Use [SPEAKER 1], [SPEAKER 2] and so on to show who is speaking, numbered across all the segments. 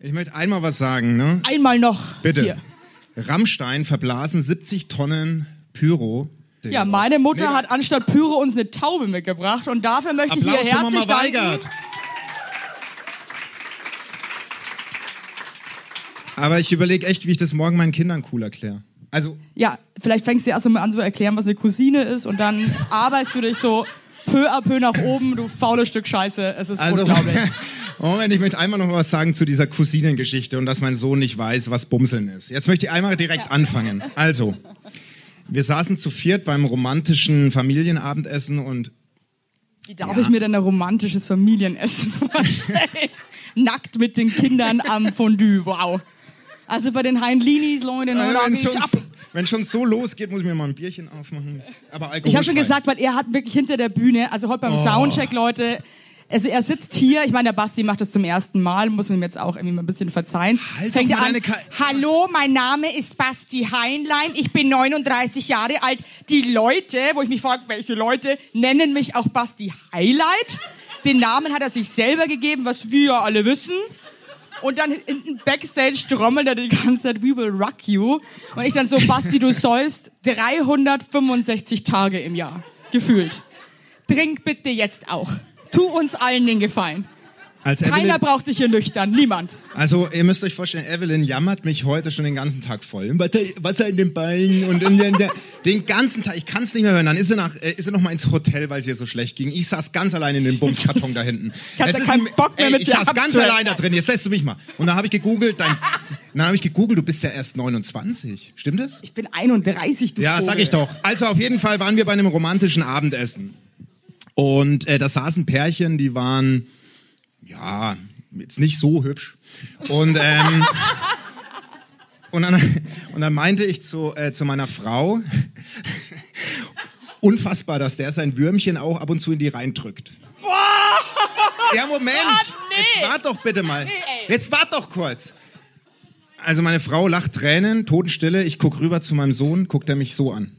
[SPEAKER 1] Ich möchte einmal was sagen, ne?
[SPEAKER 2] Einmal noch.
[SPEAKER 1] Bitte.
[SPEAKER 2] Hier.
[SPEAKER 1] Rammstein verblasen 70 Tonnen Pyro.
[SPEAKER 2] Ja, meine Mutter hat anstatt Pyro uns eine Taube mitgebracht und dafür möchte
[SPEAKER 1] Applaus
[SPEAKER 2] ich
[SPEAKER 1] für
[SPEAKER 2] ihr
[SPEAKER 1] Mama
[SPEAKER 2] herzlich danken.
[SPEAKER 1] Weigert. Aber ich überlege echt, wie ich das morgen meinen Kindern cool erkläre. Also,
[SPEAKER 2] Ja, vielleicht fängst du erst mal an zu erklären, was eine Cousine ist und dann arbeitest du dich so peu à peu nach oben, du faules Stück Scheiße. Es ist
[SPEAKER 1] also
[SPEAKER 2] unglaublich.
[SPEAKER 1] Moment, ich möchte einmal noch was sagen zu dieser Cousinengeschichte und dass mein Sohn nicht weiß, was Bumseln ist. Jetzt möchte ich einmal direkt anfangen. Also, wir saßen zu viert beim romantischen Familienabendessen und
[SPEAKER 2] Wie darf ich mir denn ein romantisches Familienessen vorstellen? Nackt mit den Kindern am Fondue, wow. Also bei den Heinlinis, Leute,
[SPEAKER 1] Äh,
[SPEAKER 2] da
[SPEAKER 1] Wenn
[SPEAKER 2] geht's
[SPEAKER 1] schon,
[SPEAKER 2] ab.
[SPEAKER 1] so- wenn schon so losgeht, muss ich mir mal ein Bierchen aufmachen. Aber Alkohol.
[SPEAKER 2] Ich habe schon gesagt, weil er hat wirklich hinter der Bühne, also heute beim Soundcheck, Leute, also er sitzt hier, ich meine, der Basti macht das zum ersten Mal, muss man ihm jetzt auch irgendwie mal ein bisschen verzeihen.
[SPEAKER 1] Halt
[SPEAKER 2] Fängt
[SPEAKER 1] doch
[SPEAKER 2] er
[SPEAKER 1] mal
[SPEAKER 2] an,
[SPEAKER 1] deine Ka-
[SPEAKER 2] Hallo, mein Name ist Basti Heinlein, ich bin 39 Jahre alt. Die Leute, wo ich mich frage, welche Leute, nennen mich auch Basti Highlight. Den Namen hat er sich selber gegeben, was wir ja alle wissen. Und dann hinten Backstage trommelt er die ganze Zeit, we will rock you. Und ich dann so, Basti, du säufst 365 Tage im Jahr. Gefühlt. Trink bitte jetzt auch. Tu uns allen den Gefallen.
[SPEAKER 1] Als Evelyn,
[SPEAKER 2] Keiner braucht dich hier nüchtern. Niemand.
[SPEAKER 1] also ihr müsst euch vorstellen, Evelyn jammert mich heute schon den ganzen Tag voll. Wasser, Wasser in den Beinen und in den, den ganzen Tag. Ich kann es nicht mehr hören. Dann ist sie, nach, äh, ist sie noch mal ins Hotel, weil es ihr so schlecht ging. Ich saß ganz allein in dem Bumskarton da hinten.
[SPEAKER 2] Ich hatte
[SPEAKER 1] Es ist
[SPEAKER 2] keinen
[SPEAKER 1] ein-
[SPEAKER 2] Bock mehr
[SPEAKER 1] ey,
[SPEAKER 2] mit
[SPEAKER 1] Ich
[SPEAKER 2] dir
[SPEAKER 1] saß ganz
[SPEAKER 2] abzuhängen.
[SPEAKER 1] allein da drin. Jetzt lässt du mich mal. Und dann habe ich gegoogelt. Dein, dann habe ich gegoogelt. Du bist ja erst 29. Stimmt es?
[SPEAKER 2] Ich bin 31, du
[SPEAKER 1] Ja, sag
[SPEAKER 2] Vogel.
[SPEAKER 1] ich doch. Also auf jeden Fall waren wir bei einem romantischen Abendessen. Und äh, da saßen Pärchen, die waren, ja, jetzt nicht so hübsch. Und, ähm, und, dann, und dann meinte ich zu, äh, zu meiner Frau, unfassbar, dass der sein Würmchen auch ab und zu in die reindrückt. Ja, Moment.
[SPEAKER 2] nee.
[SPEAKER 1] Jetzt wart doch bitte mal.
[SPEAKER 2] ey.
[SPEAKER 1] Jetzt wart doch kurz. Also meine Frau lacht Tränen, Totenstille. Ich guck rüber zu meinem Sohn, guckt er mich so an.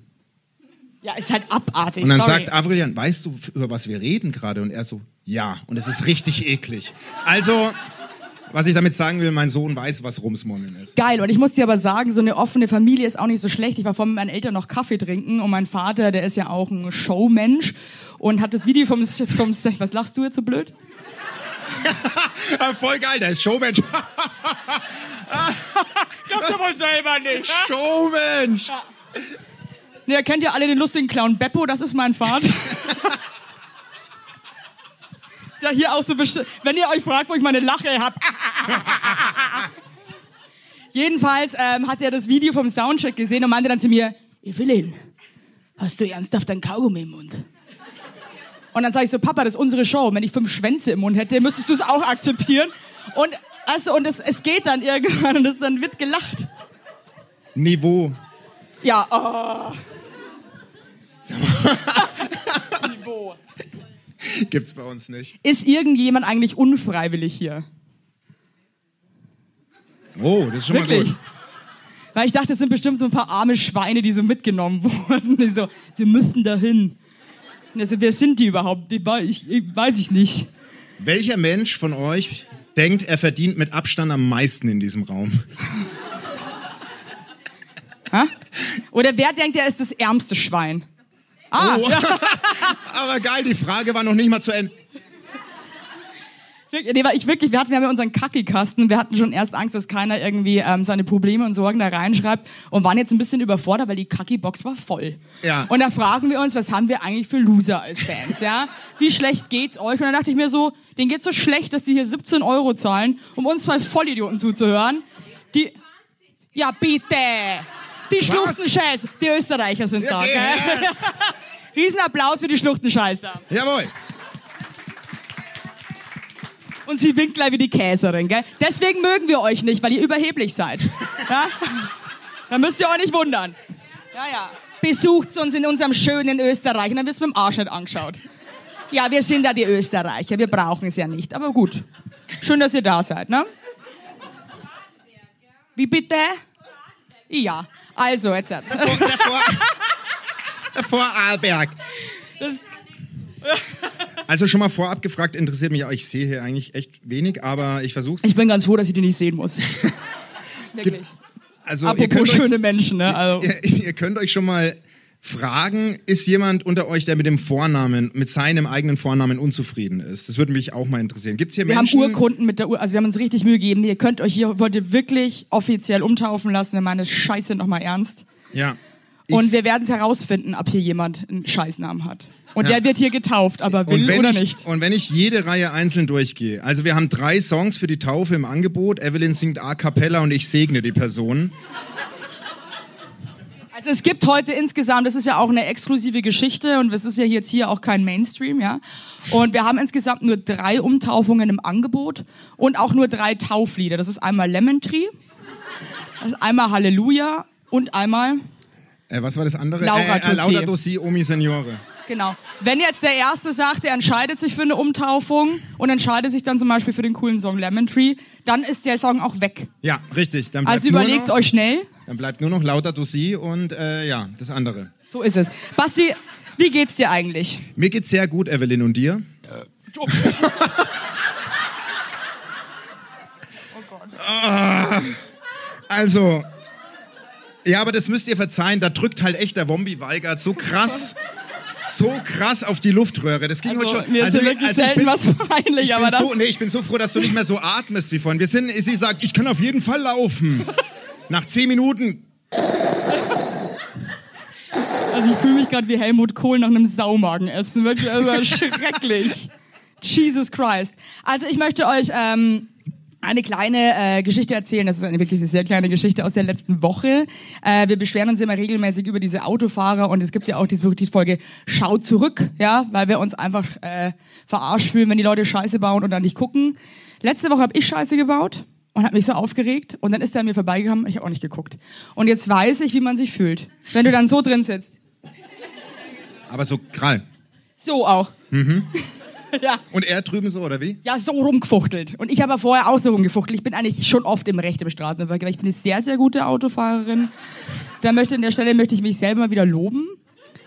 [SPEAKER 2] Ja, ist halt abartig.
[SPEAKER 1] Und dann
[SPEAKER 2] sorry.
[SPEAKER 1] sagt Avrilian, weißt du, über was wir reden gerade? Und er so, ja. Und es ist richtig eklig. Also, was ich damit sagen will, mein Sohn weiß, was Rumsmummeln ist.
[SPEAKER 2] geil. Und ich muss dir aber sagen, so eine offene Familie ist auch nicht so schlecht. Ich war vorhin mit meinen Eltern noch Kaffee trinken und mein Vater, der ist ja auch ein Showmensch und hat das Video vom, vom was lachst du jetzt so blöd?
[SPEAKER 1] Ah, Voll geil, der ist Showmensch.
[SPEAKER 2] Glaubst du wohl selber nicht.
[SPEAKER 1] Showmensch.
[SPEAKER 2] Ne, ihr kennt ja alle den lustigen Clown Beppo, das ist mein Vater. Der hier auch so besti- Wenn ihr euch fragt, wo ich meine Lache hab. Jedenfalls ähm, hat er das Video vom Soundcheck gesehen und meinte dann zu mir, Evelyn, hast du ernsthaft ein Kaugummi im Mund? Und dann sage ich so, Papa, das ist unsere Show. Wenn ich fünf Schwänze im Mund hätte, müsstest du es auch akzeptieren. Und, also, und es, es geht dann irgendwann und es dann wird gelacht.
[SPEAKER 1] Niveau.
[SPEAKER 2] Ja, oh.
[SPEAKER 1] Gibt's bei uns nicht.
[SPEAKER 2] Ist irgendjemand eigentlich unfreiwillig hier?
[SPEAKER 1] Oh, das ist schon mal
[SPEAKER 2] Wirklich?
[SPEAKER 1] gut.
[SPEAKER 2] Weil ich dachte, es sind bestimmt so ein paar arme Schweine, die so mitgenommen wurden. Die so, wir müssen da hin. Und Also, wer sind die überhaupt? Die wei- ich, ich, weiß ich nicht.
[SPEAKER 1] Welcher Mensch von euch denkt, er verdient mit Abstand am meisten in diesem Raum?
[SPEAKER 2] Oder wer denkt, er ist das ärmste Schwein? Ah,
[SPEAKER 1] Oh. Aber geil, die Frage war noch nicht mal zu Ende.
[SPEAKER 2] Wirklich, Nee, weil ich wirklich, wir hatten wir haben ja unseren Kackikasten. Wir hatten schon erst Angst, dass keiner irgendwie ähm, seine Probleme und Sorgen da reinschreibt und waren jetzt ein bisschen überfordert, weil die Kackibox war voll.
[SPEAKER 1] Ja.
[SPEAKER 2] Und da fragen wir uns, was haben wir eigentlich für Loser als Fans, ja? Wie schlecht geht's euch? Und dann dachte ich mir so, denen geht's so schlecht, dass sie hier 17 Euro zahlen, um uns zwei Vollidioten zuzuhören. Die, ja bitte, die Schluchtenscheiß, die Österreicher sind da, gell? Riesenapplaus für die Schluchtenscheißer.
[SPEAKER 1] Jawohl.
[SPEAKER 2] Und sie winkt gleich wie die Käserin, gell? Deswegen mögen wir euch nicht, weil ihr überheblich seid. Ja? Da müsst ihr euch nicht wundern. Ja, ja. Besucht uns in unserem schönen Österreich und dann wird's mit dem Arsch nicht angeschaut. Ja, wir sind ja die Österreicher, wir brauchen es ja nicht, aber gut. Schön, dass ihr da seid, ne? Wie bitte? Ja. Also, jetzt.
[SPEAKER 1] Der, Vor der, Vor der Vorarlberg.
[SPEAKER 2] Das,
[SPEAKER 1] Also schon mal vorab gefragt, interessiert mich auch. Ich sehe hier eigentlich echt wenig, aber ich versuche
[SPEAKER 2] Ich bin ganz froh, dass ich die nicht sehen muss. Wirklich.
[SPEAKER 1] Also ihr
[SPEAKER 2] Apropos
[SPEAKER 1] könnt,
[SPEAKER 2] schöne Menschen, ne? Also,
[SPEAKER 1] euch, ihr, ihr könnt euch schon mal fragen, ist jemand unter euch, der mit dem Vornamen, mit seinem eigenen Vornamen unzufrieden ist? Das würde mich auch mal interessieren. Gibt es hier
[SPEAKER 2] wir haben
[SPEAKER 1] Menschen?
[SPEAKER 2] Urkunden mit der Uhr, also wir haben uns richtig Mühe gegeben. Ihr könnt euch hier, wollt ihr wirklich offiziell umtaufen lassen. Wir meinen das Scheiße nochmal ernst.
[SPEAKER 1] Ja.
[SPEAKER 2] Und
[SPEAKER 1] Ich-
[SPEAKER 2] wir werden es herausfinden, ob hier jemand einen Scheißnamen hat. Und
[SPEAKER 1] Ja.
[SPEAKER 2] der wird hier getauft, aber will
[SPEAKER 1] Und wenn,
[SPEAKER 2] oder
[SPEAKER 1] ich,
[SPEAKER 2] nicht.
[SPEAKER 1] und wenn ich jede Reihe einzeln durchgehe, also wir haben drei Songs für die Taufe im Angebot. Evelyn singt a cappella und ich segne die Person.
[SPEAKER 2] Also es gibt heute insgesamt, das ist ja auch eine exklusive Geschichte und es ist ja jetzt hier auch kein Mainstream, ja. Und wir haben insgesamt nur drei Umtaufungen im Angebot und auch nur drei Tauflieder. Das ist einmal Lemon Tree, das ist einmal Halleluja und einmal
[SPEAKER 1] Äh, was war das andere?
[SPEAKER 2] Laudato
[SPEAKER 1] äh, äh,
[SPEAKER 2] Si.
[SPEAKER 1] Laudato Si, Omi Signore.
[SPEAKER 2] Genau. Wenn jetzt der Erste sagt, er entscheidet sich für eine Umtaufung und entscheidet sich dann zum Beispiel für den coolen Song Lemon Tree, dann ist der Song auch weg.
[SPEAKER 1] Ja, richtig. Dann bleibt
[SPEAKER 2] Also
[SPEAKER 1] nur
[SPEAKER 2] überlegt's
[SPEAKER 1] noch,
[SPEAKER 2] euch schnell.
[SPEAKER 1] Dann bleibt nur noch Laudato Si und äh, ja, das andere.
[SPEAKER 2] So ist es. Basti, wie geht's dir eigentlich?
[SPEAKER 1] Mir geht's sehr gut, Evelyn, und dir? Ah, Oh Also, ja, aber das müsst ihr verzeihen, da drückt halt echt der Wombi Weigert so krass, so krass auf die Luftröhre. Das ging
[SPEAKER 2] Also,
[SPEAKER 1] heute schon.
[SPEAKER 2] mir ist ja
[SPEAKER 1] wir-
[SPEAKER 2] wirklich
[SPEAKER 1] ich
[SPEAKER 2] selten
[SPEAKER 1] bin,
[SPEAKER 2] was peinlich,
[SPEAKER 1] ich
[SPEAKER 2] aber
[SPEAKER 1] bin
[SPEAKER 2] das
[SPEAKER 1] so, nee, ich bin so froh, dass du nicht mehr so atmest wie vorhin. Wir sind, sie sagt, ich kann auf jeden Fall laufen. Nach zehn Minuten,
[SPEAKER 2] Also ich fühle mich gerade wie Helmut Kohl nach einem Saumagenessen. Wirklich also schrecklich. Jesus Christ. Also ich möchte euch ähm, eine kleine äh, Geschichte erzählen. Das ist eine wirklich sehr kleine Geschichte aus der letzten Woche. Äh, wir beschweren uns immer regelmäßig über diese Autofahrer und es gibt ja auch diese die Folge Schau zurück, ja, weil wir uns einfach äh, verarscht fühlen, wenn die Leute Scheiße bauen und dann nicht gucken. Letzte Woche habe ich Scheiße gebaut und habe mich so aufgeregt und dann ist er an mir vorbeigekommen. Ich habe auch nicht geguckt. Und jetzt weiß ich, wie man sich fühlt, wenn du dann so drin sitzt.
[SPEAKER 1] aber so krall.
[SPEAKER 2] So auch. ja.
[SPEAKER 1] Und er drüben so, oder wie?
[SPEAKER 2] ja, so rumgefuchtelt. Und ich habe vorher auch so rumgefuchtelt. Ich bin eigentlich schon oft im Recht im Straßenverkehr. weil Ich bin eine sehr, sehr gute Autofahrerin. Da möchte an der Stelle möchte ich mich selber mal wieder loben.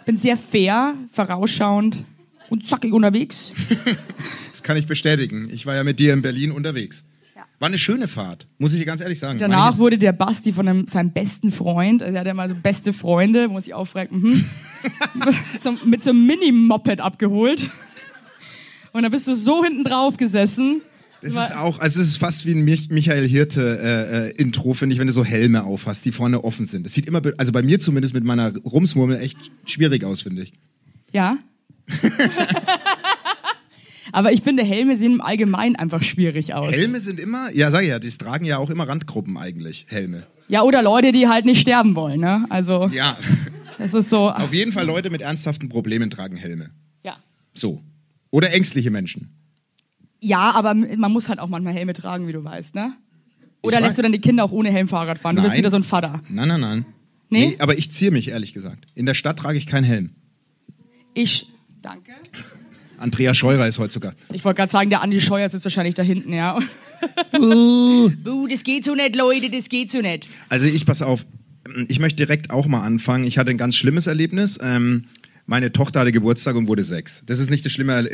[SPEAKER 2] Bin sehr fair, vorausschauend und zackig unterwegs.
[SPEAKER 1] Das kann ich bestätigen. Ich war ja mit dir in Berlin unterwegs. War eine schöne Fahrt, muss ich dir ganz ehrlich sagen. Meine
[SPEAKER 2] Danach wurde der Basti von einem, seinem besten Freund, also er hat ja mal so beste Freunde, wo ich auch fragt, mhm, zum, mit so einem Mini-Moped abgeholt. Und da bist du so hinten drauf gesessen.
[SPEAKER 1] Es ist auch, also es ist fast wie ein Mich Michael Hirte äh, äh, Intro, finde ich, wenn du so Helme aufhast, die vorne offen sind. Das sieht immer, be- also bei mir zumindest mit meiner Rumsmurmel echt schwierig aus, finde ich.
[SPEAKER 2] Ja. Aber ich finde, Helme sehen im Allgemeinen einfach schwierig aus.
[SPEAKER 1] Helme sind immer, ja sag ich ja, die tragen ja auch immer Randgruppen eigentlich, Helme.
[SPEAKER 2] Ja, oder Leute, die halt nicht sterben wollen, ne? Also,
[SPEAKER 1] Ja,
[SPEAKER 2] das ist so.
[SPEAKER 1] auf jeden Fall Leute mit ernsthaften Problemen tragen Helme.
[SPEAKER 2] Ja.
[SPEAKER 1] So. Oder ängstliche Menschen.
[SPEAKER 2] ja, aber m- man muss halt auch manchmal Helme tragen, wie du weißt, ne? Oder
[SPEAKER 1] Ich
[SPEAKER 2] lässt
[SPEAKER 1] weiß-
[SPEAKER 2] du dann die Kinder auch ohne Helm Fahrrad fahren? Du bist
[SPEAKER 1] Nein.
[SPEAKER 2] wieder so ein Vater.
[SPEAKER 1] Nein, nein, nein.
[SPEAKER 2] Nee?
[SPEAKER 1] aber ich ziehe mich, ehrlich gesagt. In der Stadt trage ich keinen Helm.
[SPEAKER 2] Ich. Danke.
[SPEAKER 1] Andrea Scheurer ist heute sogar.
[SPEAKER 2] Ich wollte gerade sagen, der Andi Scheuer sitzt wahrscheinlich da hinten, ja. Buh, das geht so nicht, Leute, das geht so nicht.
[SPEAKER 1] Also ich, pass auf, ich möchte direkt auch mal anfangen. Ich hatte ein ganz schlimmes Erlebnis. Ähm, meine Tochter hatte Geburtstag und wurde sechs. Das ist nicht das schlimme Erle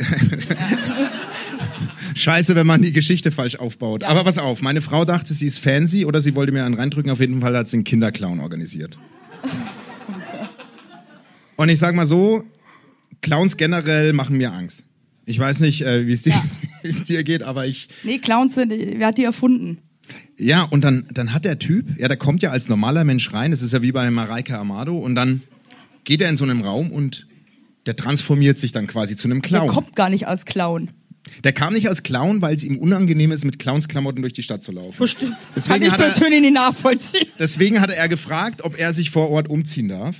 [SPEAKER 1] Scheiße, wenn man die Geschichte falsch aufbaut. Aber pass auf, meine Frau dachte, sie ist fancy oder sie wollte mir einen reindrücken. Auf jeden Fall hat sie einen Kinderclown organisiert. Und ich sag mal so, Clowns generell machen mir Angst. Ich weiß nicht, äh, wie es dir, wie es dir geht, aber ich,
[SPEAKER 2] Nee, Clowns sind, wer hat die erfunden?
[SPEAKER 1] ja, und dann, dann hat der Typ, ja, der kommt ja als normaler Mensch rein, das ist ja wie bei Mareike Amado, und dann geht er in so einem Raum und der transformiert sich dann quasi zu einem
[SPEAKER 2] Der
[SPEAKER 1] Clown. Der,
[SPEAKER 2] kommt gar nicht als Clown.
[SPEAKER 1] kam nicht als Clown, weil es ihm unangenehm ist, mit Clownsklamotten durch die Stadt zu laufen.
[SPEAKER 2] Bestimmt.
[SPEAKER 1] Deswegen
[SPEAKER 2] Kann ich
[SPEAKER 1] hat er-
[SPEAKER 2] persönlich nicht nachvollziehen.
[SPEAKER 1] Deswegen hatte er gefragt, ob er sich vor Ort umziehen darf.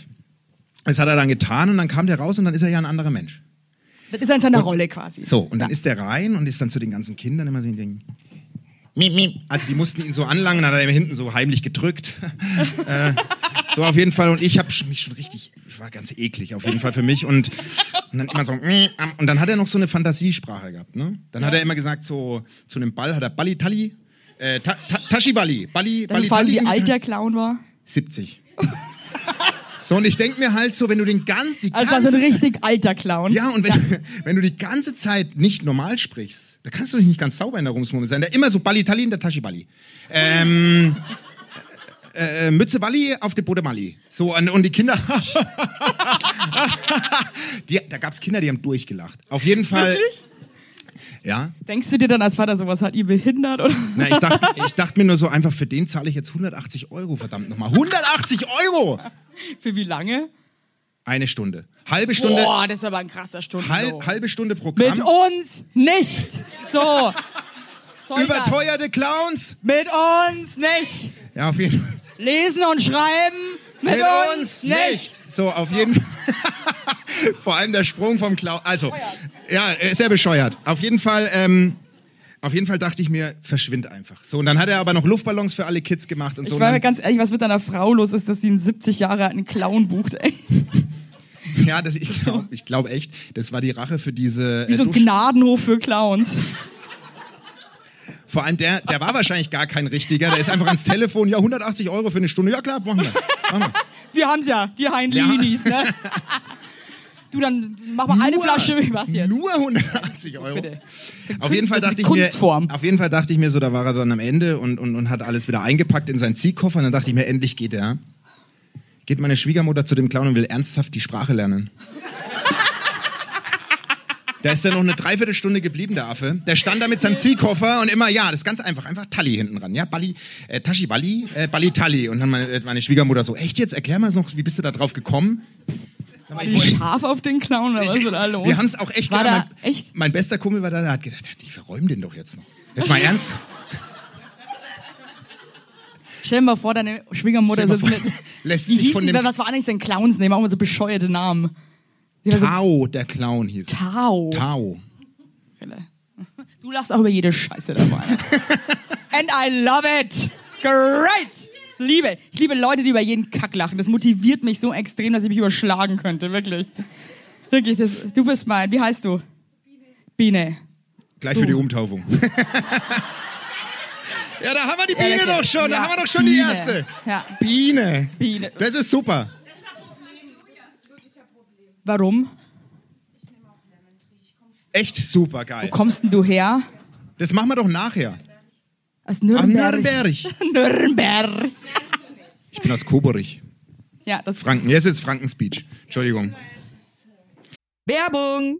[SPEAKER 1] Das hat er dann getan und dann kam der raus und dann ist er ja ein anderer Mensch.
[SPEAKER 2] Das ist an seiner Rolle quasi.
[SPEAKER 1] So, und dann ist der rein und ist dann zu den ganzen Kindern immer so in den Mim, mim. Also die mussten ihn so anlangen, dann hat er ihm hinten so heimlich gedrückt. äh, so auf jeden Fall. Und ich habe mich schon richtig, ich war ganz eklig auf jeden Fall für mich. Und, und dann immer so, mim, am. und dann hat er noch so eine Fantasiesprache gehabt. Ne? Dann hat er immer gesagt, so zu einem Ball hat er Balli Talli, äh, Ta Ta Tashi Balli, Balli,
[SPEAKER 2] Dann
[SPEAKER 1] Balli
[SPEAKER 2] vor allem,
[SPEAKER 1] Talli.
[SPEAKER 2] wie alt der Clown war.
[SPEAKER 1] 70. So, und ich denk mir halt so, wenn du den ganz, die
[SPEAKER 2] Also,
[SPEAKER 1] ganze
[SPEAKER 2] also ein
[SPEAKER 1] Zeit-
[SPEAKER 2] richtig alter Clown.
[SPEAKER 1] Ja, und wenn, Du, wenn du die ganze Zeit nicht normal sprichst, da kannst du dich nicht ganz sauber in der Rumsmummel sein. Da immer so Balli-Talli in der Taschi-Balli. Ähm, äh, äh, Mütze-Balli auf der Bode-Malli. So, und, und die Kinder... die, da gab's Kinder, die haben durchgelacht. Auf jeden Fall...
[SPEAKER 2] Wirklich?
[SPEAKER 1] Ja,
[SPEAKER 2] Denkst du dir dann als Vater sowas, hat ihr behindert? Oder?
[SPEAKER 1] na, ich dachte, ich dachte mir nur so einfach, für den zahle ich jetzt 180 Euro, verdammt nochmal. 180 Euro!
[SPEAKER 2] Für wie lange?
[SPEAKER 1] Eine Stunde. Halbe Stunde, Halt,
[SPEAKER 2] Boah, das ist aber ein krasser Stundenlohn.
[SPEAKER 1] halb, halbe Stunde Programm.
[SPEAKER 2] Mit uns nicht. So. Soll das?
[SPEAKER 1] Überteuerte Clowns!
[SPEAKER 2] Mit uns nicht.
[SPEAKER 1] Ja, auf jeden Fall.
[SPEAKER 2] Lesen und schreiben. Mit, uns nicht.
[SPEAKER 1] So, auf jeden Fall. Vor allem der Sprung vom Clown. Also, ja, äh, sehr bescheuert. Auf jeden Fall, ähm, auf jeden Fall dachte ich mir, verschwind einfach. So, und dann hat er aber noch Luftballons für alle Kids gemacht und so.
[SPEAKER 2] Ich war mir
[SPEAKER 1] und dann,
[SPEAKER 2] ganz ehrlich, was mit deiner Frau los ist, dass sie einen 70 Jahre alten Clown bucht, ey.
[SPEAKER 1] ja, das, ich glaube ich glaub echt, das war die Rache für diese. äh,
[SPEAKER 2] Wie so ein
[SPEAKER 1] Dusch-
[SPEAKER 2] Gnadenhof für Clowns.
[SPEAKER 1] Vor allem der, der war wahrscheinlich gar kein richtiger. Der ist einfach ans Telefon. Ja, 180 Euro für eine Stunde. Ja, klar, machen wir.
[SPEAKER 2] Wir haben's ja, die Heinlinis, ne? Du, dann mach mal eine
[SPEAKER 1] Nur-
[SPEAKER 2] Flasche, was jetzt?
[SPEAKER 1] Nur 180 Euro.
[SPEAKER 2] Bitte. Das ist eine
[SPEAKER 1] Auf jeden,
[SPEAKER 2] Kunst-
[SPEAKER 1] Fall
[SPEAKER 2] das
[SPEAKER 1] dachte
[SPEAKER 2] ist
[SPEAKER 1] ich
[SPEAKER 2] eine
[SPEAKER 1] mir,
[SPEAKER 2] Kunstform.
[SPEAKER 1] auf jeden Fall dachte ich mir so, da war er dann am Ende und, und, und hat alles wieder eingepackt in seinen Ziehkoffer. Und dann dachte ich mir, endlich geht er. Geht meine Schwiegermutter zu dem Clown und will ernsthaft die Sprache lernen. Da ist dann noch eine Dreiviertelstunde geblieben, der Affe. Der stand da mit seinem Ziehkoffer und immer, ja, das ist ganz einfach, einfach Talli hinten ran, ja, Balli, äh, Taschi Balli, äh, Balli Talli. Und dann meine, meine Schwiegermutter so, echt jetzt, erklär mal noch, wie bist du da drauf gekommen? Sag mal,
[SPEAKER 2] Wie scharf auf den Clown oder was ist da los?
[SPEAKER 1] wir haben es auch echt
[SPEAKER 2] War
[SPEAKER 1] gedacht.
[SPEAKER 2] da
[SPEAKER 1] mein,
[SPEAKER 2] echt?
[SPEAKER 1] mein bester Kumpel war da, der hat gedacht, die verräumen den doch jetzt noch. Jetzt mal ernst.
[SPEAKER 2] Stell dir mal vor, deine Schwiegermutter
[SPEAKER 1] Stell dir
[SPEAKER 2] sitzt
[SPEAKER 1] mal
[SPEAKER 2] mit.
[SPEAKER 1] vor, lässt
[SPEAKER 2] Wie
[SPEAKER 1] sich
[SPEAKER 2] hieß
[SPEAKER 1] von
[SPEAKER 2] denn,
[SPEAKER 1] dem
[SPEAKER 2] was war eigentlich sein Clowns nehmen? Auch mal so bescheuerte Namen. Die war so
[SPEAKER 1] Tau, der Clown hieß. er.
[SPEAKER 2] Tau.
[SPEAKER 1] Tau.
[SPEAKER 2] Du lachst auch über jede Scheiße dabei. And I love it. Great. Liebe. Ich liebe Leute, die über jeden Kack lachen. Das motiviert mich so extrem, dass ich mich überschlagen könnte. Wirklich. Wirklich. Das, du bist mein. Wie heißt du? Biene.
[SPEAKER 1] Gleich für die Umtaufung. ja, da haben wir die Biene
[SPEAKER 2] lecker.
[SPEAKER 1] doch schon. Da
[SPEAKER 2] Ja,
[SPEAKER 1] haben wir doch schon die
[SPEAKER 2] Biene.
[SPEAKER 1] erste.
[SPEAKER 2] Ja.
[SPEAKER 1] Biene.
[SPEAKER 2] Biene.
[SPEAKER 1] Das ist super.
[SPEAKER 2] Warum?
[SPEAKER 1] Echt super geil.
[SPEAKER 2] Kommst denn du her?
[SPEAKER 1] Das machen wir doch nachher.
[SPEAKER 2] Aus
[SPEAKER 1] Ach,
[SPEAKER 2] Nürnberg.
[SPEAKER 1] Nürnberg.
[SPEAKER 2] Nürnberg.
[SPEAKER 1] Ich bin aus Koberich.
[SPEAKER 2] Ja, das
[SPEAKER 1] Franken. Jetzt ist Frankens Beach. Entschuldigung.
[SPEAKER 3] Werbung!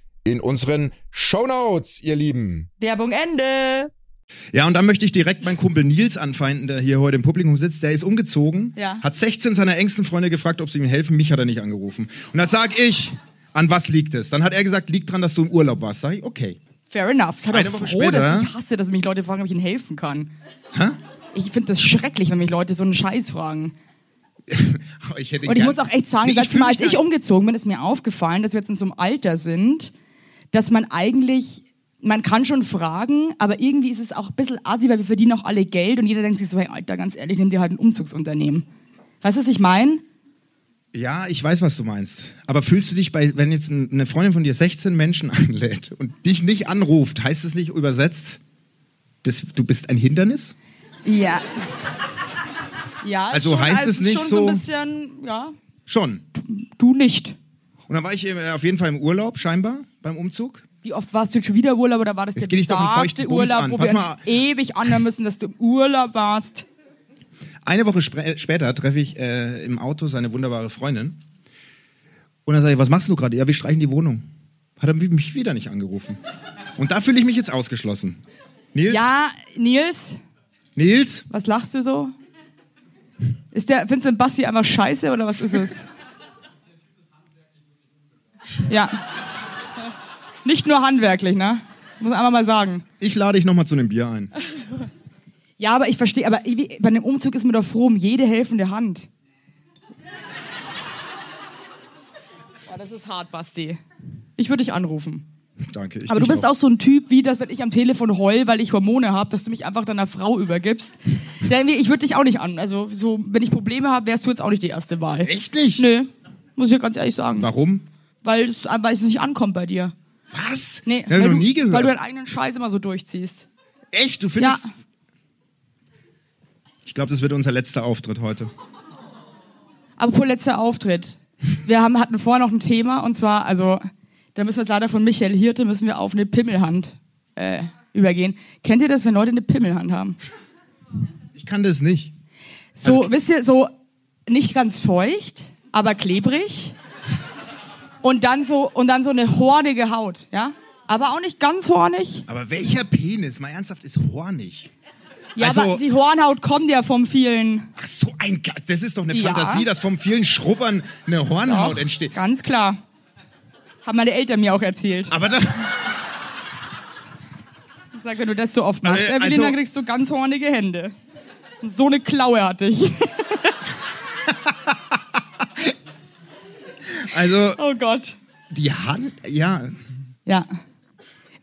[SPEAKER 4] in unseren Shownotes, ihr Lieben.
[SPEAKER 3] Werbung Ende.
[SPEAKER 1] Ja, und dann möchte ich direkt meinen Kumpel Nils anfeinden, der hier heute im Publikum sitzt. Der ist umgezogen,
[SPEAKER 2] Ja.
[SPEAKER 1] hat 16 seiner engsten Freunde gefragt, ob sie ihm helfen. Mich hat er nicht angerufen. Und da sag ich, an was liegt es? Dann hat er gesagt, liegt dran, dass du im Urlaub warst. Sag ich, okay.
[SPEAKER 2] Fair enough. Es hat
[SPEAKER 1] Eine
[SPEAKER 2] auch
[SPEAKER 1] Woche
[SPEAKER 2] froh,
[SPEAKER 1] später.
[SPEAKER 2] dass ich hasse, dass mich Leute fragen, ob ich ihnen helfen kann. Hä? Ich finde das schrecklich, wenn mich Leute so einen Scheiß fragen.
[SPEAKER 1] Aber Ich hätte ihn
[SPEAKER 2] Und ich
[SPEAKER 1] gern-
[SPEAKER 2] muss auch echt sagen,
[SPEAKER 1] Nee, ich
[SPEAKER 2] letztes
[SPEAKER 1] fühl
[SPEAKER 2] Mal, als
[SPEAKER 1] mich
[SPEAKER 2] ich um-
[SPEAKER 1] gar-
[SPEAKER 2] umgezogen bin, ist mir aufgefallen, dass wir jetzt in so einem Alter sind, dass man eigentlich, man kann schon fragen, aber irgendwie ist es auch ein bisschen assi, weil wir verdienen auch alle Geld und jeder denkt sich so, hey, Alter, ganz ehrlich, nimm dir halt ein Umzugsunternehmen. Weißt du, was ich meine?
[SPEAKER 1] Ja, ich weiß, was du meinst. Aber fühlst du dich bei, wenn jetzt ein- eine Freundin von dir 16 Menschen einlädt und dich nicht anruft, heißt es nicht übersetzt, das, du bist ein Hindernis?
[SPEAKER 2] Ja. Ja,
[SPEAKER 1] Also
[SPEAKER 2] schon,
[SPEAKER 1] heißt es nicht
[SPEAKER 2] schon so ein
[SPEAKER 1] so-
[SPEAKER 2] bisschen, ja.
[SPEAKER 1] Schon.
[SPEAKER 2] Du nicht.
[SPEAKER 1] Und dann war ich äh, auf jeden Fall im Urlaub, scheinbar, beim Umzug.
[SPEAKER 2] Wie oft warst du jetzt schon wieder im Urlaub oder war das
[SPEAKER 1] Jetzt
[SPEAKER 2] der
[SPEAKER 1] geh dich doch einen
[SPEAKER 2] besagte
[SPEAKER 1] feuchten Bums
[SPEAKER 2] Urlaub,
[SPEAKER 1] an.
[SPEAKER 2] wo
[SPEAKER 1] Pass
[SPEAKER 2] wir
[SPEAKER 1] mal-
[SPEAKER 2] uns ewig anhören müssen, dass du im Urlaub warst?
[SPEAKER 1] Eine Woche spre- später treffe ich äh, im Auto seine wunderbare Freundin. Und dann sage ich, was machst du gerade? Ja, wir streichen die Wohnung. Hat er mich wieder nicht angerufen. Und da fühle ich mich jetzt ausgeschlossen. Nils?
[SPEAKER 2] Ja, Nils,
[SPEAKER 1] Nils?
[SPEAKER 2] was lachst du so? Ist der Vincent Bassi einfach scheiße oder was ist es? Ja. Nicht nur handwerklich, ne? Muss man einfach mal sagen.
[SPEAKER 1] Ich lade dich nochmal zu einem Bier ein.
[SPEAKER 2] Ja, aber ich verstehe, aber irgendwie- bei einem Umzug ist mir doch froh um jede helfende Hand. Boah, das ist hart, Basti. Ich würde dich anrufen.
[SPEAKER 1] Danke. Ich
[SPEAKER 2] Aber du
[SPEAKER 1] dich
[SPEAKER 2] bist auch. so ein Typ, wie das, wenn ich am Telefon heul, weil ich Hormone habe, dass du mich einfach deiner Frau übergibst. Denn ich würde dich auch nicht an. Also, so, wenn ich Probleme habe, wärst du jetzt auch nicht die erste Wahl.
[SPEAKER 1] Echt nicht?
[SPEAKER 2] Nö, muss ich ja ganz ehrlich sagen.
[SPEAKER 1] Warum?
[SPEAKER 2] Weil es, weil es nicht ankommt bei dir.
[SPEAKER 1] Was?
[SPEAKER 2] Nee,
[SPEAKER 1] Hab ich
[SPEAKER 2] weil
[SPEAKER 1] noch
[SPEAKER 2] du,
[SPEAKER 1] nie gehört.
[SPEAKER 2] Weil du deinen eigenen Scheiß immer so durchziehst.
[SPEAKER 1] Echt? Du findest.
[SPEAKER 2] Ja.
[SPEAKER 1] Ich glaube, das wird unser letzter Auftritt heute.
[SPEAKER 2] Apropos letzter Auftritt. Wir haben, hatten vorher noch ein Thema und zwar, also, da müssen wir jetzt leider von Michael Hirte, müssen wir auf eine Pimmelhand äh, übergehen. Kennt ihr das, wenn Leute eine Pimmelhand haben?
[SPEAKER 1] Ich kann das nicht.
[SPEAKER 2] So,
[SPEAKER 1] Also,
[SPEAKER 2] wisst ihr, so nicht ganz feucht, aber klebrig. Und dann so, und dann so eine hornige Haut, ja? Aber auch nicht ganz hornig.
[SPEAKER 1] Aber welcher Penis, mal ernsthaft, ist hornig?
[SPEAKER 2] Ja,
[SPEAKER 1] Also-
[SPEAKER 2] aber die Hornhaut kommt ja vom vielen.
[SPEAKER 1] Ach so, ein Ge das ist doch eine
[SPEAKER 2] Ja.
[SPEAKER 1] Fantasie, dass vom vielen Schrubbern eine Hornhaut entsteht.
[SPEAKER 2] Ganz klar. Haben meine Eltern mir auch erzählt.
[SPEAKER 1] Aber da,
[SPEAKER 2] Ich sag, wenn du das so oft machst,
[SPEAKER 1] Aber, Ah. äh,
[SPEAKER 2] Evelyn, dann
[SPEAKER 1] also-
[SPEAKER 2] kriegst du ganz hornige Hände. Und so eine Klaue hatte ich.
[SPEAKER 1] also
[SPEAKER 2] Oh Gott.
[SPEAKER 1] die Hand, ja,
[SPEAKER 2] Ja.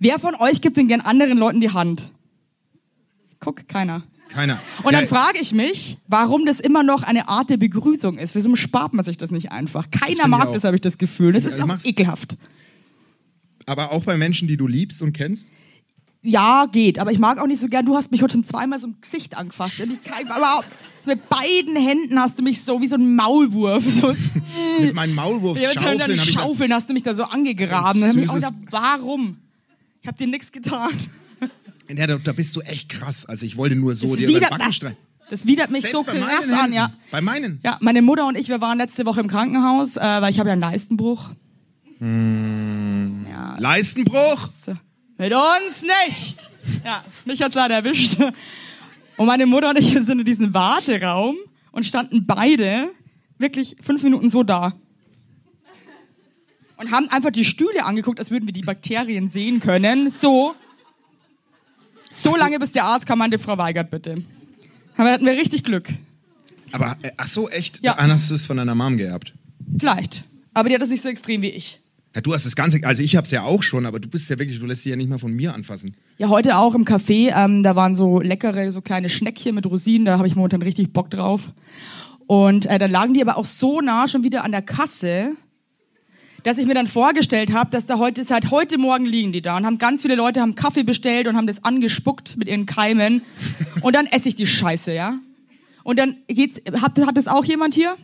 [SPEAKER 2] Wer von euch gibt denn gern anderen Leuten die Hand? Guck, keiner.
[SPEAKER 1] keiner.
[SPEAKER 2] Und dann
[SPEAKER 1] ja,
[SPEAKER 2] frage ich mich, warum das immer noch eine Art der Begrüßung ist. Wieso spart man sich das nicht einfach?
[SPEAKER 1] find
[SPEAKER 2] Keiner
[SPEAKER 1] ich
[SPEAKER 2] mag
[SPEAKER 1] auch.
[SPEAKER 2] das, habe ich das Gefühl. Das ist
[SPEAKER 1] Ich
[SPEAKER 2] auch
[SPEAKER 1] mach's-
[SPEAKER 2] ekelhaft.
[SPEAKER 1] aber auch bei Menschen, die du liebst und kennst.
[SPEAKER 2] Ja, geht, aber ich mag auch nicht so gern. Du hast mich heute schon zweimal so im Gesicht angefasst. Und ich kann, aber mit beiden Händen hast du mich so wie so ein Maulwurf. So,
[SPEAKER 1] Mit meinen
[SPEAKER 2] ja, mit
[SPEAKER 1] Maulwurfschaufeln
[SPEAKER 2] deinen
[SPEAKER 1] hab ich dann-
[SPEAKER 2] Schaufeln hast du mich da so angegraben. Dann hab ich auch
[SPEAKER 1] süßes-
[SPEAKER 2] gedacht, warum? Ich habe dir nichts getan.
[SPEAKER 1] Ja, da, da bist du echt krass. Also ich wollte nur so
[SPEAKER 2] Das
[SPEAKER 1] dir über den
[SPEAKER 2] widert-
[SPEAKER 1] Backen streichen.
[SPEAKER 2] Das widert mich
[SPEAKER 1] Selbst
[SPEAKER 2] so
[SPEAKER 1] bei meinen
[SPEAKER 2] krass an,
[SPEAKER 1] Händen.
[SPEAKER 2] ja.
[SPEAKER 1] Bei meinen.
[SPEAKER 2] Ja, meine Mutter und ich, wir waren letzte Woche im Krankenhaus, äh, weil ich habe ja einen Leistenbruch. Ja,
[SPEAKER 1] Leistenbruch.
[SPEAKER 2] so. Mit uns nicht. Ja, mich hat's leider erwischt. Und meine Mutter und ich sind in diesem Warteraum und standen beide wirklich fünf Minuten so da. Und haben einfach die Stühle angeguckt, als würden wir die Bakterien sehen können. So. So lange, bis der Arzt kam, meinte Frau Weigert, bitte. Aber hatten wir richtig Glück.
[SPEAKER 1] Aber äh, ach so, echt?
[SPEAKER 2] Ja.
[SPEAKER 1] Dann hast du es von deiner Mom geerbt.
[SPEAKER 2] Vielleicht. Aber die hat das nicht so extrem wie ich.
[SPEAKER 1] Ja, du hast das Ganze, also ich hab's ja auch schon, aber du bist ja wirklich, du lässt dich ja nicht mal von mir anfassen.
[SPEAKER 2] Ja, heute auch im Café, ähm, da waren so leckere, so kleine Schneckchen mit Rosinen, da habe ich momentan richtig Bock drauf. Und äh, dann lagen die aber auch so nah schon wieder an der Kasse, dass ich mir dann vorgestellt habe, dass da heute, seit heute Morgen liegen die da und haben ganz viele Leute haben Kaffee bestellt und haben das angespuckt mit ihren Keimen. Und dann esse ich die Scheiße, ja? Und dann geht's, hat, hat das auch jemand hier?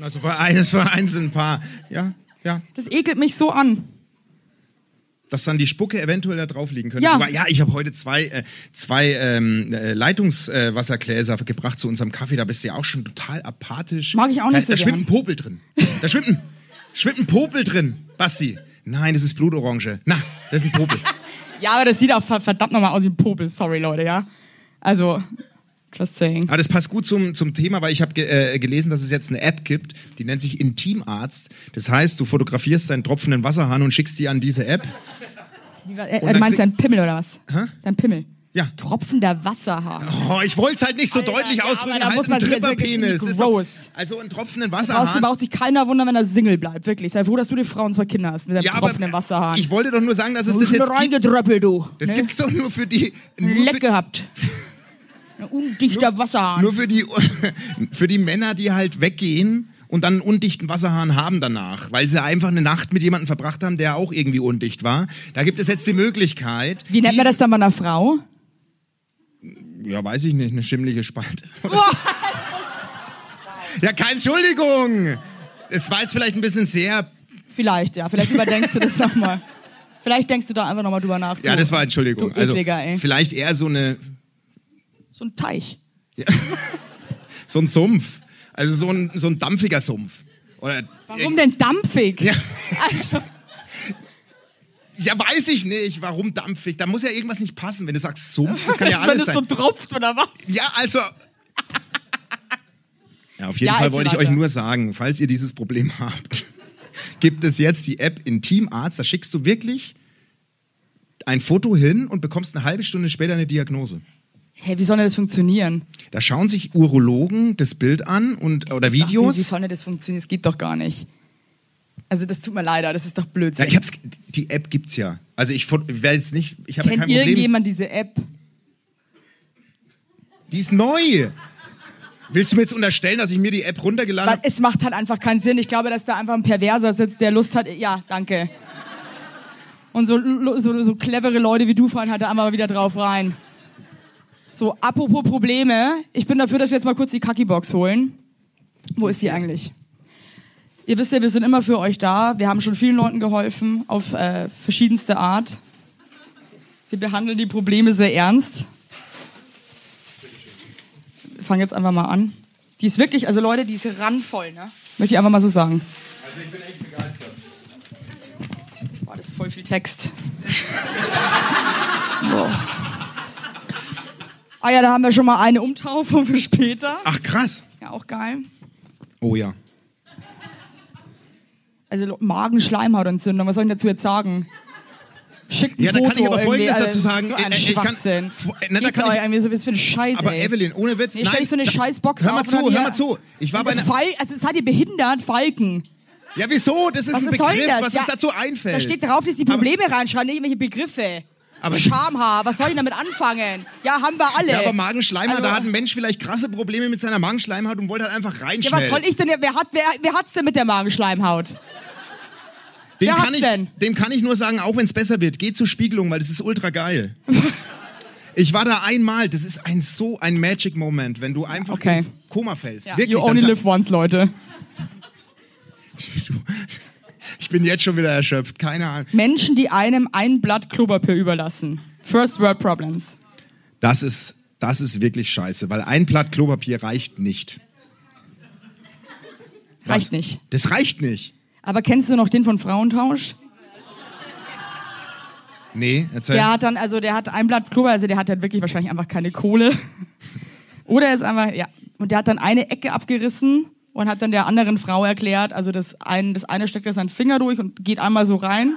[SPEAKER 1] Also für eines, für eins ein paar. Ja, ja.
[SPEAKER 2] Das ekelt mich so an.
[SPEAKER 1] Dass dann die Spucke eventuell da drauf liegen könnte.
[SPEAKER 2] Ja.
[SPEAKER 1] Aber ja, ich habe heute zwei, äh, zwei ähm, äh, Leitungswassergläser äh, Wassergläser gebracht zu unserem Kaffee. Da bist du ja auch schon total apathisch.
[SPEAKER 2] Mag ich auch nicht
[SPEAKER 1] da, Da
[SPEAKER 2] so
[SPEAKER 1] schwimmt ein
[SPEAKER 2] gern.
[SPEAKER 1] Popel drin. Da schwimmt ein, schwimmt ein Popel drin, Basti. Nein, das ist Blutorange. Na, das ist ein Popel.
[SPEAKER 2] Ja, aber das sieht auch ver- verdammt nochmal aus wie ein Popel, sorry Leute, ja? Also, just saying.
[SPEAKER 1] Aber das passt gut zum, zum Thema, weil ich habe ge äh, gelesen, dass es jetzt eine App gibt, die nennt sich Intimarzt. Das heißt, du fotografierst deinen tropfenden Wasserhahn und schickst die an diese App.
[SPEAKER 2] Wie war, äh,
[SPEAKER 1] Und
[SPEAKER 2] du
[SPEAKER 1] dann
[SPEAKER 2] meinst
[SPEAKER 1] krieg-
[SPEAKER 2] dein Pimmel oder was? Hä? Dein Pimmel.
[SPEAKER 1] Ja.
[SPEAKER 2] Tropfender Wasserhahn.
[SPEAKER 1] Oh, ich wollte es halt nicht so
[SPEAKER 2] Alter,
[SPEAKER 1] deutlich
[SPEAKER 2] ja,
[SPEAKER 1] ausdrücken.
[SPEAKER 2] aber da
[SPEAKER 1] halt
[SPEAKER 2] muss
[SPEAKER 1] ein
[SPEAKER 2] man sich jetzt wirklich
[SPEAKER 1] Tripperpenis.
[SPEAKER 2] nicht
[SPEAKER 1] Ist doch-
[SPEAKER 2] groß.
[SPEAKER 1] Also einen tropfenden
[SPEAKER 2] Brauchst du
[SPEAKER 1] Wasserhahn.
[SPEAKER 2] braucht sich keiner wundern, wenn er Single bleibt, wirklich. Sei froh, dass du die Frau und zwei Kinder hast mit deinem tropfenden Wasserhahn.
[SPEAKER 1] Ich wollte doch nur sagen, dass es
[SPEAKER 2] du
[SPEAKER 1] das
[SPEAKER 2] bist nur
[SPEAKER 1] jetzt gibt.
[SPEAKER 2] reingedröppelt, du.
[SPEAKER 1] Das
[SPEAKER 2] ne?
[SPEAKER 1] gibt's doch nur für die. Nur
[SPEAKER 2] Leck
[SPEAKER 1] für,
[SPEAKER 2] gehabt. Ein undichter Wasserhahn.
[SPEAKER 1] nur für die, für die Männer, die halt weggehen und dann einen undichten Wasserhahn haben danach, weil sie einfach eine Nacht mit jemandem verbracht haben, der auch irgendwie undicht war. Da gibt es jetzt die Möglichkeit.
[SPEAKER 2] Wie nennt man das dann bei einer Frau?
[SPEAKER 1] Ja, weiß ich nicht, eine schimmlige Spalte. Oder so. ja, keine Entschuldigung. Es war jetzt vielleicht ein bisschen sehr.
[SPEAKER 2] Vielleicht, ja. Vielleicht überdenkst du das nochmal. Vielleicht denkst du da einfach nochmal drüber nach.
[SPEAKER 1] Ja,
[SPEAKER 2] Du-
[SPEAKER 1] das war Entschuldigung.
[SPEAKER 2] Du
[SPEAKER 1] also,
[SPEAKER 2] Ekliger, ey.
[SPEAKER 1] vielleicht eher so eine
[SPEAKER 2] So ein Teich.
[SPEAKER 1] so ein Sumpf. Also so ein so ein dampfiger Sumpf. Oder äh,
[SPEAKER 2] Warum denn dampfig?
[SPEAKER 1] Ja.
[SPEAKER 2] Also,
[SPEAKER 1] Ja, weiß ich nicht, warum dampfig. Da muss ja irgendwas nicht passen, wenn du sagst Sumpf. Das kann ja
[SPEAKER 2] als wenn
[SPEAKER 1] alles
[SPEAKER 2] es
[SPEAKER 1] sein.
[SPEAKER 2] so tropft oder was?
[SPEAKER 1] Ja, also. Ja, auf jeden
[SPEAKER 2] Ja,
[SPEAKER 1] Fall
[SPEAKER 2] erzähl
[SPEAKER 1] wollte ich euch
[SPEAKER 2] weiter.
[SPEAKER 1] nur sagen, falls ihr dieses Problem habt, gibt es jetzt die App Intimarzt. Da schickst du wirklich ein Foto hin und bekommst eine halbe Stunde später eine Diagnose.
[SPEAKER 2] Hey, wie soll denn das funktionieren?
[SPEAKER 1] Da schauen sich Urologen das Bild an und oder Videos.
[SPEAKER 2] Ach, wie soll denn das funktionieren? Das geht doch gar nicht. Also das tut mir leider, das ist doch
[SPEAKER 1] Ja,
[SPEAKER 2] Blödsinn.
[SPEAKER 1] ich hab's, die App gibt's ja. Also ich fot- ich werde jetzt nicht, ich habe ja kein
[SPEAKER 2] Kennt
[SPEAKER 1] Problem.
[SPEAKER 2] irgendjemand diese App?
[SPEAKER 1] Die ist neu. Willst du mir jetzt unterstellen, dass ich mir die App runtergeladen
[SPEAKER 2] Weil
[SPEAKER 1] habe?
[SPEAKER 2] es macht halt einfach keinen Sinn. Ich glaube, dass da einfach ein Perverser sitzt, der Lust hat. Ja, danke. Und so, so, so clevere Leute wie du fahren halt da einmal wieder drauf rein. So, apropos Probleme. Ich bin dafür, dass wir jetzt mal kurz die Kackibox holen. Wo ist sie eigentlich? Ihr wisst ja, wir sind immer für euch da. Wir haben schon vielen Leuten geholfen, auf äh, verschiedenste Art. Wir behandeln die Probleme sehr ernst. Wir fangen jetzt einfach mal an. Die ist wirklich, also Leute, die ist randvoll, ne? Möchte ich einfach mal so sagen.
[SPEAKER 1] Also ich bin echt begeistert.
[SPEAKER 2] Boah, das ist voll viel Text. Boah. Ah ja, da haben wir schon mal eine Umtaufung für später.
[SPEAKER 1] Ach krass.
[SPEAKER 2] Ja, auch geil.
[SPEAKER 1] Oh ja.
[SPEAKER 2] Also Lo- Magenschleimhautentzündung, was soll ich dazu jetzt sagen? Schickt ein
[SPEAKER 1] Ja, da
[SPEAKER 2] Foto
[SPEAKER 1] kann ich aber
[SPEAKER 2] irgendwie,
[SPEAKER 1] Folgendes
[SPEAKER 2] Alter,
[SPEAKER 1] dazu sagen.
[SPEAKER 2] So
[SPEAKER 1] Äh,
[SPEAKER 2] ein
[SPEAKER 1] äh, ich kann-
[SPEAKER 2] Schwachsinn.
[SPEAKER 1] Fu- äh, nein, da
[SPEAKER 2] Geht's
[SPEAKER 1] kann ich-
[SPEAKER 2] euch irgendwie so, was für ein Scheiß,
[SPEAKER 1] Aber
[SPEAKER 2] ey.
[SPEAKER 1] Evelyn, ohne Witz,
[SPEAKER 2] Nee, stell
[SPEAKER 1] nein.
[SPEAKER 2] ich so eine Scheißbox
[SPEAKER 1] Hör
[SPEAKER 2] auf
[SPEAKER 1] mal
[SPEAKER 2] und
[SPEAKER 1] zu,
[SPEAKER 2] dann
[SPEAKER 1] hör
[SPEAKER 2] hier-
[SPEAKER 1] mal zu. Ich war bei einer.
[SPEAKER 2] Fal also es hat die behindert, Falken.
[SPEAKER 1] Ja, wieso? Das ist
[SPEAKER 2] Was
[SPEAKER 1] ein
[SPEAKER 2] ist- soll
[SPEAKER 1] Begriff,
[SPEAKER 2] das?
[SPEAKER 1] was
[SPEAKER 2] Ja,
[SPEAKER 1] uns dazu einfällt.
[SPEAKER 2] Da steht drauf, dass die Probleme reinschreiben, nicht irgendwelche Begriffe.
[SPEAKER 1] Aber-
[SPEAKER 2] Schamhaar, was soll ich damit anfangen? Ja, haben wir alle.
[SPEAKER 1] ja, aber Magenschleimhaut,
[SPEAKER 2] Also-
[SPEAKER 1] da hat ein Mensch vielleicht krasse Probleme mit seiner Magenschleimhaut und wollte halt einfach rein
[SPEAKER 2] Ja,
[SPEAKER 1] schnell.
[SPEAKER 2] was soll ich denn? Wer, hat, wer, wer hat's denn mit der Magenschleimhaut?
[SPEAKER 1] dem,
[SPEAKER 2] wer
[SPEAKER 1] kann
[SPEAKER 2] hat's
[SPEAKER 1] ich,
[SPEAKER 2] denn?
[SPEAKER 1] dem kann ich nur sagen, auch wenn es besser wird, geh zur Spiegelung, weil das ist ultra geil. ich war da einmal, das ist ein so ein Magic Moment, wenn du einfach
[SPEAKER 2] Okay.
[SPEAKER 1] ins Koma fällst.
[SPEAKER 2] Ja,
[SPEAKER 1] Wirklich,
[SPEAKER 2] you
[SPEAKER 1] dann
[SPEAKER 2] only
[SPEAKER 1] sag-
[SPEAKER 2] live once, Leute.
[SPEAKER 1] ich bin jetzt schon wieder erschöpft, keine Ahnung.
[SPEAKER 2] Menschen, die einem ein Blatt Klopapier überlassen. First World Problems.
[SPEAKER 1] Das ist, das ist wirklich scheiße, weil ein Blatt Klopapier reicht nicht.
[SPEAKER 2] Reicht nicht.
[SPEAKER 1] Das reicht nicht.
[SPEAKER 2] Aber kennst du noch den von Frauentausch?
[SPEAKER 1] Nee, erzähl.
[SPEAKER 2] Der hat dann, also der hat ein Blatt Klopapier, also der hat halt wirklich wahrscheinlich einfach keine Kohle. Oder er ist einfach, ja. Und der hat dann eine Ecke abgerissen und hat dann der anderen Frau erklärt, also das, ein, das eine steckt da seinen Finger durch und geht einmal so rein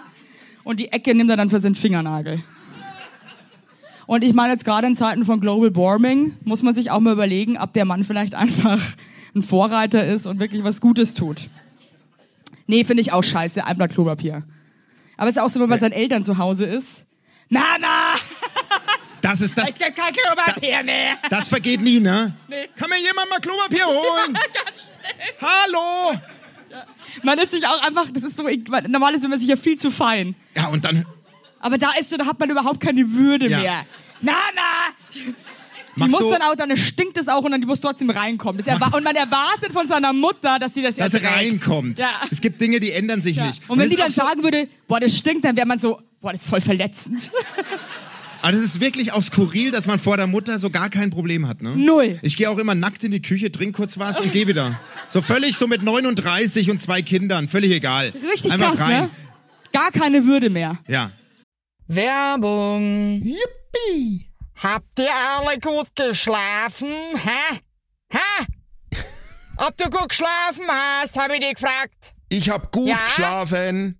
[SPEAKER 2] und die Ecke nimmt er dann für seinen Fingernagel. Und ich meine jetzt gerade in Zeiten von Global Warming muss man sich auch mal überlegen, ob der Mann vielleicht einfach ein Vorreiter ist und wirklich was Gutes tut. Nee, finde ich auch scheiße, ein Blatt Klopapier. Aber es ist auch so, wenn man bei seinen Eltern zu Hause ist. Mama,
[SPEAKER 1] Das ist das,
[SPEAKER 2] ich hab kein Klopapier mehr.
[SPEAKER 1] das vergeht nie, ne?
[SPEAKER 2] Nee.
[SPEAKER 1] Kann mir jemand mal Klopapier holen? Hallo!
[SPEAKER 2] Man ist sich auch einfach, das ist so, man- normal ist man sich ja viel zu fein.
[SPEAKER 1] Ja, und dann
[SPEAKER 2] Aber da ist so, da hat man überhaupt keine Würde
[SPEAKER 1] Ja.
[SPEAKER 2] mehr. Na, na! Die
[SPEAKER 1] machst
[SPEAKER 2] muss
[SPEAKER 1] du,
[SPEAKER 2] dann auch, dann stinkt es auch und dann die muss trotzdem reinkommen. Das erwa- und man erwartet von seiner Mutter, dass sie das
[SPEAKER 1] dass er
[SPEAKER 2] erträgt.
[SPEAKER 1] reinkommt.
[SPEAKER 2] Ja.
[SPEAKER 1] Es gibt Dinge, die ändern sich
[SPEAKER 2] Ja.
[SPEAKER 1] nicht.
[SPEAKER 2] Und wenn
[SPEAKER 1] das
[SPEAKER 2] die
[SPEAKER 1] ist
[SPEAKER 2] dann
[SPEAKER 1] auch so,
[SPEAKER 2] sagen würde, boah, das stinkt, dann wäre man so, boah, das ist voll verletzend.
[SPEAKER 1] Aber das ist wirklich auch skurril, dass man vor der Mutter so gar kein Problem hat, ne?
[SPEAKER 2] Null.
[SPEAKER 1] Ich gehe auch immer nackt in die Küche, trink kurz was und gehe wieder. So völlig so mit 39 und zwei Kindern, völlig egal.
[SPEAKER 2] Richtig
[SPEAKER 1] Einfach
[SPEAKER 2] krass,
[SPEAKER 1] rein.
[SPEAKER 2] ne? Gar keine Würde mehr.
[SPEAKER 1] Ja.
[SPEAKER 3] Werbung.
[SPEAKER 5] Yippie! Habt ihr alle gut geschlafen? Hä? Hä? Ob du gut geschlafen hast, habe ich dich gefragt.
[SPEAKER 4] Ich hab gut
[SPEAKER 5] Ja?
[SPEAKER 4] geschlafen.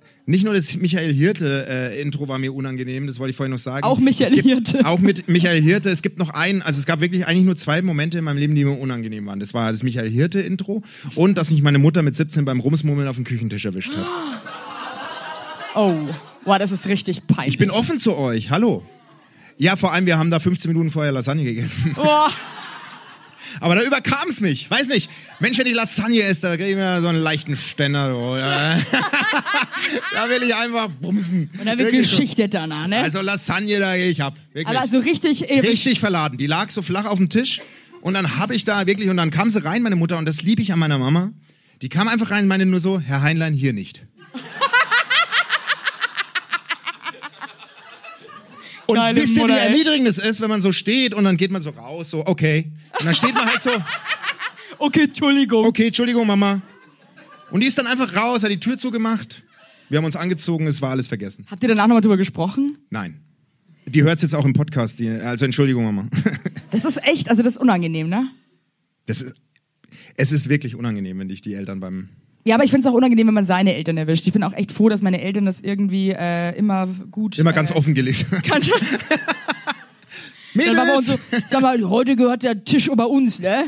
[SPEAKER 1] nicht nur das Michael Hirte-Intro war mir unangenehm, das wollte ich vorhin noch sagen.
[SPEAKER 2] Auch Michael
[SPEAKER 1] Es gibt,
[SPEAKER 2] Hirte.
[SPEAKER 1] Auch mit Michael Hirte. Es gibt noch einen, also es gab wirklich eigentlich nur zwei Momente in meinem Leben, die mir unangenehm waren. Das war das Michael Hirte-Intro und dass mich meine Mutter mit 17 beim Rumsmummeln auf dem Küchentisch erwischt hat.
[SPEAKER 2] Oh, wow, das ist richtig peinlich.
[SPEAKER 1] Ich bin offen zu euch. Hallo. Ja, vor allem, wir haben da 15 Minuten vorher Lasagne gegessen.
[SPEAKER 2] Boah,
[SPEAKER 1] Aber da überkam es mich. Weiß nicht. Mensch, wenn ich Lasagne esse, da kriege ich mir so einen leichten Ständer. So. ja. da will ich einfach bumsen.
[SPEAKER 2] und dann wird
[SPEAKER 1] Wirklich so.
[SPEAKER 2] Geschichte danach, ne?
[SPEAKER 1] Also Lasagne, da gehe ich ab. Wirklich.
[SPEAKER 2] Aber so richtig ewig.
[SPEAKER 1] richtig verladen. Die lag so flach auf dem Tisch und dann habe ich da wirklich und dann kam sie rein, meine Mutter und das liebe ich an meiner Mama. Die kam einfach rein, und meinte nur so, Herr Heinlein hier nicht. Und
[SPEAKER 2] Geile
[SPEAKER 1] wisst ihr, wie
[SPEAKER 2] Mutter, ey.
[SPEAKER 1] erniedrigend es ist, wenn man so steht und dann geht man so raus, so okay. Und dann steht man halt so,
[SPEAKER 2] Okay, Entschuldigung.
[SPEAKER 1] okay, Entschuldigung Mama. Und die ist dann einfach raus, hat die Tür zugemacht. Wir haben uns angezogen, es war alles vergessen.
[SPEAKER 2] Habt ihr danach nochmal drüber gesprochen?
[SPEAKER 1] Nein. Die hört es jetzt auch im Podcast, die, also Entschuldigung Mama.
[SPEAKER 2] Das ist echt, also das ist unangenehm, ne?
[SPEAKER 1] Das ist, es ist wirklich unangenehm, wenn dich die Eltern beim.
[SPEAKER 2] Ja, aber ich find's auch unangenehm, wenn man seine Eltern erwischt. Ich bin auch echt froh, dass meine Eltern das irgendwie äh, immer gut.
[SPEAKER 1] Immer ganz
[SPEAKER 2] äh,
[SPEAKER 1] offen gelegt.
[SPEAKER 2] kannte. Dann war bei uns so, sag mal, heute gehört der Tisch über uns, ne?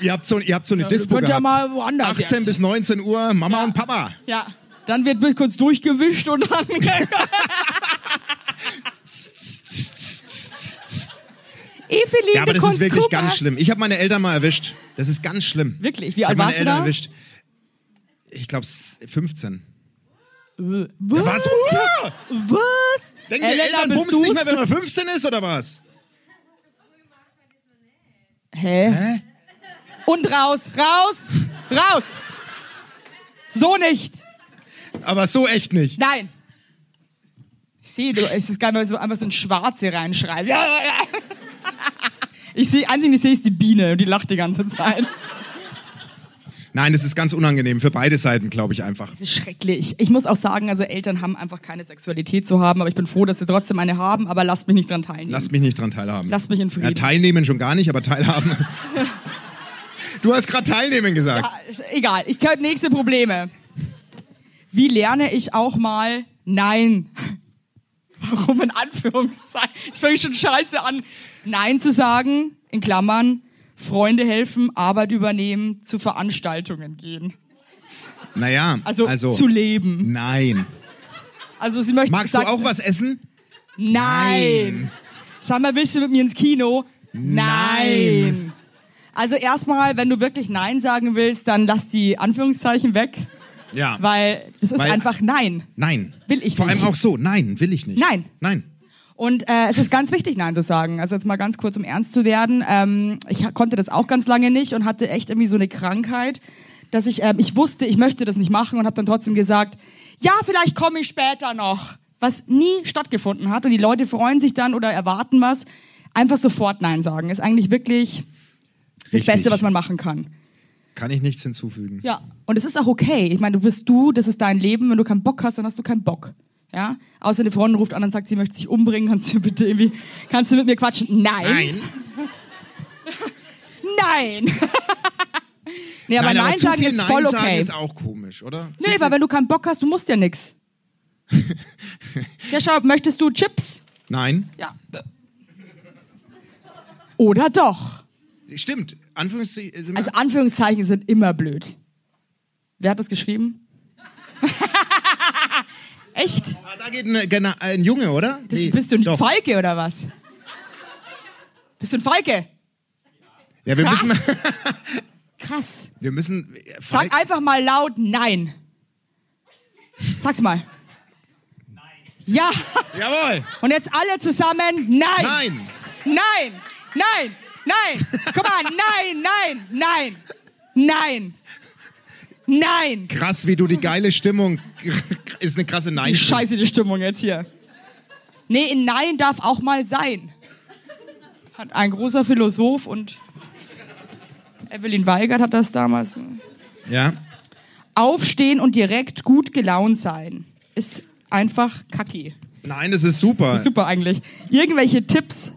[SPEAKER 1] ihr, habt so, ihr habt so eine Dispo
[SPEAKER 2] könnt ihr
[SPEAKER 1] gehabt.
[SPEAKER 2] mal woanders
[SPEAKER 1] 18
[SPEAKER 2] jetzt.
[SPEAKER 1] bis 19 Uhr, Mama
[SPEAKER 2] Ja.
[SPEAKER 1] und Papa.
[SPEAKER 2] Ja. Dann wird wird kurz durchgewischt und dann. Eveline
[SPEAKER 1] Ja, aber das
[SPEAKER 2] Kunz
[SPEAKER 1] ist wirklich
[SPEAKER 2] Krupa.
[SPEAKER 1] ganz schlimm. Ich habe meine Eltern mal erwischt. Das ist ganz schlimm.
[SPEAKER 2] Wirklich? Wie
[SPEAKER 1] ich
[SPEAKER 2] alt
[SPEAKER 1] hab meine
[SPEAKER 2] warst du
[SPEAKER 1] Eltern
[SPEAKER 2] da?
[SPEAKER 1] erwischt. Ich glaube 15.
[SPEAKER 2] Was?
[SPEAKER 1] Was?
[SPEAKER 2] Was?
[SPEAKER 1] Denken die
[SPEAKER 2] Elena,
[SPEAKER 1] Eltern
[SPEAKER 2] bist
[SPEAKER 1] bumsen nicht
[SPEAKER 2] du's?
[SPEAKER 1] mehr, wenn man 15 ist oder was?
[SPEAKER 2] Hä?
[SPEAKER 1] Hä?
[SPEAKER 2] Und raus, raus, raus. So nicht.
[SPEAKER 1] Aber so echt nicht.
[SPEAKER 2] Nein. Ich sehe, du, es ist geil, wenn man so einfach so ein Schwarze reinschreibt. Ich sehe, ansichtlich sehe ich die Biene und die lacht die ganze Zeit.
[SPEAKER 1] Nein, das ist ganz unangenehm für beide Seiten, glaube ich einfach.
[SPEAKER 2] Das ist schrecklich. Ich muss auch sagen, also Eltern haben einfach keine Sexualität zu haben, aber ich bin froh, dass sie trotzdem eine haben, aber lasst mich nicht dran teilnehmen.
[SPEAKER 1] Lass mich nicht dran teilhaben.
[SPEAKER 2] Lasst mich in Frieden.
[SPEAKER 1] Ja, teilnehmen schon gar nicht, aber teilhaben. du hast gerade teilnehmen gesagt.
[SPEAKER 2] Ah, ist Egal, ich könnte nächste Probleme. Wie lerne ich auch mal Nein? Warum in Anführungszeichen? Ich fange schon scheiße an. Nein zu sagen, in Klammern, Freunde helfen, Arbeit übernehmen, zu Veranstaltungen gehen.
[SPEAKER 1] Naja,
[SPEAKER 2] Also,
[SPEAKER 1] also,
[SPEAKER 2] zu leben.
[SPEAKER 1] nein.
[SPEAKER 2] Also sie möchte
[SPEAKER 1] Magst du
[SPEAKER 2] sagt,
[SPEAKER 1] auch was essen?
[SPEAKER 2] Nein. Sag mal, willst du mit mir ins Kino? Nein. Also erstmal, wenn du wirklich Nein sagen willst, dann lass die Anführungszeichen weg,
[SPEAKER 1] Ja.
[SPEAKER 2] weil das ist
[SPEAKER 1] Weil-
[SPEAKER 2] einfach Nein.
[SPEAKER 1] nein.
[SPEAKER 2] Will ich
[SPEAKER 1] Vor
[SPEAKER 2] nicht.
[SPEAKER 1] allem auch so. Nein, will ich nicht.
[SPEAKER 2] Nein.
[SPEAKER 1] Nein.
[SPEAKER 2] Und äh, es ist ganz wichtig, Nein zu sagen. Also jetzt mal ganz kurz, um ernst zu werden. Ähm, ich ha- konnte das auch ganz lange nicht und hatte echt irgendwie so eine Krankheit, dass ich, ähm, ich wusste, ich möchte das nicht machen und habe dann trotzdem gesagt, ja, vielleicht komme ich später noch. Was nie stattgefunden hat und die Leute freuen sich dann oder erwarten was. Einfach sofort Nein sagen ist eigentlich wirklich das
[SPEAKER 1] Richtig.
[SPEAKER 2] Beste, was man machen kann.
[SPEAKER 1] Kann ich nichts hinzufügen.
[SPEAKER 2] Ja, und es ist auch okay. Ich meine, du bist du, das ist dein Leben. Wenn du keinen Bock hast, dann hast du keinen Bock. Ja? Außer eine Freundin ruft an und sagt, sie möchte sich umbringen. Kannst du bitte irgendwie, kannst du mit mir quatschen? Nein. Nein. nee, aber Nein,
[SPEAKER 1] zu
[SPEAKER 2] sagen
[SPEAKER 1] viel
[SPEAKER 2] ist
[SPEAKER 1] Nein
[SPEAKER 2] voll
[SPEAKER 1] sagen
[SPEAKER 2] okay.
[SPEAKER 1] ist auch komisch, oder? Zu
[SPEAKER 2] nee,
[SPEAKER 1] viel-
[SPEAKER 2] weil wenn du keinen Bock hast, du musst ja nix. ja, schau, möchtest du Chips?
[SPEAKER 1] Nein.
[SPEAKER 2] Ja. Oder doch?
[SPEAKER 1] Stimmt. Anführungszeichen. äh,
[SPEAKER 2] Also Anführungszeichen sind immer blöd. Wer hat das geschrieben? Echt?
[SPEAKER 1] Ah, da geht eine, gena- ein Junge, oder?
[SPEAKER 2] Das,
[SPEAKER 1] Nee,
[SPEAKER 2] bist du ein
[SPEAKER 1] doch.
[SPEAKER 2] Falke oder was? Bist du ein Falke?
[SPEAKER 1] Ja, wir
[SPEAKER 2] Krass.
[SPEAKER 1] müssen,
[SPEAKER 2] Krass.
[SPEAKER 1] wir müssen. äh,
[SPEAKER 2] Sag einfach mal laut Nein. Sag's mal. Nein. Ja,
[SPEAKER 1] Jawohl.
[SPEAKER 2] und jetzt alle zusammen Nein.
[SPEAKER 1] Nein.
[SPEAKER 2] Nein, nein, nein. Guck mal, nein, nein, nein, nein, nein.
[SPEAKER 1] Krass, wie du die geile Stimmung. Ist eine krasse Nein.
[SPEAKER 2] Die Scheiße, die Stimmung jetzt hier. Nee, ein Nein darf auch mal sein. Hat ein großer Philosoph und Evelyn Weigert hat das damals.
[SPEAKER 1] Ja.
[SPEAKER 2] Aufstehen und direkt gut gelaunt sein ist einfach kacki.
[SPEAKER 1] Nein, das ist super.
[SPEAKER 2] Super eigentlich. Irgendwelche Tipps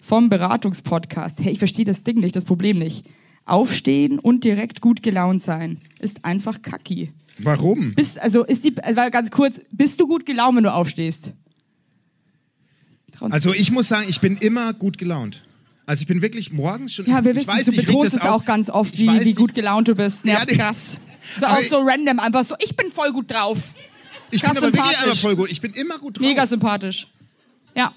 [SPEAKER 2] vom Beratungspodcast. Hey, ich verstehe das Ding nicht, das Problem nicht. Aufstehen und direkt gut gelaunt sein ist einfach kacki.
[SPEAKER 1] Warum?
[SPEAKER 2] Bist, also ist die, also weil ganz kurz, bist du gut gelaunt, wenn du aufstehst? Trauen-
[SPEAKER 1] Also ich muss sagen, ich bin immer gut gelaunt. Also ich bin wirklich morgens schon.
[SPEAKER 2] ja, wir
[SPEAKER 1] ich
[SPEAKER 2] wissen,
[SPEAKER 1] weiß,
[SPEAKER 2] du
[SPEAKER 1] ich reg
[SPEAKER 2] betonst
[SPEAKER 1] das
[SPEAKER 2] es auch ganz oft,
[SPEAKER 1] Ich
[SPEAKER 2] wie,
[SPEAKER 1] weiß,
[SPEAKER 2] wie
[SPEAKER 1] ich-
[SPEAKER 2] gut gelaunt du bist. Nervt
[SPEAKER 1] Ja, die-
[SPEAKER 2] krass. So
[SPEAKER 1] Aber
[SPEAKER 2] auch
[SPEAKER 1] ich-
[SPEAKER 2] so random, einfach so, ich bin voll gut drauf.
[SPEAKER 1] Ich bin
[SPEAKER 2] krass
[SPEAKER 1] aber wirklich
[SPEAKER 2] sympathisch.
[SPEAKER 1] einfach voll gut. Ich bin immer gut drauf.
[SPEAKER 2] Mega sympathisch. Ja.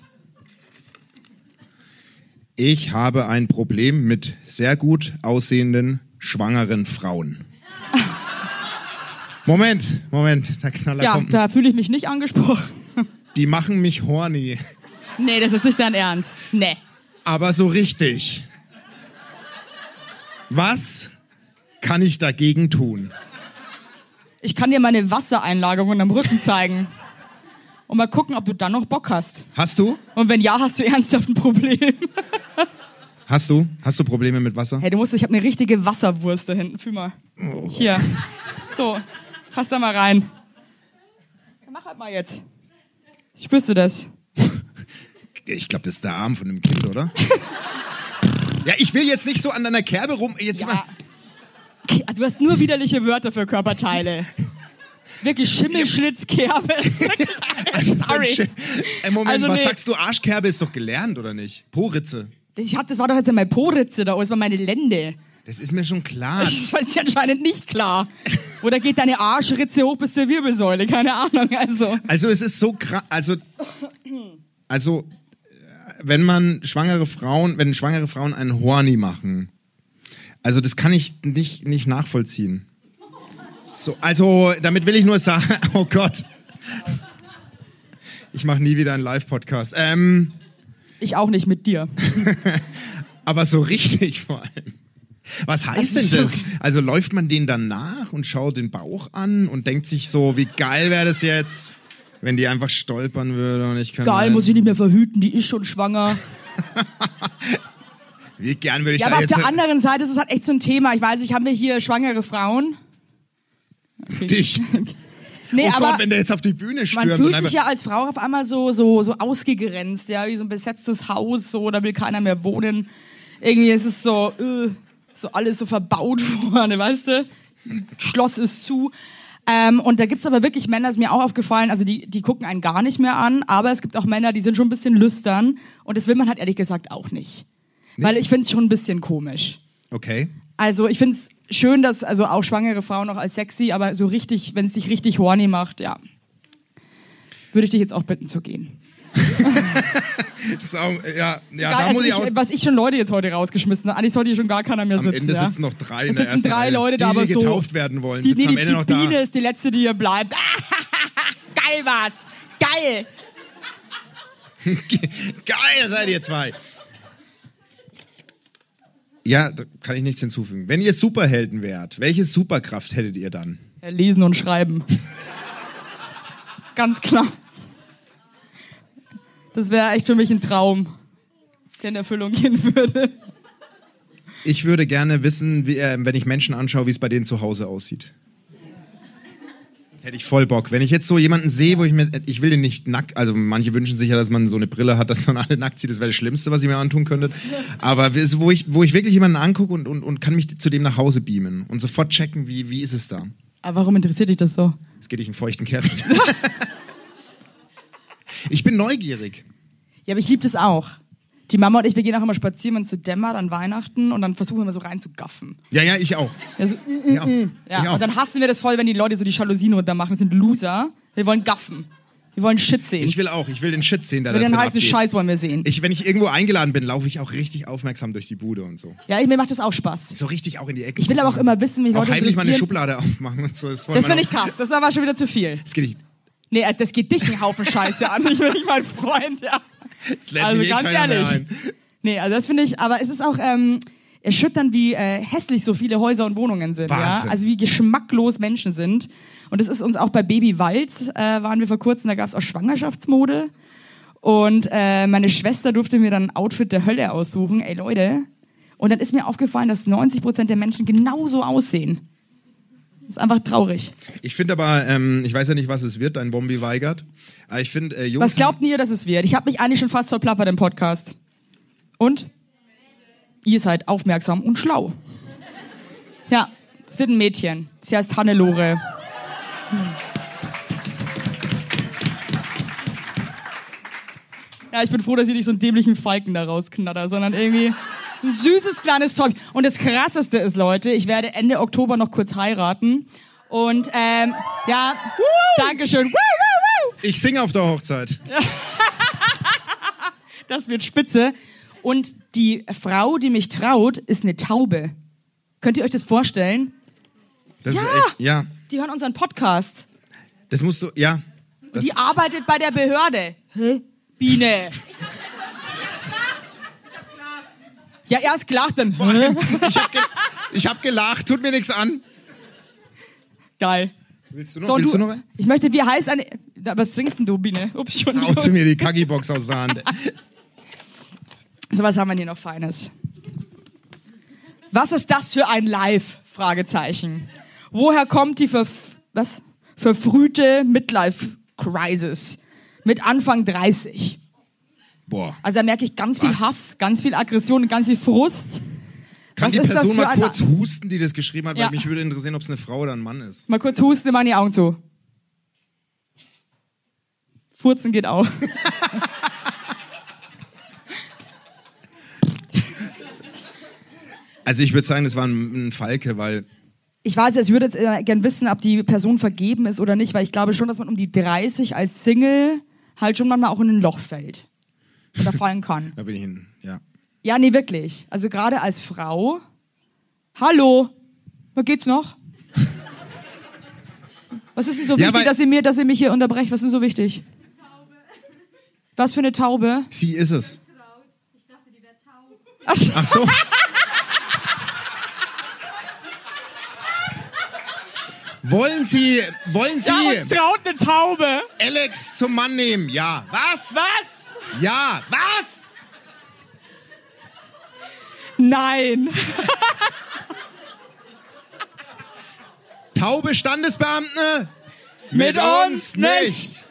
[SPEAKER 1] Ich habe ein Problem mit sehr gut aussehenden schwangeren Frauen. Moment, Moment, der Knaller
[SPEAKER 2] Ja,
[SPEAKER 1] kommt.
[SPEAKER 2] da fühle ich mich nicht angesprochen.
[SPEAKER 1] Die machen mich horny,
[SPEAKER 2] Nee, das ist nicht dein Ernst. Nee.
[SPEAKER 1] aber so richtig. Was kann ich dagegen tun?
[SPEAKER 2] Ich kann dir meine Wassereinlagerungen am Rücken zeigen. Und mal gucken, ob du dann noch Bock hast.
[SPEAKER 1] Hast du?
[SPEAKER 2] Und wenn ja, hast du ernsthaft ein Problem.
[SPEAKER 1] Hast du? Hast du Probleme mit Wasser?
[SPEAKER 2] Hey, du musst, ich habe eine richtige Wasserwurst da hinten. Fühl mal. Hier. So, fass da mal rein. Mach halt mal jetzt. Spürst du das?
[SPEAKER 1] Ich glaube, das ist der Arm von einem Kind, oder? ja, ich will jetzt nicht so an deiner Kerbe rum. Jetzt mal.
[SPEAKER 2] Also du hast nur widerliche Wörter für Körperteile. Wirklich Schimmelschlitz, Kerbe. Sorry.
[SPEAKER 1] Ey, Äh, Moment,
[SPEAKER 2] Also,
[SPEAKER 1] was
[SPEAKER 2] nee.
[SPEAKER 1] sagst du? Arschkerbe ist doch gelernt, oder nicht? Poritze.
[SPEAKER 2] Ich hab, das war doch jetzt in meiner Poritze da oben, das waren meine Lände.
[SPEAKER 1] Das ist mir schon klar.
[SPEAKER 2] Das ist ja anscheinend nicht klar. Oder geht deine Arschritze hoch bis zur Wirbelsäule? Keine Ahnung, also.
[SPEAKER 1] Also es ist so krass, also, also äh, wenn man schwangere Frauen, wenn schwangere Frauen einen Horny machen, also das kann ich nicht, nicht nachvollziehen. So, also damit will ich nur sagen, oh Gott. Ich mache nie wieder einen Live-Podcast. Ähm,
[SPEAKER 2] Ich auch nicht mit dir.
[SPEAKER 1] aber so richtig vor allem. Was heißt
[SPEAKER 2] Das ist
[SPEAKER 1] denn
[SPEAKER 2] so-
[SPEAKER 1] das? Also läuft man den dann nach und schaut den Bauch an und denkt sich so, wie geil wäre das jetzt, wenn die einfach stolpern würde und ich könnte...
[SPEAKER 2] Geil, muss ich nicht mehr verhüten, die ist schon schwanger.
[SPEAKER 1] Wie gern würde ich
[SPEAKER 2] Ja,
[SPEAKER 1] da
[SPEAKER 2] aber auf
[SPEAKER 1] jetzt
[SPEAKER 2] der anderen Seite ist es halt echt so ein Thema. Ich weiß nicht, haben wir hier schwangere Frauen?
[SPEAKER 1] dich.
[SPEAKER 2] Nee,
[SPEAKER 1] Oh
[SPEAKER 2] aber
[SPEAKER 1] Gott, wenn der jetzt auf die Bühne
[SPEAKER 2] man
[SPEAKER 1] stürmt. und
[SPEAKER 2] fühlt sich
[SPEAKER 1] einfach,
[SPEAKER 2] ja als Frau auf einmal so, so, so ausgegrenzt, ja, wie so ein besetztes Haus, so, da will keiner mehr wohnen. Irgendwie ist es so, äh, so alles so verbaut vorne, weißt du? Schloss ist zu. Ähm, und da gibt's aber wirklich Männer, ist mir auch aufgefallen, also die, die gucken einen gar nicht mehr an, aber es gibt auch Männer, die sind schon ein bisschen lüstern und das will man halt ehrlich gesagt auch nicht. Weil ich find's schon ein bisschen komisch.
[SPEAKER 1] okay.
[SPEAKER 2] Also ich find's schön, dass also auch schwangere Frauen noch als sexy, aber so richtig, wenn es dich richtig horny macht, ja. Würde ich dich jetzt auch bitten zu gehen.
[SPEAKER 1] Ist auch- ja, ja
[SPEAKER 2] Egal,
[SPEAKER 1] da
[SPEAKER 2] also
[SPEAKER 1] muss ich
[SPEAKER 2] ich,
[SPEAKER 1] auch.
[SPEAKER 2] was ich schon Leute jetzt heute rausgeschmissen habe. Eigentlich sollte hier schon gar keiner mehr
[SPEAKER 1] Am
[SPEAKER 2] sitzen.
[SPEAKER 1] Ende
[SPEAKER 2] ja.
[SPEAKER 1] sitzen noch drei.
[SPEAKER 2] Es
[SPEAKER 1] in der
[SPEAKER 2] sitzen
[SPEAKER 1] ersten
[SPEAKER 2] drei
[SPEAKER 1] Reihe.
[SPEAKER 2] Leute da,
[SPEAKER 1] die,
[SPEAKER 2] aber
[SPEAKER 1] die
[SPEAKER 2] so-
[SPEAKER 1] getauft werden wollen,
[SPEAKER 2] Die,
[SPEAKER 1] sitzen
[SPEAKER 2] nee,
[SPEAKER 1] am
[SPEAKER 2] die,
[SPEAKER 1] Ende
[SPEAKER 2] die
[SPEAKER 1] noch da.
[SPEAKER 2] Biene ist die letzte, die hier bleibt. Geil war's. Geil.
[SPEAKER 1] Geil, seid ihr zwei. Ja, da kann ich nichts hinzufügen. Wenn ihr Superhelden wärt, welche Superkraft hättet ihr dann?
[SPEAKER 2] Ja, lesen und schreiben. Ganz klar. Das wäre echt für mich ein Traum. der in Erfüllung gehen würde.
[SPEAKER 1] Ich würde gerne wissen, wie, äh, wenn ich Menschen anschaue, wie es bei denen zu Hause aussieht. Hätte ich voll Bock. Wenn ich jetzt so jemanden sehe, wo ich mir, ich will den nicht nackt, also manche wünschen sich ja, dass man so eine Brille hat, dass man alle nackt sieht, das wäre das Schlimmste, was ich mir antun könnte. Aber w- wo ich, wo ich wirklich jemanden angucke und, und, und kann mich zu dem nach Hause beamen und sofort checken, wie, wie ist es da.
[SPEAKER 2] Aber warum interessiert dich das so?
[SPEAKER 1] Es geht dich einen feuchten Kerl. ich bin neugierig.
[SPEAKER 2] Ja, aber ich liebe das auch. Die Mama und ich, wir gehen auch immer spazieren, wenn es so dämmert an Weihnachten und dann versuchen wir immer so reinzugaffen.
[SPEAKER 1] Ja, ja, ich auch.
[SPEAKER 2] Ja, so,
[SPEAKER 1] Ich auch. Ich
[SPEAKER 2] Mhm. ja.
[SPEAKER 1] auch.
[SPEAKER 2] Und dann hassen wir das voll, wenn die Leute so die Jalousien runtermachen. Wir sind Loser. Wir wollen gaffen. Wir wollen Shit sehen.
[SPEAKER 1] Ich will auch, ich will den Shit sehen, der
[SPEAKER 2] Wenn
[SPEAKER 1] da
[SPEAKER 2] den
[SPEAKER 1] drin
[SPEAKER 2] heißen
[SPEAKER 1] abgeht.
[SPEAKER 2] Scheiß wollen wir sehen.
[SPEAKER 1] Ich, wenn ich irgendwo eingeladen bin, laufe ich auch richtig aufmerksam durch die Bude und so.
[SPEAKER 2] ja, ich, mir macht das auch Spaß.
[SPEAKER 1] So richtig auch in die Ecke.
[SPEAKER 2] Ich will aber auch immer wissen, wie
[SPEAKER 1] auch
[SPEAKER 2] Leute
[SPEAKER 1] heimlich mal eine
[SPEAKER 2] interessieren.
[SPEAKER 1] Schublade aufmachen und so. Das,
[SPEAKER 2] Das finde ich krass. Das war schon wieder zu viel.
[SPEAKER 1] Das geht nicht.
[SPEAKER 2] Nee, äh, das geht dich einen Haufen Scheiße an. Ich bin nicht mein Freund, ja.
[SPEAKER 1] Das lädt
[SPEAKER 2] Also
[SPEAKER 1] mir eh
[SPEAKER 2] ganz
[SPEAKER 1] keiner mehr
[SPEAKER 2] ehrlich.
[SPEAKER 1] ein.
[SPEAKER 2] Nee, also das finde ich, aber es ist auch ähm, erschütternd, wie äh, hässlich so viele Häuser und Wohnungen sind. Ja?
[SPEAKER 1] Wahnsinn.
[SPEAKER 2] Also wie geschmacklos Menschen sind. Und das ist uns auch bei Baby Walz, äh, waren wir vor kurzem, da gab es auch Schwangerschaftsmode. Und äh, meine Schwester durfte mir dann ein Outfit der Hölle aussuchen. Ey Leute. Und dann ist mir aufgefallen, dass 90% der Menschen genauso aussehen. ist einfach traurig.
[SPEAKER 1] Ich finde aber, ähm, ich weiß ja nicht, was es wird, dein Bombi weigert. Aber ich finde, äh, Jungs.
[SPEAKER 2] Was glaubt ihr, dass es wird? Ich habe mich eigentlich schon fast verplappert im Podcast. Und? Ihr seid aufmerksam und schlau. Ja, es wird ein Mädchen. Sie heißt Hannelore. Hm. Ja, ich bin froh, dass ich nicht so einen dämlichen Falken da rausknatter, sondern irgendwie ein süßes kleines Zeug. Und das Krasseste ist, Leute, ich werde Ende Oktober noch kurz heiraten. Und ähm, ja, Dankeschön. Woo, woo, woo.
[SPEAKER 1] Ich singe auf der Hochzeit.
[SPEAKER 2] Das wird spitze. Und die Frau, die mich traut, ist eine Taube. Könnt ihr euch das vorstellen?
[SPEAKER 1] Das
[SPEAKER 2] Ja.
[SPEAKER 1] ist echt, ja.
[SPEAKER 2] Die hören unseren Podcast.
[SPEAKER 1] Das musst du, ja. Das,
[SPEAKER 2] Die arbeitet bei der Behörde. Hä? Biene. Ja, erst gelacht, dann. Hä?
[SPEAKER 1] ich habe ge ich hab gelacht, tut mir nichts an.
[SPEAKER 2] Geil.
[SPEAKER 1] Willst du noch,
[SPEAKER 2] So,
[SPEAKER 1] willst du,
[SPEAKER 2] du,
[SPEAKER 1] noch?
[SPEAKER 2] ich möchte, wie heißt eine. Na, Was trinkst denn du, Biene? Ups, schon.
[SPEAKER 1] Auf zu mir die Kackibox aus der Hand.
[SPEAKER 2] So, was haben wir denn hier noch Feines? Was ist das für ein Live? Fragezeichen. Woher kommt die verf was? verfrühte Midlife-Crisis mit Anfang 30?
[SPEAKER 1] Boah.
[SPEAKER 2] Also da merke ich ganz viel
[SPEAKER 1] Was?
[SPEAKER 2] Hass, ganz viel Aggression und ganz viel Frust.
[SPEAKER 1] Kann
[SPEAKER 2] Was
[SPEAKER 1] die
[SPEAKER 2] ist das
[SPEAKER 1] Person
[SPEAKER 2] für
[SPEAKER 1] mal
[SPEAKER 2] ein-
[SPEAKER 1] kurz husten, die das geschrieben hat?
[SPEAKER 2] Ja.
[SPEAKER 1] Weil mich würde interessieren, ob es eine Frau oder ein Mann ist.
[SPEAKER 2] Mal kurz husten, wir machen die Augen zu. Furzen geht auch.
[SPEAKER 1] Also ich würde sagen, das war ein, ein Falke, weil
[SPEAKER 2] Ich weiß jetzt, ich würde jetzt äh, gern wissen, ob die Person vergeben ist oder nicht, weil ich glaube schon, dass man um die 30 als Single halt schon manchmal auch in ein Loch fällt. Oder fallen kann.
[SPEAKER 1] da bin ich hin. Ja.
[SPEAKER 2] Ja, nee, wirklich. Also gerade als Frau. Hallo, was geht's noch? Was ist denn so
[SPEAKER 1] Ja,
[SPEAKER 2] wichtig,
[SPEAKER 1] weil-
[SPEAKER 2] dass ihr, mir, dass ihr mich hier unterbrecht? Was ist denn so wichtig? Was für eine Taube?
[SPEAKER 1] Sie ist es.
[SPEAKER 6] Ich dachte, die wäre taub.
[SPEAKER 2] Ach, so,
[SPEAKER 1] Ach so. wollen Sie, wollen Sie
[SPEAKER 2] ja, uns traut eine Taube.
[SPEAKER 1] Alex zum Mann nehmen? Ja. Was?
[SPEAKER 2] Was?
[SPEAKER 1] Ja. Was?
[SPEAKER 2] Nein.
[SPEAKER 1] Taube Standesbeamte?
[SPEAKER 2] Mit uns nicht.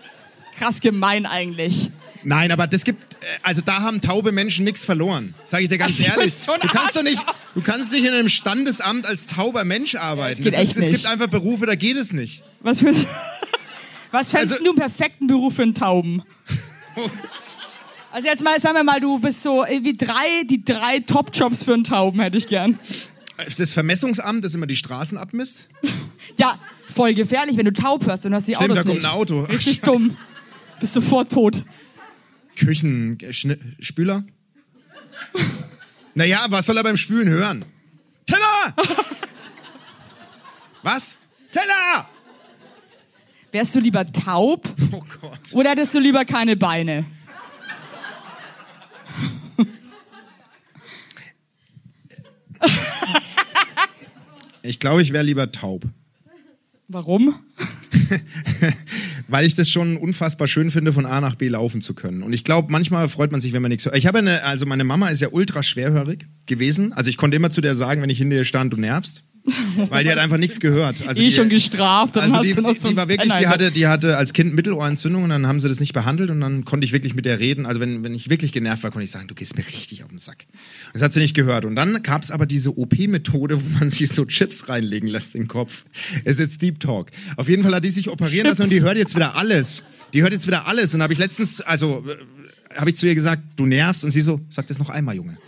[SPEAKER 2] Krass gemein eigentlich.
[SPEAKER 1] Nein, aber das gibt, äh, also da haben taube Menschen nichts verloren. Sag ich dir ganz
[SPEAKER 2] Ach, du
[SPEAKER 1] ehrlich.
[SPEAKER 2] bist so ein
[SPEAKER 1] du kannst doch nicht, du kannst nicht in einem Standesamt als tauber Mensch arbeiten.
[SPEAKER 2] geht
[SPEAKER 1] Das
[SPEAKER 2] echt
[SPEAKER 1] ist, es
[SPEAKER 2] nicht.
[SPEAKER 1] gibt einfach Berufe, da geht es nicht.
[SPEAKER 2] Was für Was fändest
[SPEAKER 1] Also-
[SPEAKER 2] du einen perfekten Beruf für einen Tauben? Also jetzt mal, sagen wir mal, du bist so irgendwie drei, die drei Top-Jobs für einen Tauben hätte ich gern.
[SPEAKER 1] Das Vermessungsamt, das immer die Straßen abmisst.
[SPEAKER 2] Ja, voll gefährlich, wenn du taub hörst und du hast die
[SPEAKER 1] Stimmt,
[SPEAKER 2] Autos
[SPEAKER 1] da kommt
[SPEAKER 2] nicht.
[SPEAKER 1] ein Auto. Ach,
[SPEAKER 2] Richtig dumm. Bist sofort tot.
[SPEAKER 1] Küchen, Schne Spüler? naja, was soll er beim Spülen hören? Teller! was? Teller!
[SPEAKER 2] Wärst du lieber taub
[SPEAKER 1] Oh Gott.
[SPEAKER 2] oder hättest du lieber keine Beine?
[SPEAKER 1] Ich glaube, ich wäre lieber taub.
[SPEAKER 2] Eh Warum?
[SPEAKER 1] weil ich das schon unfassbar schön finde, von A nach B laufen zu können. Und ich glaube, manchmal freut man sich, wenn man nichts hört. Ich habe eine, also meine Mama ist ja ultra schwerhörig gewesen. Also ich konnte immer zu der sagen, wenn ich hinter ihr stand, du nervst. Weil die hat einfach nichts gehört. Also
[SPEAKER 2] eh
[SPEAKER 1] die,
[SPEAKER 2] schon gestraft. Dann
[SPEAKER 1] also
[SPEAKER 2] hast
[SPEAKER 1] die,
[SPEAKER 2] du noch
[SPEAKER 1] die,
[SPEAKER 2] so
[SPEAKER 1] die war wirklich,
[SPEAKER 2] Nein,
[SPEAKER 1] die
[SPEAKER 2] nein,
[SPEAKER 1] hatte, die hatte als Kind Mittelohrentzündung und dann haben sie das nicht behandelt und dann konnte ich wirklich mit der reden. Also wenn, wenn ich wirklich genervt war, konnte ich sagen, du gehst mir richtig auf den Sack. Das hat sie nicht gehört. Und dann gab es aber diese OP-Methode, wo man sich so Chips reinlegen lässt in den Kopf. Es ist jetzt Deep Talk. Auf jeden Fall hat die sich operieren lassen und die hört jetzt wieder alles. Die hört jetzt wieder alles. Und habe ich letztens, also äh, habe ich zu ihr gesagt, du nervst. Und sie so, sag das noch einmal, Junge.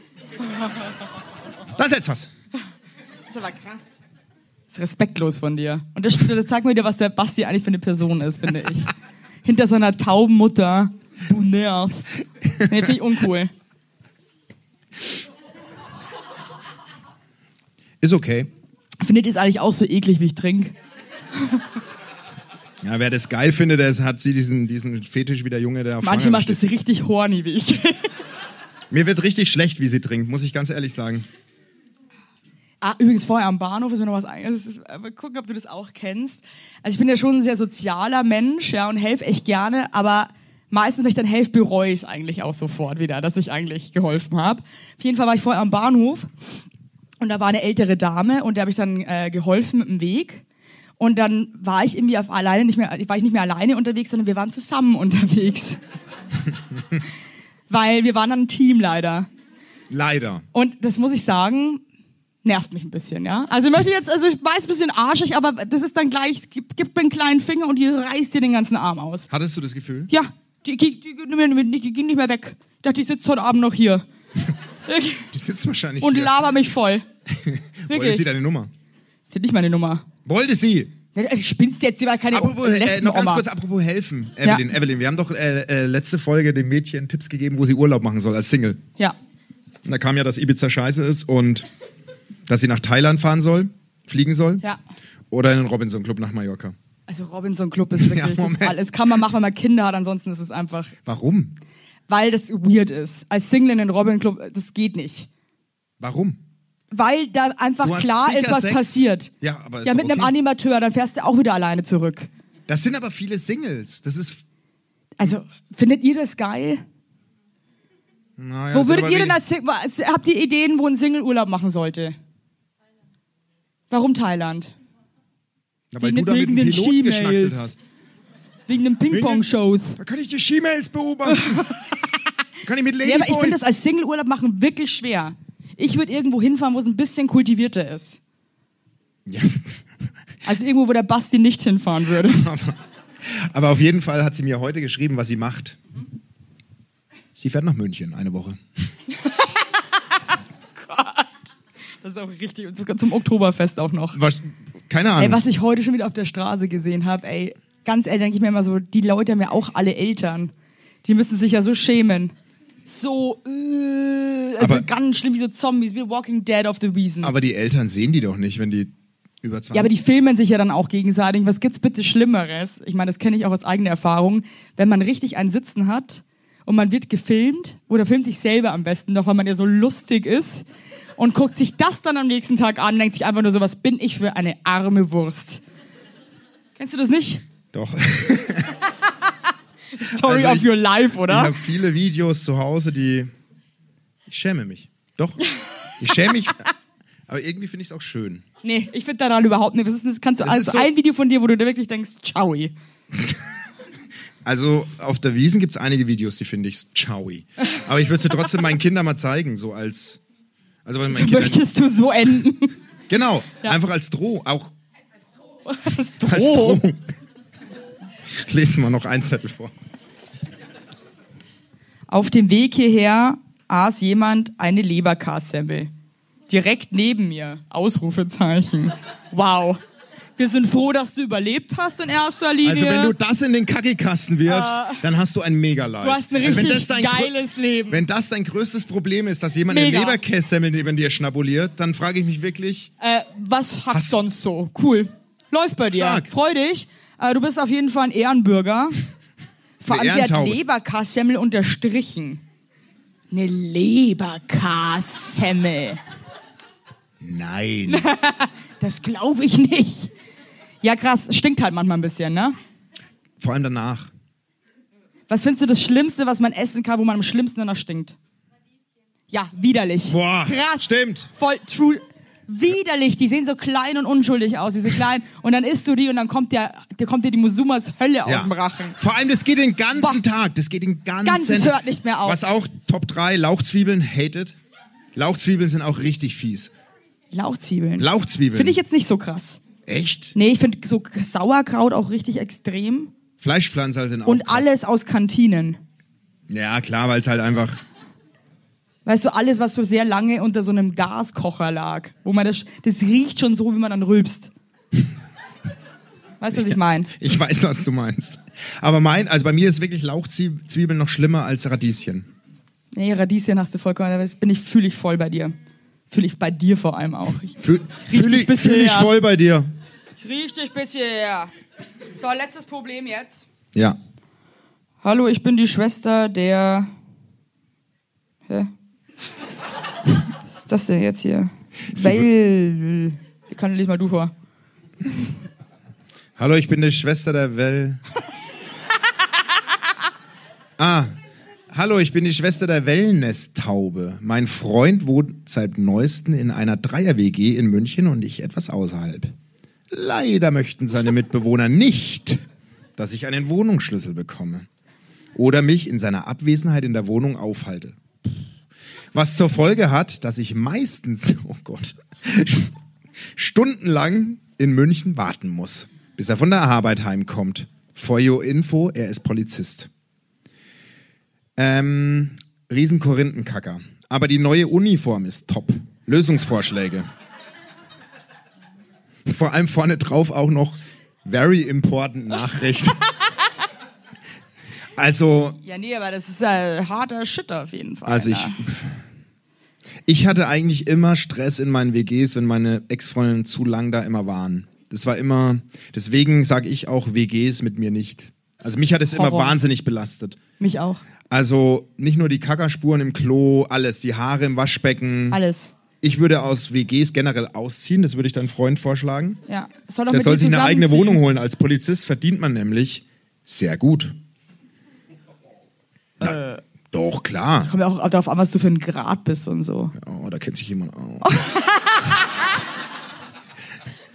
[SPEAKER 1] Dann setz was.
[SPEAKER 2] Das ist aber krass. Das ist respektlos von dir. Und das, das zeigt mir wieder, was der Basti eigentlich für eine Person ist, finde ich. Hinter so einer tauben Mutter. Du nervst. Nee, finde ich uncool.
[SPEAKER 1] Ist okay.
[SPEAKER 2] Findet ihr es eigentlich auch so eklig, wie ich trinke?
[SPEAKER 1] Ja, wer das geil findet, der hat sie diesen, diesen Fetisch wie der Junge, der auf
[SPEAKER 2] Manche
[SPEAKER 1] Schwangeren
[SPEAKER 2] macht es richtig horny, wie ich.
[SPEAKER 1] Mir wird richtig schlecht, wie sie trinkt, muss ich ganz ehrlich sagen.
[SPEAKER 2] Ah, übrigens, vorher am Bahnhof ist mir noch was eingefallen. Mal gucken, ob du das auch kennst. Also ich bin ja schon ein sehr sozialer Mensch, ja, und helfe echt gerne, aber meistens, wenn ich dann helfe, bereue ich es eigentlich auch sofort wieder, dass ich eigentlich geholfen habe. Auf jeden Fall war ich vorher am Bahnhof und da war eine ältere Dame und der habe ich dann äh, geholfen mit dem Weg. Und dann war ich irgendwie auf alleine nicht mehr, war ich nicht mehr alleine unterwegs, sondern wir waren zusammen unterwegs. Weil wir waren dann ein Team leider.
[SPEAKER 1] Leider.
[SPEAKER 2] Und das muss ich sagen, nervt mich ein bisschen, ja. Also ich möchte jetzt, also ich weiß, ein bisschen arschig, aber das ist dann gleich, gib, gib mir einen kleinen Finger und die reißt dir den ganzen Arm aus.
[SPEAKER 1] Hattest du das Gefühl?
[SPEAKER 2] Ja, die, die, die, ging nicht mehr- die ging nicht mehr weg. Ich dachte, die sitzt heute Abend noch hier. Ich-
[SPEAKER 1] Die sitzt wahrscheinlich
[SPEAKER 2] Und
[SPEAKER 1] hier.
[SPEAKER 2] laber mich voll.
[SPEAKER 1] Wollte
[SPEAKER 2] Wirklich.
[SPEAKER 1] sie
[SPEAKER 2] Ich
[SPEAKER 1] deine Nummer?
[SPEAKER 2] hätte nicht meine Nummer.
[SPEAKER 1] Wollte sie.
[SPEAKER 2] Ja, also Spinnst du jetzt über keine
[SPEAKER 1] Apropos, äh, noch ganz
[SPEAKER 2] Lesben-Oma?
[SPEAKER 1] kurz, apropos helfen. Evelyn, Evelyn, wir haben doch äh, äh, letzte Folge dem Mädchen Tipps gegeben, wo sie Urlaub machen soll als Single.
[SPEAKER 2] Ja.
[SPEAKER 1] Und da kam ja, dass Ibiza scheiße ist und dass sie nach Thailand fahren soll, fliegen soll.
[SPEAKER 2] Ja.
[SPEAKER 1] Oder in den Robinson Club nach Mallorca.
[SPEAKER 2] Also Robinson Club ist
[SPEAKER 1] Ja,
[SPEAKER 2] wirklich das
[SPEAKER 1] Moment.
[SPEAKER 2] alles. Kann man machen, wenn man Kinder hat, ansonsten ist es einfach,
[SPEAKER 1] Warum?
[SPEAKER 2] weil das weird ist. Als Single in den Robinson Club, das geht nicht.
[SPEAKER 1] Warum?
[SPEAKER 2] weil da
[SPEAKER 1] Du
[SPEAKER 2] einfach
[SPEAKER 1] hast
[SPEAKER 2] klar
[SPEAKER 1] sicher
[SPEAKER 2] ist, was
[SPEAKER 1] Sex?
[SPEAKER 2] passiert.
[SPEAKER 1] Ja, aber ist
[SPEAKER 2] ja,
[SPEAKER 1] doch
[SPEAKER 2] mit einem
[SPEAKER 1] okay.
[SPEAKER 2] Animateur, dann fährst du auch wieder alleine zurück.
[SPEAKER 1] Das sind aber viele Singles. Das ist.
[SPEAKER 2] Also, findet ihr das geil?
[SPEAKER 1] Naja,
[SPEAKER 2] Wo
[SPEAKER 1] das
[SPEAKER 2] würdet
[SPEAKER 1] sind
[SPEAKER 2] ihr denn
[SPEAKER 1] aber
[SPEAKER 2] als Sing- was- habt ihr Ideen, wo ein Single Urlaub machen sollte? Warum Thailand?
[SPEAKER 1] wenig- Ja, weil du
[SPEAKER 2] wegen-
[SPEAKER 1] da mit
[SPEAKER 2] wegen
[SPEAKER 1] einem
[SPEAKER 2] den
[SPEAKER 1] Piloten
[SPEAKER 2] She-Mails?
[SPEAKER 1] geschnackselt hast.
[SPEAKER 2] Wegen einem Ping-Pong-Shows.
[SPEAKER 1] Da kann ich die Skimails beobachten. kann ich mit Lady
[SPEAKER 2] Ja, aber ich
[SPEAKER 1] Boys.
[SPEAKER 2] finde das als Single Urlaub machen wirklich schwer. Ich würde irgendwo hinfahren, wo es ein bisschen kultivierter ist.
[SPEAKER 1] ja.
[SPEAKER 2] Also irgendwo, wo der Basti nicht hinfahren würde.
[SPEAKER 1] Aber auf jeden Fall hat sie mir heute geschrieben, was sie macht. Sie fährt nach München eine Woche.
[SPEAKER 2] Das ist auch richtig. Und sogar zum Oktoberfest auch noch.
[SPEAKER 1] Was, keine Ahnung.
[SPEAKER 2] Ey, was ich heute schon wieder auf der Straße gesehen habe, ey, ganz ehrlich, denke ich mir immer so, die Leute haben ja auch alle Eltern. Die müssen sich ja so schämen. So, äh, also
[SPEAKER 1] Aber-
[SPEAKER 2] ganz schlimm, wie so Zombies, wie Walking Dead of the Wiesen.
[SPEAKER 1] aber die Eltern sehen die doch nicht, wenn die über 20
[SPEAKER 2] Ja, aber die filmen sich ja dann auch gegenseitig. Was gibt's bitte Schlimmeres? Ich meine, das kenne ich auch aus eigener Erfahrung. Wenn man richtig einen Sitzen hat und man wird gefilmt oder filmt sich selber am besten noch, weil man ja so lustig ist und guckt sich das dann am nächsten Tag an und denkt sich einfach nur so, was bin ich für eine arme Wurst? Kennst du das nicht?
[SPEAKER 1] Doch.
[SPEAKER 2] Story
[SPEAKER 1] Also ich-
[SPEAKER 2] of your life,
[SPEAKER 1] Ich
[SPEAKER 2] oder?
[SPEAKER 1] habe viele Videos zu Hause, die. Ich schäme mich. Doch. Ich schäme mich. Aber irgendwie finde ich es auch schön.
[SPEAKER 2] nee, ich finde daran überhaupt nicht. Was ist denn das? Kannst du
[SPEAKER 1] Es
[SPEAKER 2] also
[SPEAKER 1] ist so-
[SPEAKER 2] ein Video von dir, wo du dir wirklich denkst, ciao.
[SPEAKER 1] Also auf der Wiesen gibt es einige Videos, die finde ich chowi. Aber ich würde sie trotzdem meinen Kindern mal zeigen, so als. Also wenn meine Kinder.
[SPEAKER 2] Möchtest du so enden?
[SPEAKER 1] Genau, einfach als Droh. Auch
[SPEAKER 2] Das
[SPEAKER 1] als
[SPEAKER 2] Droh.
[SPEAKER 1] Droh. Lesen wir noch einen Zettel vor.
[SPEAKER 2] Auf dem Weg hierher aß jemand eine Leberkassemmel. Direkt neben mir. Ausrufezeichen. Wow. Wir sind froh, dass du überlebt hast in erster Linie.
[SPEAKER 1] Also wenn du das in den Kackikasten wirfst, dann hast du ein mega Leid.
[SPEAKER 2] Ah. Du hast ein
[SPEAKER 1] also,
[SPEAKER 2] richtig
[SPEAKER 1] wenn das dein grö-
[SPEAKER 2] geiles Leben.
[SPEAKER 1] Wenn das dein größtes Problem ist, dass jemand eine
[SPEAKER 2] Mega.
[SPEAKER 1] Leberkässemmel neben dir schnabuliert, dann frage ich mich wirklich,
[SPEAKER 2] äh, was hast sonst so? Cool. Läuft bei dir.
[SPEAKER 1] Stark.
[SPEAKER 2] Freu dich. Äh, du bist auf jeden Fall ein Ehrenbürger. Vor allem,
[SPEAKER 1] Eine
[SPEAKER 2] sie hat
[SPEAKER 1] Ehrentaube.
[SPEAKER 2] Leberkassemmel unterstrichen. Eine Leberkassemmel.
[SPEAKER 1] nein.
[SPEAKER 2] Das glaube ich nicht. Ja, krass. Stinkt halt manchmal ein bisschen, ne?
[SPEAKER 1] Vor allem danach.
[SPEAKER 2] Was findest du das Schlimmste, was man essen kann, wo man am schlimmsten danach stinkt? Ja, widerlich.
[SPEAKER 1] Boah,
[SPEAKER 2] Krass.
[SPEAKER 1] stimmt.
[SPEAKER 2] Voll true. Widerlich. Die sehen so klein und unschuldig aus, diese kleinen. Und dann isst du die und dann kommt dir der kommt dir die Musumas Hölle aus dem Rachen.
[SPEAKER 1] Vor allem, das geht den ganzen
[SPEAKER 2] Boah.
[SPEAKER 1] Tag. Das geht den ganzen
[SPEAKER 2] Ganzes hört nicht mehr auf.
[SPEAKER 1] Was auch Top 3, Lauchzwiebeln, hated. Lauchzwiebeln sind auch richtig fies.
[SPEAKER 2] Lauchzwiebeln.
[SPEAKER 1] Lauchzwiebeln.
[SPEAKER 2] Finde ich jetzt nicht so krass.
[SPEAKER 1] Echt?
[SPEAKER 2] Nee, ich finde so Sauerkraut auch richtig extrem.
[SPEAKER 1] Fleischpflanzer sind auch
[SPEAKER 2] Und
[SPEAKER 1] krass.
[SPEAKER 2] alles aus Kantinen.
[SPEAKER 1] Ja, klar, weil es halt einfach...
[SPEAKER 2] Weißt du, alles, was so sehr lange unter so einem Gaskocher lag, wo man das, das riecht schon so, wie man dann rülpst. Weißt du, was ich meine?
[SPEAKER 1] Ich weiß, was du meinst. Aber mein, also bei mir ist wirklich Lauchzwiebeln noch schlimmer als Radieschen.
[SPEAKER 2] Nee, Radieschen hast du vollkommen, da bin ich, fühle ich voll bei dir. Fühle ich bei dir vor allem auch. Ich,
[SPEAKER 1] Fühle fühl ich,
[SPEAKER 2] bisschen,
[SPEAKER 1] fühl ich
[SPEAKER 2] ja.
[SPEAKER 1] voll bei dir.
[SPEAKER 2] richtig bisher. So, letztes Problem jetzt.
[SPEAKER 1] Ja.
[SPEAKER 2] Hallo, ich bin die Schwester der. Hä? Was ist das denn jetzt hier? Well. Ich kann nicht mal du vor.
[SPEAKER 1] Hallo, ich bin die Schwester der Well. ah. Hallo, ich bin die Schwester der Wellness-Taube. Mein Freund wohnt seit neuestem in einer Dreier-WG in München und ich etwas außerhalb. Leider möchten seine Mitbewohner nicht, dass ich einen Wohnungsschlüssel bekomme oder mich in seiner Abwesenheit in der Wohnung aufhalte. Was zur Folge hat, dass ich meistens, oh Gott, stundenlang in München warten muss, bis er von der Arbeit heimkommt. For your info, er ist Polizist. Ähm, Riesenkorinthenkacker. Aber die neue Uniform ist top. Lösungsvorschläge. Vor allem vorne drauf auch noch very important Nachricht. Also,
[SPEAKER 2] Ja, nee, aber das ist äh, harter Shit auf jeden Fall.
[SPEAKER 1] also ich, ich hatte eigentlich immer Stress in meinen WGs, wenn meine Ex-Freundinnen zu lang da immer waren. Das war immer, deswegen sage ich auch WGs mit mir nicht. Also mich hat es immer
[SPEAKER 2] Horror.
[SPEAKER 1] wahnsinnig belastet.
[SPEAKER 2] Mich auch.
[SPEAKER 1] Also nicht nur die Kackerspuren im Klo, alles, die Haare im Waschbecken.
[SPEAKER 2] Alles.
[SPEAKER 1] Ich würde aus WGs generell ausziehen, das würde ich deinem Freund vorschlagen.
[SPEAKER 2] Ja. Soll doch
[SPEAKER 1] Der
[SPEAKER 2] mit
[SPEAKER 1] soll
[SPEAKER 2] dir
[SPEAKER 1] sich eine eigene
[SPEAKER 2] zusammenziehen.
[SPEAKER 1] Wohnung holen. Als Polizist verdient man nämlich sehr gut. Na, doch, klar.
[SPEAKER 2] Kommt ja auch darauf an, was du für ein Grad bist und so.
[SPEAKER 1] Oh, da kennt sich jemand aus.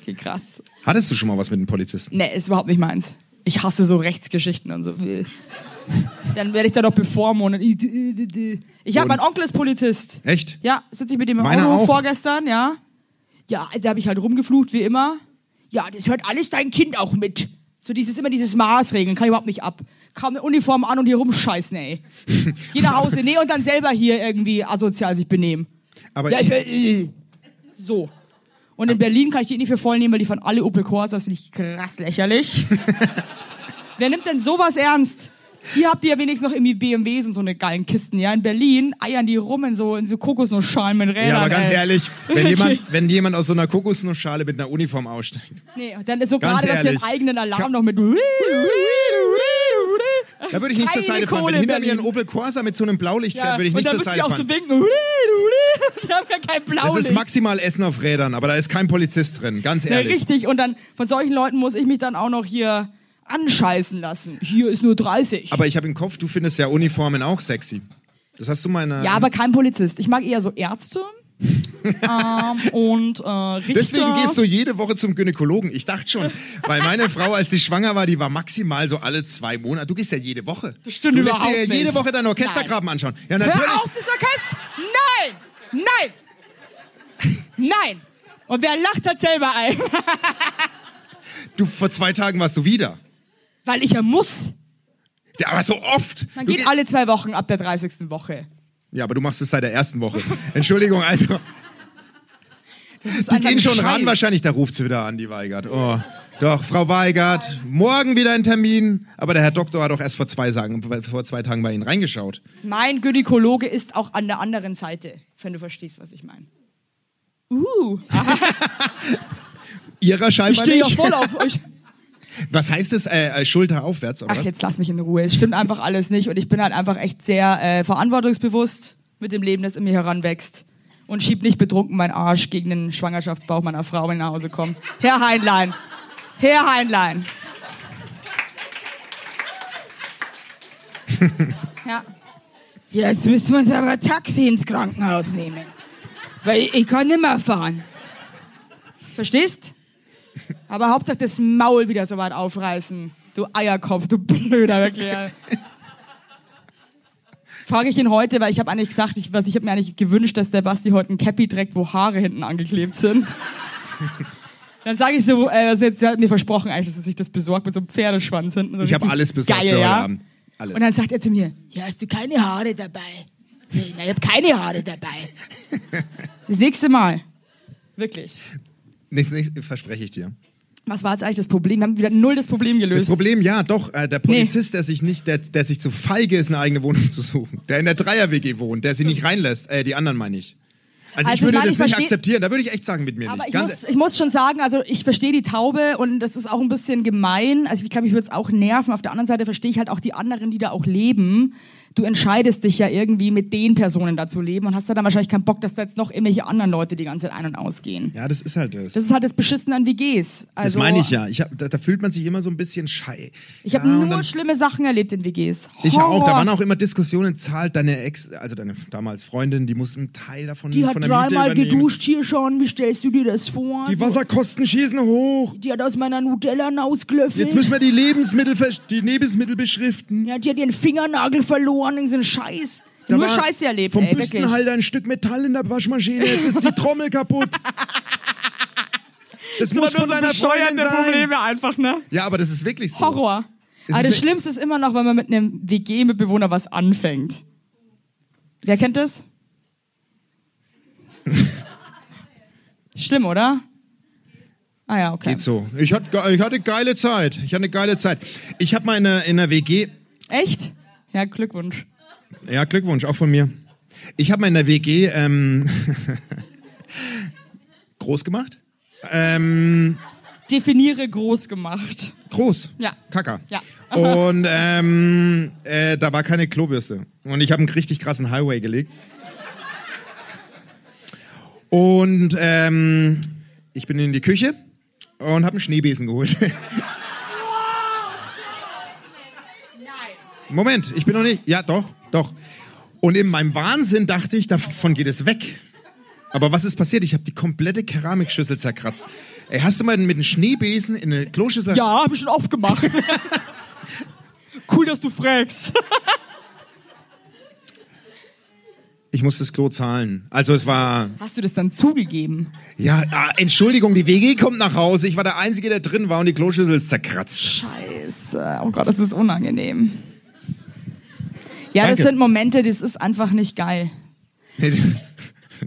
[SPEAKER 2] Okay, krass.
[SPEAKER 1] Hattest du schon mal was mit einem Polizisten?
[SPEAKER 2] Nee, ist überhaupt nicht meins. Ich hasse so Rechtsgeschichten und so. Dann werde ich da doch bevormundet. Ich habe, mein Onkel ist Polizist.
[SPEAKER 1] Echt?
[SPEAKER 2] Ja, sitze ich mit dem im
[SPEAKER 1] Meiner
[SPEAKER 2] Auto
[SPEAKER 1] auch.
[SPEAKER 2] vorgestern, ja. Ja, da habe ich halt rumgeflucht, wie immer. Ja, das hört alles dein Kind auch mit. So dieses, immer dieses Maßregeln, kann ich überhaupt nicht ab. Kam mit Uniform an und hier rumscheißen, ey. Geh nach Hause, nee, und dann selber hier irgendwie asozial sich benehmen.
[SPEAKER 1] Aber
[SPEAKER 2] Ja, ich, äh, so. Und in Berlin kann ich die nicht für voll nehmen, weil die fahren alle Opel Corsa. Das finde ich krass lächerlich. Wer nimmt denn sowas ernst? Hier habt ihr ja wenigstens noch irgendwie BMWs und so eine geilen Kisten, ja? In Berlin eiern die rum in so, in so Kokosnussschalen mit Rädern.
[SPEAKER 1] ja, aber ganz
[SPEAKER 2] ey.
[SPEAKER 1] ehrlich, wenn jemand, wenn jemand aus so einer Kokosnussschale mit einer Uniform aussteigt,
[SPEAKER 2] Nee, dann ist so
[SPEAKER 1] Ganz
[SPEAKER 2] gerade, dass ihr einen
[SPEAKER 1] ehrlich.
[SPEAKER 2] eigenen Alarm
[SPEAKER 1] Ka-
[SPEAKER 2] noch mit.
[SPEAKER 1] da würde ich nicht zur
[SPEAKER 2] Keine
[SPEAKER 1] Seite fahren.
[SPEAKER 2] Kohle
[SPEAKER 1] Wenn
[SPEAKER 2] in
[SPEAKER 1] hinter mir ein
[SPEAKER 2] Berlin.
[SPEAKER 1] Opel Corsa mit so einem Blaulicht fährt,
[SPEAKER 2] Ja,
[SPEAKER 1] würde ich
[SPEAKER 2] und
[SPEAKER 1] nicht
[SPEAKER 2] dann
[SPEAKER 1] zur
[SPEAKER 2] müsst ihr
[SPEAKER 1] Seite
[SPEAKER 2] auch
[SPEAKER 1] fahren.
[SPEAKER 2] so winken. Wir haben ja kein Blau.
[SPEAKER 1] das ist maximal Essen auf Rädern, aber da ist kein Polizist drin, ganz
[SPEAKER 2] Ja,
[SPEAKER 1] ehrlich.
[SPEAKER 2] richtig. Und dann von solchen Leuten muss ich mich dann auch noch hier anscheißen lassen. Hier ist nur 30.
[SPEAKER 1] aber ich habe im Kopf, du findest ja Uniformen auch sexy. Das hast du meiner.
[SPEAKER 2] ja, aber kein Polizist. Ich mag eher so Ärzte ähm, und äh, Richter.
[SPEAKER 1] Deswegen gehst du jede Woche zum Gynäkologen. Ich dachte schon, weil meine Frau, als sie schwanger war, die war maximal so alle zwei Monate. Du gehst ja jede Woche. Das
[SPEAKER 2] stimmt
[SPEAKER 1] du lässt
[SPEAKER 2] überhaupt
[SPEAKER 1] dir ja jede
[SPEAKER 2] nicht.
[SPEAKER 1] Woche deinen Orchestergraben anschauen. Ja, natürlich.
[SPEAKER 2] Hör auf, das Orchester! Nein! Nein! Nein! Und wer lacht, hat selber ein.
[SPEAKER 1] Du, vor zwei Tagen warst du wieder.
[SPEAKER 2] Weil ich ja muss.
[SPEAKER 1] Ja, aber so oft.
[SPEAKER 2] Man
[SPEAKER 1] Du
[SPEAKER 2] geht
[SPEAKER 1] geh-
[SPEAKER 2] alle zwei Wochen ab der 30. Woche.
[SPEAKER 1] ja, aber du machst es seit der ersten Woche. Entschuldigung, also.
[SPEAKER 2] Das ist
[SPEAKER 1] Die
[SPEAKER 2] einfach
[SPEAKER 1] gehen
[SPEAKER 2] ein
[SPEAKER 1] schon
[SPEAKER 2] Scheiß.
[SPEAKER 1] ran, wahrscheinlich, da ruft sie wieder an, die Weigert. Oh. Doch, Frau Weigert, morgen wieder ein Termin. Aber der Herr Doktor hat doch erst vor zwei, Sagen, vor zwei Tagen bei Ihnen reingeschaut.
[SPEAKER 2] Mein Gynäkologe ist auch an der anderen Seite, wenn du verstehst, was ich meine. Uh,
[SPEAKER 1] Ihrer
[SPEAKER 2] ich
[SPEAKER 1] scheinbar
[SPEAKER 2] stehe ja
[SPEAKER 1] nicht.
[SPEAKER 2] voll auf euch.
[SPEAKER 1] Was heißt das? Äh, äh, Schulter aufwärts oder
[SPEAKER 2] Ach,
[SPEAKER 1] was?
[SPEAKER 2] jetzt lass mich in Ruhe. Es stimmt einfach alles nicht. Und ich bin halt einfach echt sehr äh, verantwortungsbewusst mit dem Leben, das in mir heranwächst. Und schieb nicht betrunken meinen Arsch gegen den Schwangerschaftsbauch meiner Frau, wenn ich nach Hause komme. Herr Heinlein. Herr Heinlein. Ja. Jetzt müssen wir uns aber Taxi ins Krankenhaus nehmen. Weil ich, ich kann nicht mehr fahren. Verstehst? Aber Hauptsache das Maul wieder so weit aufreißen. Du Eierkopf, du blöder wirklich. Frage ich ihn heute, weil ich habe eigentlich gesagt, ich, was- ich habe mir eigentlich gewünscht, dass der Basti heute ein Cappy trägt, wo Haare hinten angeklebt sind. Dann sage ich so, äh, also jetzt, sie hat mir versprochen eigentlich, dass er sich das besorgt mit so einem Pferdeschwanz hinten. So
[SPEAKER 1] Ich habe
[SPEAKER 2] richtig
[SPEAKER 1] alles besorgt
[SPEAKER 2] geil,
[SPEAKER 1] für heute
[SPEAKER 2] ja?
[SPEAKER 1] Abend. Alles.
[SPEAKER 2] Und dann sagt er zu mir, ja, hast du keine Haare dabei? Nee, nein, ich habe keine Haare dabei. Das nächste Mal. Wirklich.
[SPEAKER 1] nichts, nichts, verspreche ich dir.
[SPEAKER 2] Was war jetzt eigentlich das Problem? Wir haben wieder null das Problem gelöst.
[SPEAKER 1] Das Problem, ja, doch, äh, der Polizist, der sich nicht, der, der sich zu feige ist, eine eigene Wohnung zu suchen, der in der Dreier-WG wohnt, der sie nicht reinlässt, äh, die anderen meine ich. Also, ich
[SPEAKER 2] Also, ich
[SPEAKER 1] würde
[SPEAKER 2] meine, ich
[SPEAKER 1] das nicht
[SPEAKER 2] versteh-
[SPEAKER 1] akzeptieren, da würde ich echt sagen, mit mir
[SPEAKER 2] Aber
[SPEAKER 1] nicht. e-
[SPEAKER 2] ich muss, ich muss schon sagen, also ich verstehe die Taube und das ist auch ein bisschen gemein. Also ich glaube, ich würde es auch nerven. Auf der anderen Seite verstehe ich halt auch die anderen, die da auch leben. Du entscheidest dich ja irgendwie mit den Personen da zu leben und hast da dann wahrscheinlich keinen Bock, dass da jetzt noch irgendwelche anderen Leute die ganze Zeit ein- und ausgehen.
[SPEAKER 1] ja, das ist halt das.
[SPEAKER 2] Das ist halt das Beschissen an WGs.
[SPEAKER 1] Das
[SPEAKER 2] Also,
[SPEAKER 1] meine ich ja. Ich hab, da, da fühlt man sich immer so ein bisschen schei.
[SPEAKER 2] Ich habe
[SPEAKER 1] ja, und
[SPEAKER 2] nur
[SPEAKER 1] dann-
[SPEAKER 2] schlimme Sachen erlebt in WGs.
[SPEAKER 1] Ich
[SPEAKER 2] Horror.
[SPEAKER 1] auch. Da waren auch immer Diskussionen, zahlt deine Ex, also deine damals Freundin, die muss einen Teil davon
[SPEAKER 2] Die hat
[SPEAKER 1] von der Miete
[SPEAKER 2] dreimal
[SPEAKER 1] übernehmen.
[SPEAKER 2] geduscht hier schon. Wie stellst du dir das vor?
[SPEAKER 1] Die Wasserkosten schießen hoch.
[SPEAKER 2] Die hat aus meiner Nutella ausgelöffelt.
[SPEAKER 1] Jetzt müssen wir die Lebensmittel, versch- die Lebensmittel beschriften.
[SPEAKER 2] Die hat ja den Fingernagel verloren. Irgend so ein Scheiß.
[SPEAKER 1] Da
[SPEAKER 2] Nur
[SPEAKER 1] war
[SPEAKER 2] Scheiße erlebt,
[SPEAKER 1] Vom halt
[SPEAKER 2] ey, wirklich.
[SPEAKER 1] Büstenhalter ein Stück Metall in der Waschmaschine. Jetzt ist die Trommel kaputt. Das muss von deiner Freundin sein.
[SPEAKER 2] einfach, ne?
[SPEAKER 1] Ja, aber das ist wirklich so.
[SPEAKER 2] Horror.
[SPEAKER 1] Es
[SPEAKER 2] Aber
[SPEAKER 1] ist
[SPEAKER 2] das
[SPEAKER 1] e-
[SPEAKER 2] Schlimmste ist immer noch, wenn man mit einem WG-Mitbewohner was anfängt. Wer kennt das? Schlimm, oder? Ah ja, okay.
[SPEAKER 1] Geht so. Ich hatte, ge- ich hatte geile Zeit. Ich hatte eine geile Zeit. Ich habe mal in einer, in einer WG
[SPEAKER 2] Echt? Ja, Glückwunsch.
[SPEAKER 1] Ja, Glückwunsch, auch von mir. Ich habe mal in der WG ähm, groß gemacht. Ähm,
[SPEAKER 2] Definiere groß gemacht.
[SPEAKER 1] groß.
[SPEAKER 2] Ja.
[SPEAKER 1] Kacker.
[SPEAKER 2] Ja.
[SPEAKER 1] Und ähm, äh, da war keine Klobürste. Und ich habe einen richtig krassen Highway gelegt. Und ähm, ich bin in die Küche und habe einen Schneebesen geholt. Moment, ich bin noch nicht. Ja, doch, doch. Und in meinem Wahnsinn dachte ich, davon geht es weg. Aber was ist passiert? Ich habe die komplette Keramikschüssel zerkratzt. Ey, hast du mal mit einem Schneebesen in eine Kloschüssel
[SPEAKER 2] Ja, hab ich schon oft gemacht. cool, dass du fragst.
[SPEAKER 1] Ich muss das Klo zahlen. Also es war,
[SPEAKER 2] Hast du das dann zugegeben?
[SPEAKER 1] ja, ah, Entschuldigung, die WG kommt nach Hause. Ich war der Einzige, der drin war und die Kloschüssel ist zerkratzt.
[SPEAKER 2] Scheiße. Oh Gott, das ist unangenehm. Ja,
[SPEAKER 1] Danke.
[SPEAKER 2] das sind Momente, das ist einfach nicht geil.
[SPEAKER 1] Nee,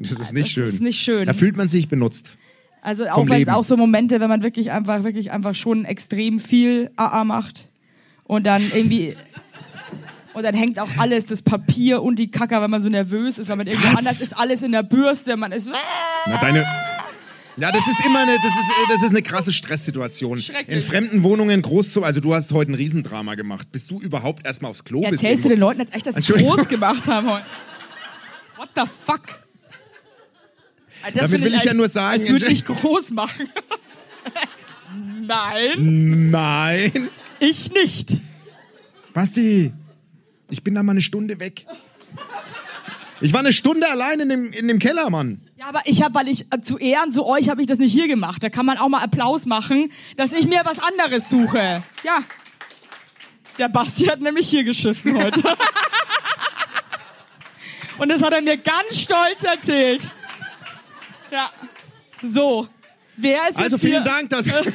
[SPEAKER 1] Das ist nicht
[SPEAKER 2] Ah, Das
[SPEAKER 1] schön.
[SPEAKER 2] ist nicht schön.
[SPEAKER 1] Da fühlt man sich benutzt.
[SPEAKER 2] Also auch
[SPEAKER 1] Vom
[SPEAKER 2] wenn
[SPEAKER 1] Leben.
[SPEAKER 2] auch so Momente, wenn man wirklich einfach, wirklich einfach schon extrem viel AA macht und dann irgendwie. Und dann hängt auch alles, das Papier und die Kacker, wenn man so nervös ist, weil man irgendwo
[SPEAKER 1] Was?
[SPEAKER 2] anders ist, alles in der Bürste, man ist.
[SPEAKER 1] Na, deine. Ja, das ist immer eine, das ist, das ist eine krasse Stresssituation.
[SPEAKER 2] Schrecklich.
[SPEAKER 1] In fremden Wohnungen groß zu, also du hast heute ein Riesendrama gemacht. Bist du überhaupt erstmal aufs Klo?
[SPEAKER 2] Ja,
[SPEAKER 1] Bist
[SPEAKER 2] erzählst du
[SPEAKER 1] irgendwo-
[SPEAKER 2] den Leuten jetzt echt, dass sie
[SPEAKER 1] Entschuldigung.
[SPEAKER 2] groß gemacht haben heute? What the fuck? Also Das
[SPEAKER 1] Damit
[SPEAKER 2] finde
[SPEAKER 1] will ich ja
[SPEAKER 2] ein-
[SPEAKER 1] nur sagen,
[SPEAKER 2] Das würde ich groß machen. Nein,
[SPEAKER 1] Nein.
[SPEAKER 2] ich nicht.
[SPEAKER 1] Basti, ich bin da mal eine Stunde weg. Ich war eine Stunde allein in dem, in dem Keller, Mann.
[SPEAKER 2] Ja, aber ich habe, weil ich äh, zu Ehren zu euch, habe ich das nicht hier gemacht. Da kann man auch mal Applaus machen, dass ich mir was anderes suche. Ja. Der Basti hat nämlich hier geschissen heute. Und das hat er mir ganz stolz erzählt. Ja. So. Wer ist
[SPEAKER 1] Also
[SPEAKER 2] jetzt hier?
[SPEAKER 1] vielen Dank, dass.
[SPEAKER 2] So, und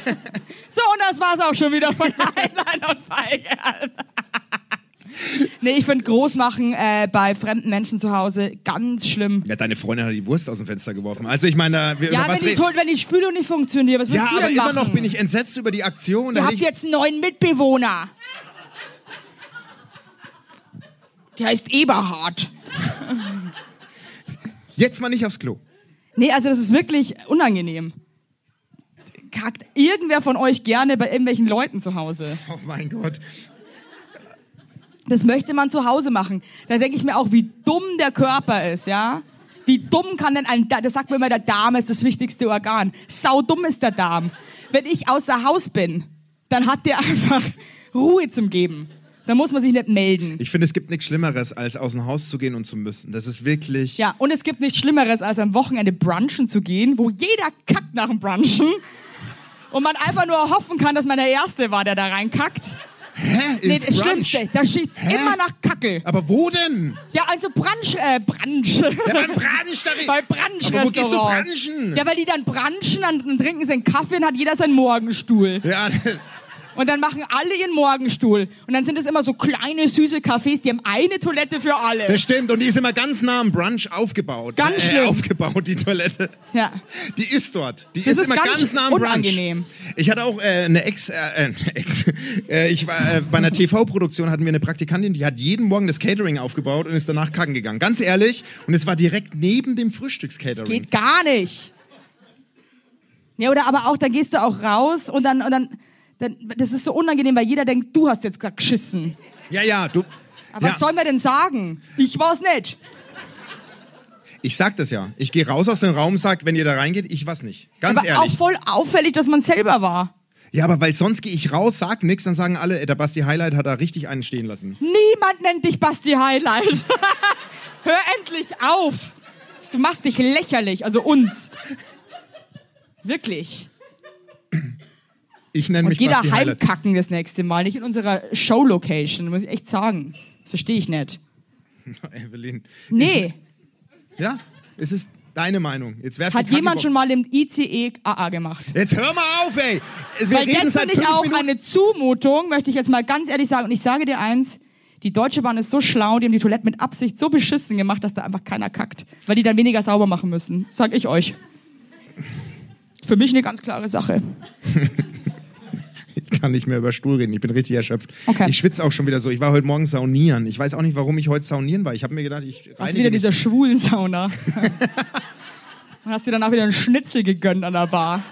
[SPEAKER 2] das war's auch schon wieder von Heinlein und Feigern. nee, ich finde Großmachen äh, bei fremden Menschen zu Hause ganz schlimm.
[SPEAKER 1] Ja, deine Freundin hat die Wurst aus dem Fenster geworfen. Also ich meine, da- wir,
[SPEAKER 2] Ja,
[SPEAKER 1] über was
[SPEAKER 2] wenn die,
[SPEAKER 1] reden?
[SPEAKER 2] tot, wenn die Spülung nicht funktioniert, was willst
[SPEAKER 1] Ja,
[SPEAKER 2] du
[SPEAKER 1] aber
[SPEAKER 2] denn
[SPEAKER 1] immer
[SPEAKER 2] machen?
[SPEAKER 1] noch bin ich entsetzt über die Aktion. Da hätte
[SPEAKER 2] Ihr habt
[SPEAKER 1] ich,
[SPEAKER 2] jetzt einen neuen Mitbewohner. Der heißt Eberhard.
[SPEAKER 1] jetzt mal nicht aufs Klo.
[SPEAKER 2] Nee, also das ist wirklich unangenehm. Kackt irgendwer von euch gerne bei irgendwelchen Leuten zu Hause.
[SPEAKER 1] Oh mein Gott.
[SPEAKER 2] Das möchte man zu Hause machen. Da denke ich mir auch, wie dumm der Körper ist, ja? Wie dumm kann denn ein, Da- das sagt man immer, der Darm ist das wichtigste Organ. Sau dumm ist der Darm. Wenn ich außer Haus bin, dann hat der einfach Ruhe zum Geben. Da muss man sich nicht melden.
[SPEAKER 1] Ich finde, es gibt nichts Schlimmeres, als aus dem Haus zu gehen und zu müssen. Das ist wirklich.
[SPEAKER 2] Ja, und es gibt nichts Schlimmeres, als am Wochenende brunchen zu gehen, wo jeder kackt nach dem Brunchen. Und man einfach nur hoffen kann, dass man der Erste war, der da reinkackt.
[SPEAKER 1] Hä?
[SPEAKER 2] Nee,
[SPEAKER 1] Ins
[SPEAKER 2] das
[SPEAKER 1] Brunch?
[SPEAKER 2] Schlimmste, da schießt
[SPEAKER 1] Hä?
[SPEAKER 2] immer nach Kacke.
[SPEAKER 1] Aber wo denn?
[SPEAKER 2] Ja, also Brunch, äh, Brunch.
[SPEAKER 1] Ja, beim Brunch, da re-
[SPEAKER 2] Bei Brunch
[SPEAKER 1] Aber wo gehst du brunchen?
[SPEAKER 2] Ja, weil die dann brunchen, dann, dann trinken sie einen Kaffee und hat jeder seinen Morgenstuhl.
[SPEAKER 1] Ja,
[SPEAKER 2] Und dann machen alle ihren Morgenstuhl. Und dann sind es immer so kleine, süße Cafés, die haben eine Toilette für alle.
[SPEAKER 1] das stimmt. Und die ist immer ganz nah am Brunch aufgebaut.
[SPEAKER 2] Ganz
[SPEAKER 1] äh,
[SPEAKER 2] schlimm.
[SPEAKER 1] Aufgebaut, die Toilette.
[SPEAKER 2] Ja.
[SPEAKER 1] Die ist dort. Die
[SPEAKER 2] Das
[SPEAKER 1] ist,
[SPEAKER 2] ist
[SPEAKER 1] immer
[SPEAKER 2] ganz
[SPEAKER 1] ganz, nah am Brunch.
[SPEAKER 2] unangenehm.
[SPEAKER 1] Ich hatte auch äh, eine Ex, äh, äh, eine Ex äh, ich war äh, bei einer TV-Produktion hatten wir eine Praktikantin, die hat jeden Morgen das Catering aufgebaut und ist danach kacken gegangen. Ganz ehrlich. Und es war direkt neben dem
[SPEAKER 2] Das
[SPEAKER 1] Frühstückscatering.
[SPEAKER 2] geht gar nicht. Ja, oder aber auch, dann gehst du auch raus und dann, und dann, dann, das ist so unangenehm, weil jeder denkt, du hast jetzt gerade geschissen.
[SPEAKER 1] Ja, ja, du.
[SPEAKER 2] Aber
[SPEAKER 1] ja,
[SPEAKER 2] was soll man denn sagen? Ich war's nicht.
[SPEAKER 1] ich sag das ja. Ich gehe raus aus dem Raum, sag, wenn ihr da reingeht, ich was nicht. Ganz
[SPEAKER 2] aber
[SPEAKER 1] ehrlich.
[SPEAKER 2] auch voll auffällig, dass man selber war.
[SPEAKER 1] Ja, aber weil sonst gehe ich raus, sag nix, dann sagen alle, ey, der Basti Highlight hat da richtig einen stehen lassen.
[SPEAKER 2] Niemand nennt dich Basti Highlight. Hör endlich auf. Du machst dich lächerlich, also uns. Wirklich.
[SPEAKER 1] Ich nenne
[SPEAKER 2] Und
[SPEAKER 1] mich
[SPEAKER 2] geh da
[SPEAKER 1] Basti Highlight.
[SPEAKER 2] heimkacken das nächste Mal, nicht in unserer Show-Location, muss ich echt sagen. Verstehe ich nicht.
[SPEAKER 1] Evelyn.
[SPEAKER 2] Nee,
[SPEAKER 1] Ja, es ist deine Meinung. Jetzt werf die
[SPEAKER 2] hat
[SPEAKER 1] Kacke
[SPEAKER 2] jemand
[SPEAKER 1] Bock.
[SPEAKER 2] schon mal im ICE AA gemacht?
[SPEAKER 1] Jetzt hör mal auf, ey! Wir
[SPEAKER 2] Weil
[SPEAKER 1] reden
[SPEAKER 2] das
[SPEAKER 1] seit
[SPEAKER 2] finde ich
[SPEAKER 1] fünf
[SPEAKER 2] auch
[SPEAKER 1] Minuten.
[SPEAKER 2] eine Zumutung, möchte ich jetzt mal ganz ehrlich sagen. Und ich sage dir eins, die Deutsche Bahn ist so schlau, die haben die Toiletten mit Absicht so beschissen gemacht, dass da einfach keiner kackt. Weil die dann weniger sauber machen müssen. Sag ich euch. Für mich eine ganz klare Sache.
[SPEAKER 1] Ich kann nicht mehr über Stuhl reden, ich bin richtig erschöpft.
[SPEAKER 2] Okay.
[SPEAKER 1] Ich schwitze auch schon wieder so. Ich war heute Morgen saunieren. Ich weiß auch nicht, warum ich heute saunieren war. Ich habe mir gedacht, ich
[SPEAKER 2] Das ist wieder
[SPEAKER 1] reinige mich.
[SPEAKER 2] dieser schwulen Sauna. Und hast dir danach wieder einen Schnitzel gegönnt an der Bar.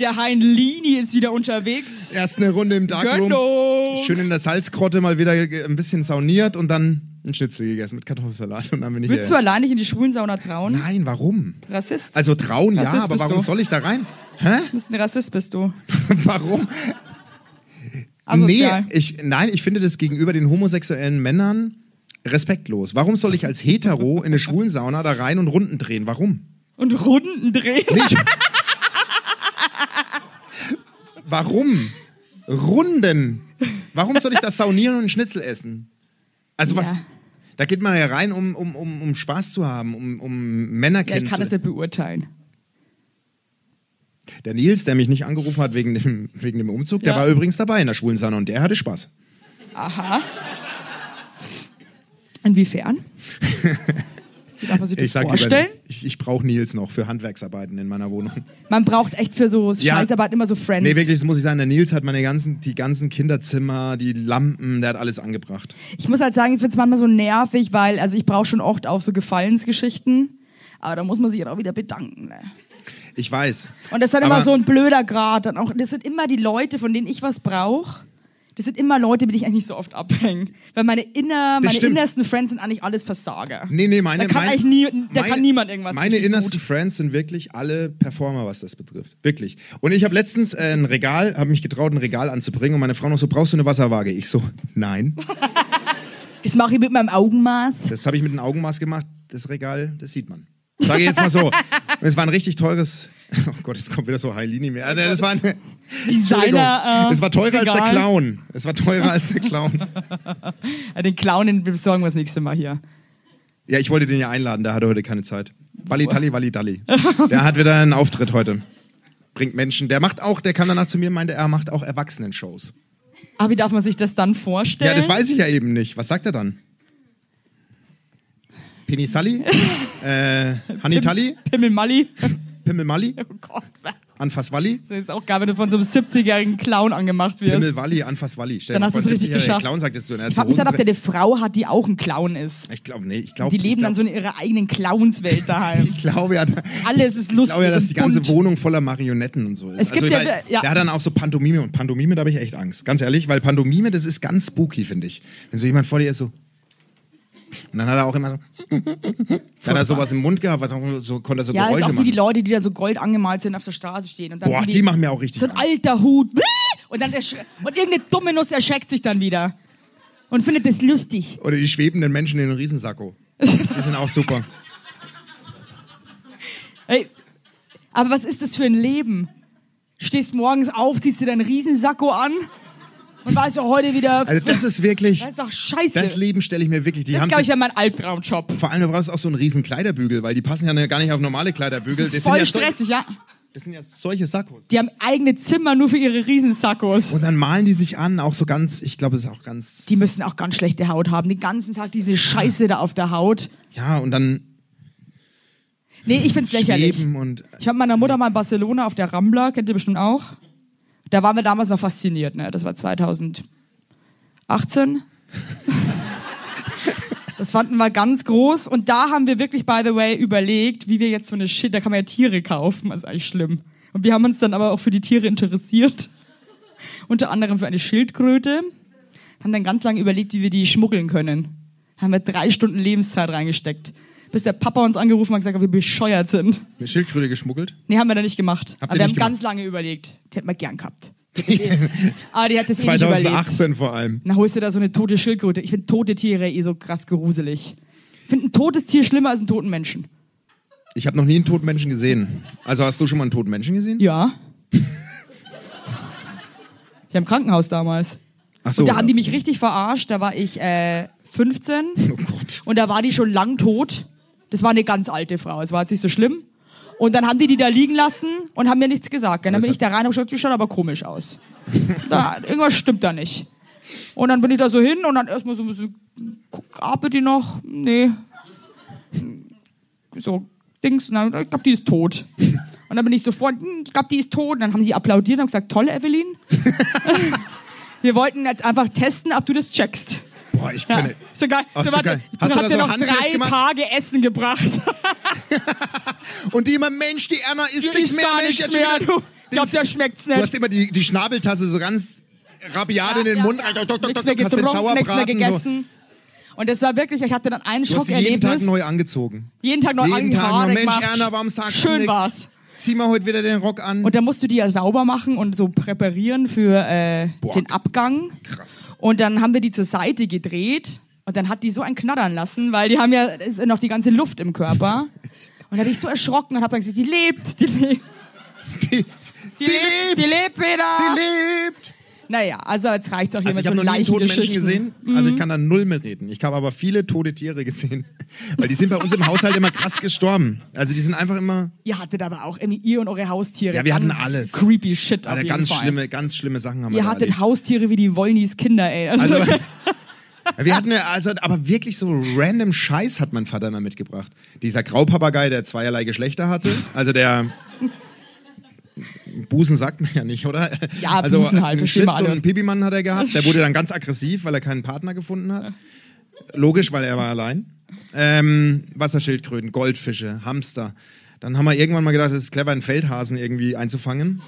[SPEAKER 2] Der Hein Lini ist wieder unterwegs.
[SPEAKER 1] Erst eine Runde im Darkroom.
[SPEAKER 2] Gönno!
[SPEAKER 1] Schön in der Salzgrotte mal wieder ge- ein bisschen sauniert und dann einen Schnitzel gegessen mit Kartoffelsalat. Und dann bin ich
[SPEAKER 2] Willst du
[SPEAKER 1] hierher.
[SPEAKER 2] allein nicht in die schwulen Sauna trauen?
[SPEAKER 1] Nein, warum?
[SPEAKER 2] Rassist.
[SPEAKER 1] Also trauen, ja,
[SPEAKER 2] Rassist
[SPEAKER 1] aber
[SPEAKER 2] bist
[SPEAKER 1] warum
[SPEAKER 2] du.
[SPEAKER 1] soll ich da rein? Hä?
[SPEAKER 2] Du bist ein Rassist, bist du.
[SPEAKER 1] Warum?
[SPEAKER 2] Asozial.
[SPEAKER 1] Nee, ich, nein, ich finde das gegenüber den homosexuellen Männern respektlos. Warum soll ich als Hetero in eine Schwulensauna da rein und Runden drehen? Warum?
[SPEAKER 2] Und Runden drehen.
[SPEAKER 1] Nee, ich- Warum? Runden. Warum soll ich das saunieren und einen Schnitzel essen? Also was?
[SPEAKER 2] Ja.
[SPEAKER 1] Da geht man ja rein, um, um, um, um Spaß zu haben, um, um Männer
[SPEAKER 2] Ja, ich kann das
[SPEAKER 1] kennenzulernen.
[SPEAKER 2] nicht beurteilen.
[SPEAKER 1] Der Nils, der mich nicht angerufen hat wegen dem, wegen dem Umzug, der
[SPEAKER 2] Ja.
[SPEAKER 1] war übrigens dabei in der Schwulensauna und der hatte Spaß.
[SPEAKER 2] Aha. Inwiefern? Wie darf man sich das
[SPEAKER 1] Ich sag lieber
[SPEAKER 2] vorstellen?
[SPEAKER 1] nicht. ich, ich brauche Nils noch für Handwerksarbeiten in meiner Wohnung.
[SPEAKER 2] Man braucht echt für so
[SPEAKER 1] Ja.
[SPEAKER 2] Scheißarbeit immer so Friends.
[SPEAKER 1] Nee, wirklich, das muss ich sagen. Der Nils hat meine ganzen, die ganzen Kinderzimmer, die Lampen, der hat alles angebracht.
[SPEAKER 2] Ich muss halt sagen, ich finde es manchmal so nervig, weil also ich brauche schon oft auch so Gefallensgeschichten. Aber da muss man sich dann auch wieder bedanken. Ne?
[SPEAKER 1] Ich weiß.
[SPEAKER 2] Und das ist dann immer
[SPEAKER 1] Aber-
[SPEAKER 2] so ein blöder Grad. Dann auch, das sind immer die Leute, von denen ich was brauche. Das sind immer Leute, mit denen ich eigentlich nicht so oft abhänge. Weil meine, inner, meine
[SPEAKER 1] stimmt.
[SPEAKER 2] innersten Friends sind eigentlich alles Versager.
[SPEAKER 1] Nee, nee, meine.
[SPEAKER 2] Da kann
[SPEAKER 1] mein,
[SPEAKER 2] eigentlich nie- da kann niemand irgendwas
[SPEAKER 1] Meine
[SPEAKER 2] richtig
[SPEAKER 1] innersten Friends sind wirklich alle Performer, was das betrifft. Wirklich. Und ich habe letztens äh, ein Regal, habe mich getraut, ein Regal anzubringen und meine Frau noch so, brauchst du eine Wasserwaage? Ich so, nein.
[SPEAKER 2] Das mache ich mit meinem Augenmaß.
[SPEAKER 1] Das habe ich mit einem Augenmaß gemacht. Das Regal, das sieht man. Sage ich jetzt mal so. Es war ein richtig teures. Oh Gott, jetzt kommt wieder so Heilini mehr. Äh, Das war ein,
[SPEAKER 2] Designer.
[SPEAKER 1] Entschuldigung.
[SPEAKER 2] Äh,
[SPEAKER 1] es war teurer als der
[SPEAKER 2] Regal.
[SPEAKER 1] Clown. Es war teurer als der Clown.
[SPEAKER 2] Ja, Äh, Den Clown den besorgen wir das nächste Mal hier.
[SPEAKER 1] Ja, ich wollte den ja einladen, der hatte heute keine Zeit. Walli Talli, Walli Dalli. Der hat wieder einen Auftritt heute. Bringt Menschen. Der macht auch, der kam danach zu mir und meinte, er macht auch Erwachsenen-Shows.
[SPEAKER 2] Aber Ah, wie darf man sich das dann vorstellen?
[SPEAKER 1] Ja, das weiß ich ja eben nicht. Was sagt er dann? Penny Sully? äh, Honey Tully?
[SPEAKER 2] Pimmel Malli.
[SPEAKER 1] Pimmel Malli?
[SPEAKER 2] Oh Gott, das
[SPEAKER 1] Anfass Walli?
[SPEAKER 2] ist auch geil, wenn du von so einem 70-jährigen Clown angemacht wirst.
[SPEAKER 1] Pimmel Walli, Anfass Walli. Stell
[SPEAKER 2] Dann
[SPEAKER 1] dir
[SPEAKER 2] hast
[SPEAKER 1] vor,
[SPEAKER 2] du's
[SPEAKER 1] ein
[SPEAKER 2] richtig
[SPEAKER 1] 70-jähriger
[SPEAKER 2] geschafft.
[SPEAKER 1] Clown sagt das so. und er hat
[SPEAKER 2] ich
[SPEAKER 1] so
[SPEAKER 2] frage mich dann, ob der
[SPEAKER 1] Hosenbre-
[SPEAKER 2] eine Frau hat, die auch ein Clown ist.
[SPEAKER 1] Ich glaube, nee, ich glaube.
[SPEAKER 2] Die leben
[SPEAKER 1] ich
[SPEAKER 2] dann
[SPEAKER 1] glaub,
[SPEAKER 2] so in ihrer eigenen Clownswelt daheim.
[SPEAKER 1] Ich glaube ja,
[SPEAKER 2] Alles ist
[SPEAKER 1] ich
[SPEAKER 2] lustig.
[SPEAKER 1] glaube ja, dass
[SPEAKER 2] und
[SPEAKER 1] die ganze
[SPEAKER 2] bunt.
[SPEAKER 1] Wohnung voller Marionetten und so ist.
[SPEAKER 2] Es gibt
[SPEAKER 1] ich
[SPEAKER 2] ja-
[SPEAKER 1] weiß,
[SPEAKER 2] ja.
[SPEAKER 1] Der hat dann auch so Pantomime und Pantomime, da habe ich echt Angst. Ganz ehrlich, weil Pantomime, das ist ganz spooky, finde ich. Wenn so jemand vor dir ist, so. Und dann hat er auch immer so. dann hat er sowas im Mund gehabt, was auch so, konnte er so
[SPEAKER 2] Ja, ist
[SPEAKER 1] Geräusche
[SPEAKER 2] auch wie die
[SPEAKER 1] machen.
[SPEAKER 2] Leute, die da so gold angemalt sind, auf der Straße stehen. Und dann
[SPEAKER 1] Boah,
[SPEAKER 2] irgendwie
[SPEAKER 1] die machen mir auch richtig
[SPEAKER 2] So ein
[SPEAKER 1] Angst.
[SPEAKER 2] alter Hut. Und dann ersch- und irgendeine dumme Nuss erschreckt sich dann wieder. und findet das lustig.
[SPEAKER 1] Oder die schwebenden Menschen in den Riesensacko. Die sind auch super.
[SPEAKER 2] Ey, aber was ist das für ein Leben? Stehst morgens auf, ziehst dir deinen Riesensacko an und weißt ja heute wieder.
[SPEAKER 1] Also das ist wirklich,
[SPEAKER 2] das ist doch scheiße.
[SPEAKER 1] das Leben stelle ich mir wirklich, die
[SPEAKER 2] das
[SPEAKER 1] haben
[SPEAKER 2] glaube ich,
[SPEAKER 1] sich,
[SPEAKER 2] ja mein Albtraumjob.
[SPEAKER 1] vor allem du brauchst auch so einen riesen Kleiderbügel, weil die passen ja gar nicht auf normale Kleiderbügel.
[SPEAKER 2] Das
[SPEAKER 1] Das
[SPEAKER 2] ist
[SPEAKER 1] sind
[SPEAKER 2] voll
[SPEAKER 1] ja sol-
[SPEAKER 2] stressig, ja.
[SPEAKER 1] Das sind ja solche Sakkos.
[SPEAKER 2] Die haben eigene Zimmer nur für ihre Riesensackos.
[SPEAKER 1] Und dann malen die sich an, auch so ganz, ich glaube, es ist auch ganz,
[SPEAKER 2] Die müssen auch ganz schlechte Haut haben. Den ganzen Tag diese Scheiße da auf der Haut.
[SPEAKER 1] ja, und dann
[SPEAKER 2] Nee, ich find's lächerlich.
[SPEAKER 1] schweben und
[SPEAKER 2] Ich habe meiner Mutter mal in Barcelona auf der Rambla, kennt ihr bestimmt auch. Da waren wir damals noch fasziniert, ne? Das war 2018. Das fanden wir ganz groß. Und da haben wir wirklich, by the way, überlegt, wie wir jetzt so eine Shit, da kann man ja Tiere kaufen, das ist eigentlich schlimm. Und wir haben uns dann aber auch für die Tiere interessiert. Unter anderem für eine Schildkröte. Haben dann ganz lange überlegt, wie wir die schmuggeln können. Haben wir drei Stunden Lebenszeit reingesteckt. Bis der Papa uns angerufen hat und gesagt hat, wie bescheuert sind.
[SPEAKER 1] eine Schildkröte geschmuggelt.
[SPEAKER 2] Nee, haben wir da nicht gemacht.
[SPEAKER 1] Habt
[SPEAKER 2] Aber
[SPEAKER 1] ihr
[SPEAKER 2] wir haben
[SPEAKER 1] nicht
[SPEAKER 2] ganz lange überlegt. Die hätten wir gern gehabt. Aber die hat das eh nicht überlebt.
[SPEAKER 1] 2018 vor allem.
[SPEAKER 2] Dann holst du da so eine tote Schildkröte. Ich finde tote Tiere eh so krass gruselig. Ich finde ein totes Tier schlimmer als einen toten Menschen.
[SPEAKER 1] Ich habe noch nie einen toten Menschen gesehen. Also hast du schon mal einen toten Menschen gesehen?
[SPEAKER 2] Ja. ja, im Krankenhaus damals.
[SPEAKER 1] Ach so.
[SPEAKER 2] Und da haben die mich richtig verarscht. Da war ich äh, 15
[SPEAKER 1] oh Gott.
[SPEAKER 2] und da war die schon lang tot. Das war eine ganz alte Frau, es war jetzt nicht so schlimm. Und dann haben die die da liegen lassen und haben mir nichts gesagt. Dann bin ich da rein und hab gesagt, die schaut aber komisch aus. Da, irgendwas stimmt da nicht. Und dann bin ich da so hin und dann erstmal so ein bisschen, guck, arbeitet die noch? Nee. So, Dings, und dann, ich glaube, die ist tot. Und dann bin ich sofort, hm, ich glaube, die ist tot. Und dann haben die applaudiert und haben gesagt, toll, Evelyn. Wir wollten jetzt einfach testen, ob du das checkst.
[SPEAKER 1] Boah, ich
[SPEAKER 2] Ja.
[SPEAKER 1] kenne.
[SPEAKER 2] So geil.
[SPEAKER 1] Ach,
[SPEAKER 2] so,
[SPEAKER 1] so
[SPEAKER 2] warte,
[SPEAKER 1] geil. Hast
[SPEAKER 2] Hast du
[SPEAKER 1] du
[SPEAKER 2] hast
[SPEAKER 1] das
[SPEAKER 2] ja
[SPEAKER 1] auch
[SPEAKER 2] noch
[SPEAKER 1] handfest
[SPEAKER 2] drei
[SPEAKER 1] gemacht?
[SPEAKER 2] Tage Essen gebracht.
[SPEAKER 1] Und die immer, Mensch, die Erna ist
[SPEAKER 2] Du
[SPEAKER 1] nichts
[SPEAKER 2] isst
[SPEAKER 1] mehr,
[SPEAKER 2] gar
[SPEAKER 1] Mensch,
[SPEAKER 2] nichts
[SPEAKER 1] jetzt schon
[SPEAKER 2] mehr.
[SPEAKER 1] wieder-
[SPEAKER 2] Du, ich glaub,
[SPEAKER 1] Dings.
[SPEAKER 2] der schmeckt's
[SPEAKER 1] Du hast
[SPEAKER 2] nicht.
[SPEAKER 1] immer die, die Schnabeltasse so ganz rabiat in den Mund. Ja. Dock, dock, dock,
[SPEAKER 2] Nichts
[SPEAKER 1] dock,
[SPEAKER 2] mehr
[SPEAKER 1] hast den
[SPEAKER 2] getrunken, nichts mehr
[SPEAKER 1] Sauerbraten
[SPEAKER 2] gegessen. Und das war wirklich, ich hatte dann einen
[SPEAKER 1] So. Du hast sie jeden Tag
[SPEAKER 2] Schockerlebnis.
[SPEAKER 1] neu angezogen.
[SPEAKER 2] Jeden Tag neu
[SPEAKER 1] jeden Tag
[SPEAKER 2] angehaare
[SPEAKER 1] neu. Mensch,
[SPEAKER 2] gemacht.
[SPEAKER 1] Erna, warum sagst du
[SPEAKER 2] Schön
[SPEAKER 1] nix?
[SPEAKER 2] war's.
[SPEAKER 1] Zieh mal heute wieder den Rock an.
[SPEAKER 2] Und dann musst du die ja sauber machen und so präparieren für äh,
[SPEAKER 1] Boah.
[SPEAKER 2] den Abgang.
[SPEAKER 1] Krass.
[SPEAKER 2] Und dann haben wir die zur Seite gedreht und dann hat die so einen knattern lassen, weil die haben ja es ist noch die ganze Luft im Körper. Und da bin ich so erschrocken und habe dann gesagt, die lebt, die lebt,
[SPEAKER 1] Die,
[SPEAKER 2] die
[SPEAKER 1] sie
[SPEAKER 2] lebt,
[SPEAKER 1] lebt!
[SPEAKER 2] die Ah. lebt wieder.
[SPEAKER 1] sie lebt!
[SPEAKER 2] Naja, also jetzt reicht's auch hier
[SPEAKER 1] Also ich
[SPEAKER 2] mit so
[SPEAKER 1] habe noch nie einen toten Menschen
[SPEAKER 2] Leichengeschichten.
[SPEAKER 1] gesehen. Also
[SPEAKER 2] Mhm.
[SPEAKER 1] ich kann da null mitreden. Ich habe aber viele tote Tiere gesehen. Weil die sind bei uns im Haushalt immer krass gestorben. Also die sind einfach immer
[SPEAKER 2] Ihr hattet aber auch irgendwie ihr und eure Haustiere.
[SPEAKER 1] Ja, wir
[SPEAKER 2] ganz
[SPEAKER 1] hatten alles.
[SPEAKER 2] Creepy Shit auf
[SPEAKER 1] Alter,
[SPEAKER 2] jeden
[SPEAKER 1] ganz
[SPEAKER 2] Fall.
[SPEAKER 1] schlimme, ganz schlimme Sachen haben wir
[SPEAKER 2] Ihr
[SPEAKER 1] da
[SPEAKER 2] hattet
[SPEAKER 1] erlebt.
[SPEAKER 2] Haustiere wie die Wollnies Kinder, ey. Also,
[SPEAKER 1] Also, wir hatten ja, also, aber wirklich so random Scheiß hat mein Vater immer mitgebracht. Dieser Graupapagei, der zweierlei Geschlechter hatte. Also der. Busen sagt man ja nicht, oder? Also
[SPEAKER 2] Ja, Busen halt,
[SPEAKER 1] Einen
[SPEAKER 2] verstehen wir
[SPEAKER 1] Schlitz
[SPEAKER 2] alle.
[SPEAKER 1] und einen Pipimann hat er gehabt. Der wurde dann ganz aggressiv, weil er keinen Partner gefunden hat. Logisch, weil er war allein. Ähm, Wasserschildkröten, Goldfische, Hamster. Dann haben wir irgendwann mal gedacht, es ist clever, einen Feldhasen irgendwie einzufangen.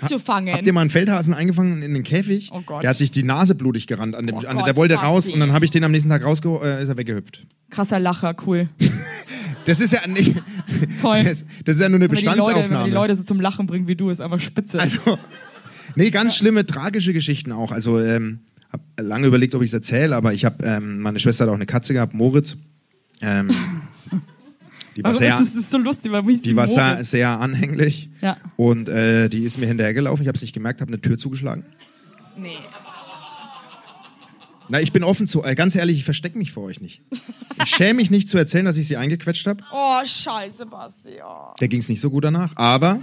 [SPEAKER 2] einzufangen.
[SPEAKER 1] Habt ihr mal einen Feldhasen eingefangen in den Käfig?
[SPEAKER 2] Oh Gott.
[SPEAKER 1] Der hat sich die Nase blutig gerannt. An dem,
[SPEAKER 2] Oh
[SPEAKER 1] an,
[SPEAKER 2] Gott,
[SPEAKER 1] der wollte
[SPEAKER 2] Basti.
[SPEAKER 1] raus und dann habe ich den am nächsten Tag rausgeholt, äh, ist er weggehüpft.
[SPEAKER 2] Krasser Lacher, cool.
[SPEAKER 1] Das ist ja nicht,
[SPEAKER 2] Toll.
[SPEAKER 1] das, das ist ja nur eine
[SPEAKER 2] wenn, man die Leute, wenn man
[SPEAKER 1] Bestandsaufnahme.
[SPEAKER 2] die Leute so zum Lachen bringt wie du, ist einfach spitze.
[SPEAKER 1] also, nee, ganz schlimme, tragische Geschichten auch. Also, ähm, habe lange überlegt, ob ich es erzähle, aber ich habe, ähm, meine Schwester hat auch eine Katze gehabt, Moritz. Ähm, die war
[SPEAKER 2] Warum
[SPEAKER 1] sehr,
[SPEAKER 2] ist das, das ist so lustig? Warum hieß
[SPEAKER 1] Also, die war
[SPEAKER 2] Moritz?
[SPEAKER 1] sehr, sehr anhänglich
[SPEAKER 2] Ja.
[SPEAKER 1] und äh, die ist mir hinterhergelaufen. Ich habe es nicht gemerkt, habe eine Tür zugeschlagen.
[SPEAKER 2] Nee.
[SPEAKER 1] Na, ich bin offen zu. Äh, ganz ehrlich, ich verstecke mich vor euch nicht. Ich schäme mich nicht zu erzählen, dass ich sie eingequetscht habe.
[SPEAKER 2] Oh, scheiße, Basti. Oh.
[SPEAKER 1] Der ging es nicht so gut danach. Aber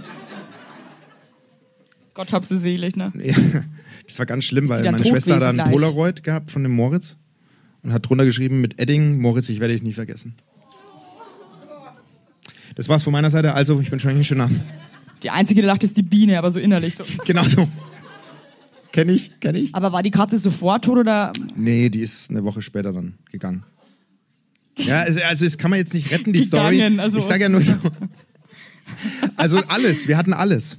[SPEAKER 2] Gott hab sie selig, ne?
[SPEAKER 1] ja, das war ganz schlimm, weil
[SPEAKER 2] dann
[SPEAKER 1] meine
[SPEAKER 2] tot
[SPEAKER 1] Schwester hat
[SPEAKER 2] gewesen
[SPEAKER 1] dann ein
[SPEAKER 2] gleich?
[SPEAKER 1] Polaroid gehabt von dem Moritz und hat drunter geschrieben mit Edding, Moritz, ich werde dich nie vergessen. Das war's von meiner Seite. Also, ich bin schon einen schönen Abend.
[SPEAKER 2] Die einzige, die lacht, ist die Biene, aber so innerlich. So.
[SPEAKER 1] Genau so. Kenn ich, kenn ich.
[SPEAKER 2] Aber war die Katze sofort tot oder
[SPEAKER 1] Nee, die ist eine Woche später dann gegangen. Ja, also, also das kann man jetzt nicht retten, die
[SPEAKER 2] Gegangen,
[SPEAKER 1] Story.
[SPEAKER 2] also-
[SPEAKER 1] Ich sage ja nur so. Also alles, wir hatten alles.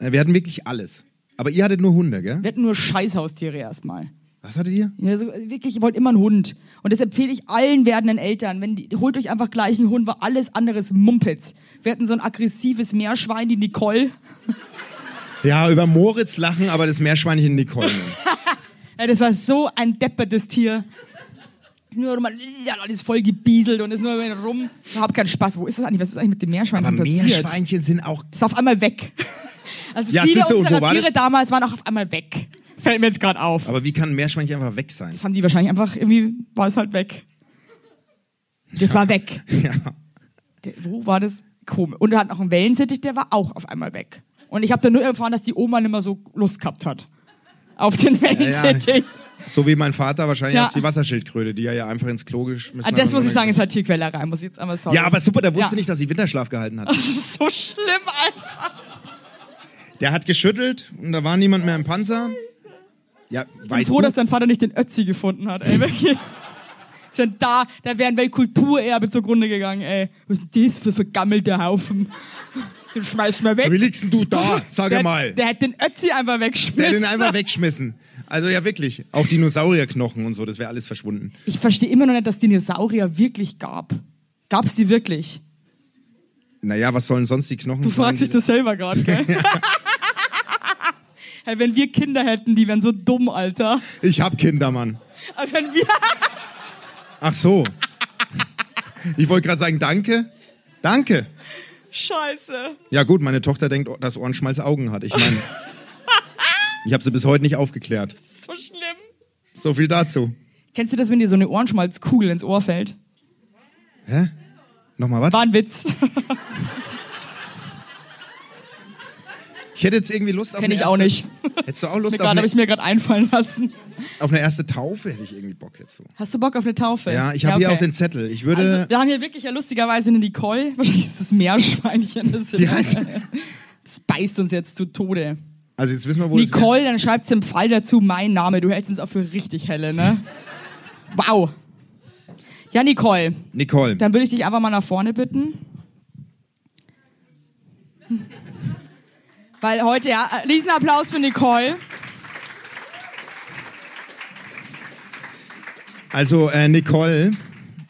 [SPEAKER 1] Äh, Wir hatten wirklich alles. Aber ihr hattet nur Hunde, gell?
[SPEAKER 2] Wir hatten nur Scheißhaustiere erstmal.
[SPEAKER 1] Was hattet ihr?
[SPEAKER 2] Ja, so, also wirklich, ihr wollt immer einen Hund. Und das empfehle ich allen werdenden Eltern. Wenn die, holt euch einfach gleich einen Hund, weil alles anderes mumpelt. Wir hatten so ein aggressives Meerschwein, die Nicole.
[SPEAKER 1] Ja, über Moritz lachen, aber das Meerschweinchen Nicole.
[SPEAKER 2] Ja, Ja, das war so ein deppertes Tier. Nur rum, ja, alles voll gebieselt und ist nur rum. Überhaupt keinen Spaß. Wo ist das eigentlich? Was ist eigentlich mit dem Meerschwein
[SPEAKER 1] Aber
[SPEAKER 2] passiert?
[SPEAKER 1] Meerschweinchen sind auch.
[SPEAKER 2] ist auf einmal weg. Also
[SPEAKER 1] Ja,
[SPEAKER 2] viele
[SPEAKER 1] siehste, und wo
[SPEAKER 2] unserer
[SPEAKER 1] war
[SPEAKER 2] Tiere
[SPEAKER 1] das?
[SPEAKER 2] damals waren auch auf einmal weg. Fällt mir jetzt gerade auf.
[SPEAKER 1] Aber wie kann ein Meerschweinchen einfach weg sein?
[SPEAKER 2] Das haben die wahrscheinlich einfach irgendwie, war es halt weg. Das war weg.
[SPEAKER 1] Ja.
[SPEAKER 2] Der, wo war das? Komisch. Und er hat noch einen Wellensittich, der war auch auf einmal weg. Und ich habe dann nur erfahren, dass die Oma nicht mehr so Lust gehabt hat. Auf den
[SPEAKER 1] ja.
[SPEAKER 2] Wellensittich.
[SPEAKER 1] So wie mein Vater wahrscheinlich
[SPEAKER 2] Ja.
[SPEAKER 1] auf die Wasserschildkröte, die er ja einfach ins Klo geschmissen
[SPEAKER 2] Ah,
[SPEAKER 1] hat.
[SPEAKER 2] Das
[SPEAKER 1] und
[SPEAKER 2] muss ich
[SPEAKER 1] dann-
[SPEAKER 2] sagen, ist halt Tierquälerei. Muss ich jetzt einmal sorry.
[SPEAKER 1] Ja, aber super, der wusste
[SPEAKER 2] Ja.
[SPEAKER 1] nicht, dass sie Winterschlaf gehalten hat.
[SPEAKER 2] Das ist so schlimm einfach.
[SPEAKER 1] Der hat geschüttelt und da war niemand mehr im Panzer. Ja, weißt
[SPEAKER 2] Ich bin froh,
[SPEAKER 1] du?
[SPEAKER 2] dass dein Vater nicht den Ötzi gefunden hat, ey. wirklich. Das wär- Da, da wäre ein Weltkulturerbe zugrunde gegangen, ey. Was ist denn das für vergammelter Haufen? Den schmeißen wir
[SPEAKER 1] Wie
[SPEAKER 2] weg.
[SPEAKER 1] liegst denn du da? Sag
[SPEAKER 2] Der,
[SPEAKER 1] mal.
[SPEAKER 2] der hätte den Ötzi einfach
[SPEAKER 1] Der hat
[SPEAKER 2] weggeschmissen.
[SPEAKER 1] den einfach wegschmissen. Also ja, wirklich. Auch Dinosaurierknochen und so, das wäre alles verschwunden.
[SPEAKER 2] ich verstehe immer noch nicht, dass es Dinosaurier wirklich gab. Gab's die wirklich?
[SPEAKER 1] Naja, was sollen sonst die Knochen
[SPEAKER 2] Du
[SPEAKER 1] sein,
[SPEAKER 2] fragst
[SPEAKER 1] die-
[SPEAKER 2] dich das selber gerade, gell? hey, wenn wir Kinder hätten, die wären so dumm, Alter.
[SPEAKER 1] Ich hab Kinder, Mann.
[SPEAKER 2] Also wenn wir
[SPEAKER 1] Ach so. Ich wollte gerade sagen, danke. Danke.
[SPEAKER 2] Scheiße.
[SPEAKER 1] Ja gut, meine Tochter denkt, oh, dass Ohrenschmalz Augen hat. Ich meine, ich habe sie bis heute nicht aufgeklärt.
[SPEAKER 2] So schlimm.
[SPEAKER 1] So viel dazu.
[SPEAKER 2] Kennst du das, wenn dir so eine Ohrenschmalzkugel ins Ohr fällt?
[SPEAKER 1] Hä? Nochmal was?
[SPEAKER 2] War ein Witz.
[SPEAKER 1] Ich hätte jetzt irgendwie Lust auf
[SPEAKER 2] Kenn
[SPEAKER 1] eine
[SPEAKER 2] ich auch
[SPEAKER 1] erste-
[SPEAKER 2] nicht.
[SPEAKER 1] Hättest du auch Lust auf
[SPEAKER 2] Gerade
[SPEAKER 1] eine,
[SPEAKER 2] habe ich mir gerade einfallen lassen.
[SPEAKER 1] auf eine erste Taufe? Hätte ich irgendwie Bock jetzt so.
[SPEAKER 2] Hast du Bock auf eine Taufe?
[SPEAKER 1] Ja, ich habe hier
[SPEAKER 2] okay.
[SPEAKER 1] auch den Zettel. Ich
[SPEAKER 2] also,
[SPEAKER 1] würde...
[SPEAKER 2] wir haben hier wirklich ja lustigerweise eine Nicole. Wahrscheinlich ist das Meerschweinchen. Das,
[SPEAKER 1] die heißt...
[SPEAKER 2] das beißt uns jetzt zu Tode.
[SPEAKER 1] Also jetzt wissen wir, wo das-
[SPEAKER 2] Nicole, dann schreibst du im Fall dazu mein Name. Du hältst uns auch für richtig helle, ne? wow. Ja, Nicole,
[SPEAKER 1] Nicole.
[SPEAKER 2] dann würde ich dich einfach mal nach vorne bitten. Hm. Weil heute, ja, äh, Riesenapplaus für Nicole.
[SPEAKER 1] Also, äh, Nicole,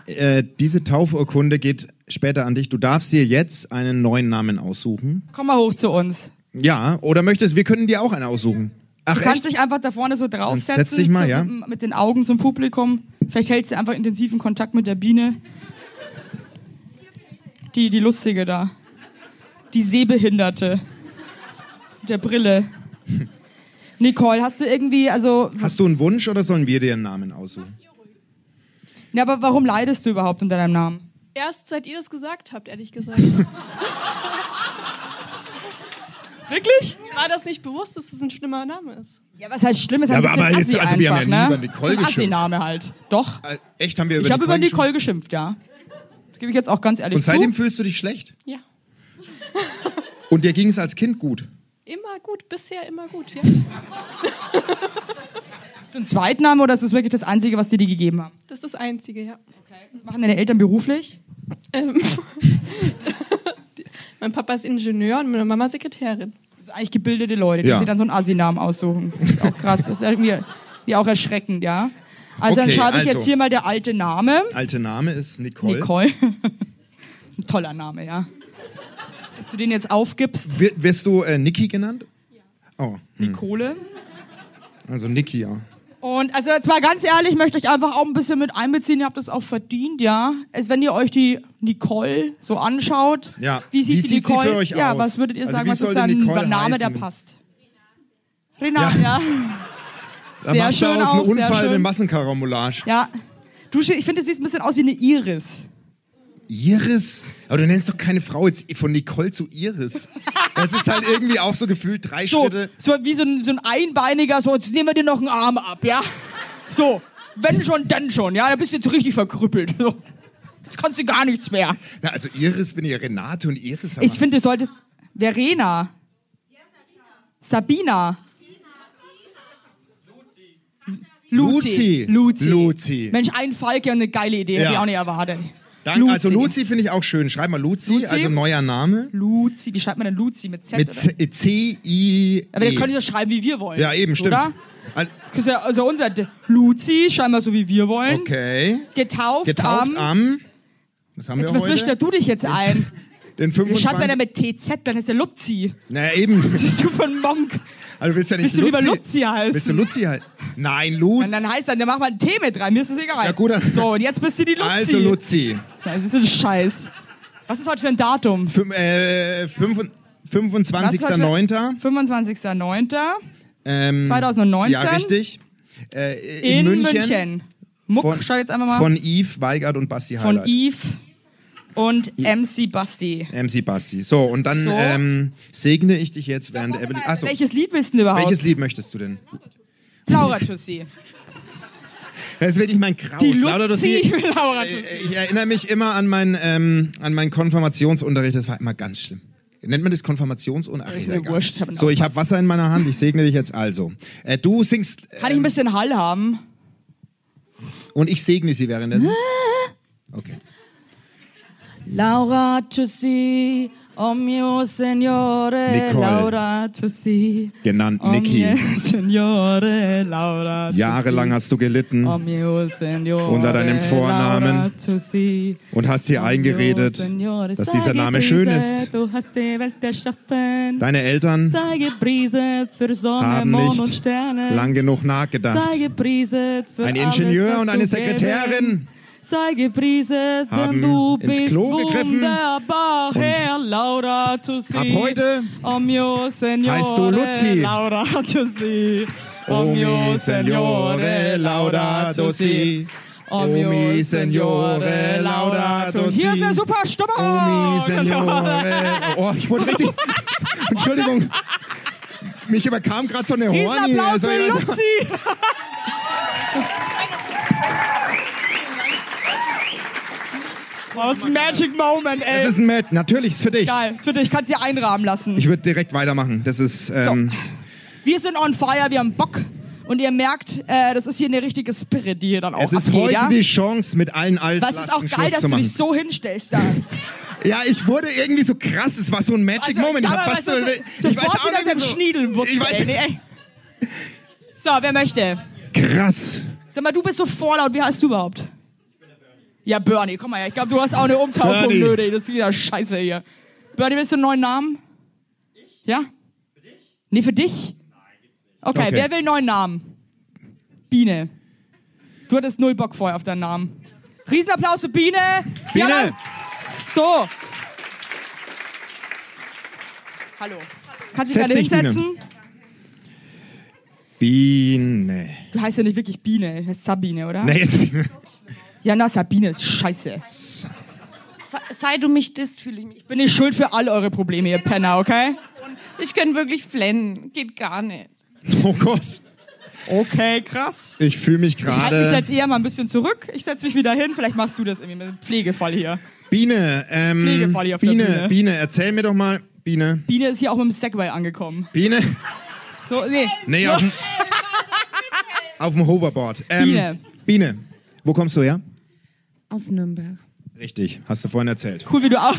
[SPEAKER 1] äh, diese Taufurkunde geht später an dich. Du darfst dir jetzt einen neuen Namen aussuchen.
[SPEAKER 2] Komm mal hoch zu uns.
[SPEAKER 1] Ja, oder möchtest, wir können dir auch einen aussuchen. Ach,
[SPEAKER 2] Du kannst
[SPEAKER 1] echt?
[SPEAKER 2] dich einfach da vorne so draufsetzen.
[SPEAKER 1] setz dich mal,
[SPEAKER 2] so,
[SPEAKER 1] ja.
[SPEAKER 2] Mit, mit den Augen zum Publikum. Vielleicht hältst du einfach intensiven Kontakt mit der Biene. Die, die Lustige da. Die Sehbehinderte. Mit der Brille. Nicole, hast du irgendwie, also,
[SPEAKER 1] Hast du einen Wunsch oder sollen wir dir einen Namen aussuchen?
[SPEAKER 2] na, aber warum leidest du überhaupt unter deinem Namen?
[SPEAKER 7] Erst seit ihr das gesagt habt, ehrlich gesagt.
[SPEAKER 2] Wirklich?
[SPEAKER 7] Mir War das nicht bewusst, dass das ein schlimmer Name ist?
[SPEAKER 2] Ja, was heißt schlimm? Ist halt
[SPEAKER 1] Ja,
[SPEAKER 2] ein
[SPEAKER 1] aber-
[SPEAKER 2] bisschen
[SPEAKER 1] aber jetzt-
[SPEAKER 2] assi
[SPEAKER 1] also wir haben
[SPEAKER 2] einfach,
[SPEAKER 1] ja nie
[SPEAKER 2] ne?
[SPEAKER 1] über Nicole
[SPEAKER 2] So ein
[SPEAKER 1] geschimpft.
[SPEAKER 2] Assi-Name halt. Doch.
[SPEAKER 1] Äh, echt, haben wir über
[SPEAKER 2] Ich habe über
[SPEAKER 1] gesprochen?
[SPEAKER 2] Nicole geschimpft, ja. Das gebe ich jetzt auch ganz ehrlich
[SPEAKER 1] Und seitdem
[SPEAKER 2] zu.
[SPEAKER 1] fühlst du dich schlecht?
[SPEAKER 7] Ja.
[SPEAKER 1] Und dir ging es als Kind gut?
[SPEAKER 7] Immer gut, bisher immer gut, ja.
[SPEAKER 2] Hast du einen Zweitname oder ist das wirklich das Einzige, was dir die gegeben haben?
[SPEAKER 7] Das ist das Einzige, ja.
[SPEAKER 2] Was machen deine Eltern beruflich?
[SPEAKER 7] Ähm. mein Papa ist Ingenieur und meine Mama Sekretärin.
[SPEAKER 2] Das sind Also eigentlich gebildete Leute, die
[SPEAKER 1] Ja.
[SPEAKER 2] sich dann so einen Assi-Namen aussuchen. Das ist auch krass. Das ist irgendwie, irgendwie auch erschreckend, ja. Also dann
[SPEAKER 1] Okay,
[SPEAKER 2] schreibe ich
[SPEAKER 1] also.
[SPEAKER 2] jetzt hier mal der alte Name.
[SPEAKER 1] Alter Name ist Nicole.
[SPEAKER 2] Nicole. Ein toller Name, ja. Dass du den jetzt aufgibst.
[SPEAKER 1] Wir, wirst du äh, Niki genannt? Oh, hm.
[SPEAKER 2] Kohle.
[SPEAKER 1] also Niki, ja.
[SPEAKER 2] Und also jetzt mal ganz ehrlich, möchte ich einfach auch ein bisschen mit einbeziehen. Ihr habt das auch verdient, ja. Also wenn ihr euch die Nicole so anschaut,
[SPEAKER 1] Ja.
[SPEAKER 2] wie sieht
[SPEAKER 1] Wie
[SPEAKER 2] die
[SPEAKER 1] sieht sie
[SPEAKER 2] Nicole?
[SPEAKER 1] für euch
[SPEAKER 2] ja,
[SPEAKER 1] aus?
[SPEAKER 2] was würdet ihr
[SPEAKER 1] Also
[SPEAKER 2] sagen,
[SPEAKER 1] wie
[SPEAKER 2] was ist
[SPEAKER 1] sollte
[SPEAKER 2] dann
[SPEAKER 1] Nicole
[SPEAKER 2] ein Name, der
[SPEAKER 1] heißen?
[SPEAKER 2] passt? Renate,
[SPEAKER 1] Ja.
[SPEAKER 2] ja.
[SPEAKER 1] Da
[SPEAKER 2] Sehr
[SPEAKER 1] machst du
[SPEAKER 2] schön
[SPEAKER 1] aus
[SPEAKER 2] auch,
[SPEAKER 1] einem
[SPEAKER 2] sehr
[SPEAKER 1] Unfall
[SPEAKER 2] schön.
[SPEAKER 1] eine Massenkarambolage.
[SPEAKER 2] Ja. Du, sch- ich finde, du siehst ein bisschen aus wie eine Iris.
[SPEAKER 1] Iris? Aber du nennst doch keine Frau jetzt von Nicole zu Iris. Das ist halt irgendwie auch so gefühlt drei
[SPEAKER 2] So,
[SPEAKER 1] Schritte.
[SPEAKER 2] so wie so ein, so ein Einbeiniger, so jetzt nehmen wir dir noch einen Arm ab, ja? So, wenn schon, dann schon, ja? Da bist du jetzt richtig verkrüppelt. So. Jetzt kannst du gar nichts mehr.
[SPEAKER 1] Na, also Iris bin ja Renate und Iris.
[SPEAKER 2] Ich finde, du solltest. Verena. Sabina. Luzi.
[SPEAKER 1] Luzi.
[SPEAKER 2] Luzi.
[SPEAKER 1] Luzi.
[SPEAKER 2] Mensch, ein Falke und eine geile Idee,
[SPEAKER 1] Ja.
[SPEAKER 2] hätte ich auch nicht erwartet.
[SPEAKER 1] Danke. Also Luzi finde ich auch schön. Schreib mal Luzi,
[SPEAKER 2] Luzi?
[SPEAKER 1] also neuer Name.
[SPEAKER 2] Luzi, wie schreibt man denn Luzi? Mit Z?
[SPEAKER 1] Mit
[SPEAKER 2] oder?
[SPEAKER 1] C- C, I.
[SPEAKER 2] Aber wir
[SPEAKER 1] E.
[SPEAKER 2] können das schreiben, wie wir wollen.
[SPEAKER 1] Ja, eben, stimmt.
[SPEAKER 2] Oder?
[SPEAKER 1] Al-
[SPEAKER 2] Das ist ja also unser D- Luzi, scheinbar so wie wir wollen.
[SPEAKER 1] Okay.
[SPEAKER 2] Getauft,
[SPEAKER 1] Getauft
[SPEAKER 2] am.
[SPEAKER 1] am. Was haben
[SPEAKER 2] Jetzt,
[SPEAKER 1] wir
[SPEAKER 2] was mischt
[SPEAKER 1] heute?
[SPEAKER 2] du dich jetzt ein?
[SPEAKER 1] Den
[SPEAKER 2] Du schreibst ja
[SPEAKER 1] 25.
[SPEAKER 2] mit TZ, dann ist er Luzi.
[SPEAKER 1] Na eben.
[SPEAKER 2] Siehst du von Monk.
[SPEAKER 1] Also willst du ja nicht
[SPEAKER 2] Willst du lieber Luzi heißen?
[SPEAKER 1] Willst du Luzi heißen? Nein, Lu.
[SPEAKER 2] Und dann heißt dann, dann machen wir einen Tee mit rein, mir ist das egal.
[SPEAKER 1] Ja, gut, dann-
[SPEAKER 2] So, und jetzt bist du die Luzi.
[SPEAKER 1] Also Luzi.
[SPEAKER 2] Das ist ein Scheiß. Was ist heute für ein Datum?
[SPEAKER 1] Fün äh, fünfund- 25.09.
[SPEAKER 2] 25.09.
[SPEAKER 1] Ähm,
[SPEAKER 2] 2019?
[SPEAKER 1] Ja, richtig. Äh, in,
[SPEAKER 2] in München.
[SPEAKER 1] München.
[SPEAKER 2] Muck,
[SPEAKER 1] Von-
[SPEAKER 2] schau jetzt einfach mal.
[SPEAKER 1] Von Yves Weigert und Basti
[SPEAKER 2] Von
[SPEAKER 1] Highlight.
[SPEAKER 2] Eve und MC Basti.
[SPEAKER 1] MC Basti. So, und dann
[SPEAKER 2] So.
[SPEAKER 1] Ähm, segne ich dich jetzt während Evelyn. Achso, welches,
[SPEAKER 2] Welches Lied willst du denn überhaupt?
[SPEAKER 1] welches Lied möchtest du denn?
[SPEAKER 2] Laura Tussi.
[SPEAKER 1] Das ist wirklich mein Kraus.
[SPEAKER 2] Die
[SPEAKER 1] Lauter dass
[SPEAKER 2] Luzi
[SPEAKER 1] die-
[SPEAKER 2] mit Laura Tussi.
[SPEAKER 1] Äh, Ich erinnere mich immer an meinen ähm, an meinen Konfirmationsunterricht. Das war immer ganz schlimm. Nennt man das Konfirmationsunterricht?
[SPEAKER 2] Ist mir wurscht, hab ihn
[SPEAKER 1] so, ich habe Wasser in meiner Hand. Ich segne dich jetzt also. Äh, du singst äh,
[SPEAKER 2] Kann ich ein bisschen Hall haben?
[SPEAKER 1] und ich segne sie währenddessen. Okay.
[SPEAKER 2] Laura Tussi, oh mio signore,
[SPEAKER 1] Nicole.
[SPEAKER 2] Laura Tussi.
[SPEAKER 1] Genannt
[SPEAKER 2] Oh
[SPEAKER 1] Niki.
[SPEAKER 2] mio signore, Laura Tussi.
[SPEAKER 1] Jahrelang hast du gelitten
[SPEAKER 2] Oh mio signore,
[SPEAKER 1] Unter deinem Vornamen.
[SPEAKER 2] Laura Tussi.
[SPEAKER 1] und hast dir eingeredet,
[SPEAKER 2] Oh mio signore,
[SPEAKER 1] dass
[SPEAKER 2] sei
[SPEAKER 1] dieser Name schön
[SPEAKER 2] gepriesen,
[SPEAKER 1] ist.
[SPEAKER 2] Du hast die Welt erschaffen.
[SPEAKER 1] Deine Eltern
[SPEAKER 2] Sei gepriesen für Sonne,
[SPEAKER 1] Haben
[SPEAKER 2] Mond
[SPEAKER 1] nicht
[SPEAKER 2] und Sterne.
[SPEAKER 1] lang genug
[SPEAKER 2] Sei
[SPEAKER 1] nachgedacht.
[SPEAKER 2] gepriesen für
[SPEAKER 1] Ein
[SPEAKER 2] alles,
[SPEAKER 1] Ingenieur
[SPEAKER 2] was
[SPEAKER 1] und
[SPEAKER 2] du
[SPEAKER 1] eine Sekretärin.
[SPEAKER 2] gewinnt. Sei gepriesen,
[SPEAKER 1] Haben
[SPEAKER 2] denn du
[SPEAKER 1] ins
[SPEAKER 2] bist
[SPEAKER 1] Klo gegriffen
[SPEAKER 2] wunderbar, Herr Laura Tussi.
[SPEAKER 1] Ab heute
[SPEAKER 2] Oh mio Signore,
[SPEAKER 1] heißt du Luzi.
[SPEAKER 2] Laura Tussi.
[SPEAKER 1] Oh mio Signore, Lauda Tussi. Oh mio Signore, Lauda Tussi.
[SPEAKER 2] Hier ist der Superstummer.
[SPEAKER 1] Oh mio Signore. Oh, ich wurde richtig... Entschuldigung. Mich überkam gerade so eine Horni.
[SPEAKER 2] Riesenapplaus
[SPEAKER 1] Also,
[SPEAKER 2] für
[SPEAKER 1] also,
[SPEAKER 2] Luzi. Wow, das ist ein Magic Moment, ey.
[SPEAKER 1] es ist ein Match. Natürlich, ist für dich.
[SPEAKER 2] Geil, das wird, ich kann es dir einrahmen lassen.
[SPEAKER 1] Ich würde direkt weitermachen. Das ist... Ähm,
[SPEAKER 2] wir sind on fire, wir haben Bock. Und ihr merkt, äh, das ist hier eine richtige Spirit, die hier dann auch
[SPEAKER 1] Es ist
[SPEAKER 2] abgeht,
[SPEAKER 1] heute
[SPEAKER 2] ja?
[SPEAKER 1] die Chance, mit allen alten
[SPEAKER 2] Was ist auch geil,
[SPEAKER 1] Schluss
[SPEAKER 2] dass
[SPEAKER 1] zu
[SPEAKER 2] du
[SPEAKER 1] machen.
[SPEAKER 2] dich so hinstellst da.
[SPEAKER 1] Ja, ich wurde irgendwie so krass. Es war so ein Magic
[SPEAKER 2] Also,
[SPEAKER 1] Moment.
[SPEAKER 2] ja,
[SPEAKER 1] ich hab
[SPEAKER 2] aber
[SPEAKER 1] fast
[SPEAKER 2] weißt
[SPEAKER 1] so,
[SPEAKER 2] du, so-
[SPEAKER 1] ich weiß
[SPEAKER 2] sofort
[SPEAKER 1] auch
[SPEAKER 2] wieder
[SPEAKER 1] irgendwie
[SPEAKER 2] mit dem
[SPEAKER 1] so-
[SPEAKER 2] Schniedel
[SPEAKER 1] Ich
[SPEAKER 2] wupsen, ey,
[SPEAKER 1] weiß,
[SPEAKER 2] nee, ey. So, wer möchte?
[SPEAKER 1] krass.
[SPEAKER 2] Sag mal, du bist so vorlaut, wie heißt du überhaupt? Ja, Bernie, komm mal her. Ich glaube, du hast auch eine Umtaufung
[SPEAKER 1] Bernie.
[SPEAKER 2] nötig. Das ist wieder scheiße hier. Bernie, willst du einen neuen Namen? Ich? Ja? Für dich? Nee, für dich? Okay,
[SPEAKER 1] Okay.
[SPEAKER 2] wer will einen neuen Namen? Biene. Du hattest null Bock vorher auf deinen Namen. Riesenapplaus für Biene.
[SPEAKER 1] Biene.
[SPEAKER 2] Mann. so. Hallo.
[SPEAKER 1] Setz
[SPEAKER 2] Kannst du dich gerne
[SPEAKER 1] dich, Biene.
[SPEAKER 2] hinsetzen?
[SPEAKER 1] Biene.
[SPEAKER 2] Du heißt ja nicht wirklich Biene, du heißt Sabine, oder?
[SPEAKER 1] Na, jetzt,
[SPEAKER 2] Ja, na, Sabine ist scheiße.
[SPEAKER 8] Sei du mich disst, fühle ich mich.
[SPEAKER 2] bin ich schuld für all eure Probleme, ihr Penner, okay?
[SPEAKER 8] Ich kann wirklich flennen. Geht gar nicht.
[SPEAKER 1] oh Gott.
[SPEAKER 2] Okay, krass.
[SPEAKER 1] Ich fühle mich
[SPEAKER 2] Ich halte mich
[SPEAKER 1] gerade.
[SPEAKER 2] jetzt eher mal ein bisschen zurück. Ich setze mich wieder hin. Vielleicht machst du das irgendwie mit dem Pflegefall hier.
[SPEAKER 1] Biene, ähm,
[SPEAKER 2] Pflegefall hier auf der
[SPEAKER 1] Biene,
[SPEAKER 2] Bühne.
[SPEAKER 1] Biene, erzähl mir doch mal. Biene,
[SPEAKER 2] Biene ist hier auch mit dem Segway angekommen.
[SPEAKER 1] Biene.
[SPEAKER 2] So, nee.
[SPEAKER 1] Nee, auf dem, auf dem Hoverboard. Ähm,
[SPEAKER 2] Biene.
[SPEAKER 1] Biene, wo kommst du her?
[SPEAKER 8] Aus Nürnberg.
[SPEAKER 1] Richtig, hast du vorhin erzählt.
[SPEAKER 2] Cool, wie du auch.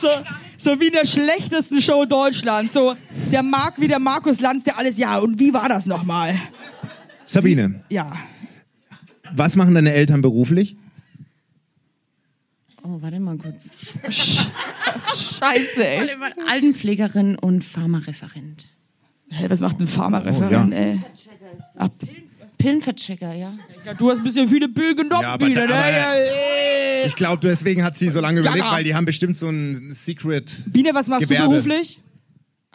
[SPEAKER 2] so, so wie in der schlechtesten Show Deutschlands. So der Marc wie der Markus Lanz, der alles, ja, und wie war das nochmal?
[SPEAKER 1] Sabine,
[SPEAKER 2] Ja.
[SPEAKER 1] was machen deine Eltern beruflich?
[SPEAKER 8] Oh, warte mal kurz. Scheiße, ey. Warte mal. Altenpflegerin und Pharmareferent.
[SPEAKER 2] Hä, was macht ein Pharmareferent,
[SPEAKER 1] Oh, ja.
[SPEAKER 2] ey? Ab.
[SPEAKER 8] Pillenverchecker, ja.
[SPEAKER 2] Du hast ein bisschen viele Pillen genommen,
[SPEAKER 1] Ja, aber-
[SPEAKER 2] Biene, ne?
[SPEAKER 1] aber-
[SPEAKER 2] Ja, ja.
[SPEAKER 1] Ich glaube, deswegen hat sie so lange überlegt,
[SPEAKER 2] Gaga.
[SPEAKER 1] weil die haben bestimmt so ein Secret.
[SPEAKER 2] Biene, was machst
[SPEAKER 1] Gewerbe.
[SPEAKER 2] du beruflich?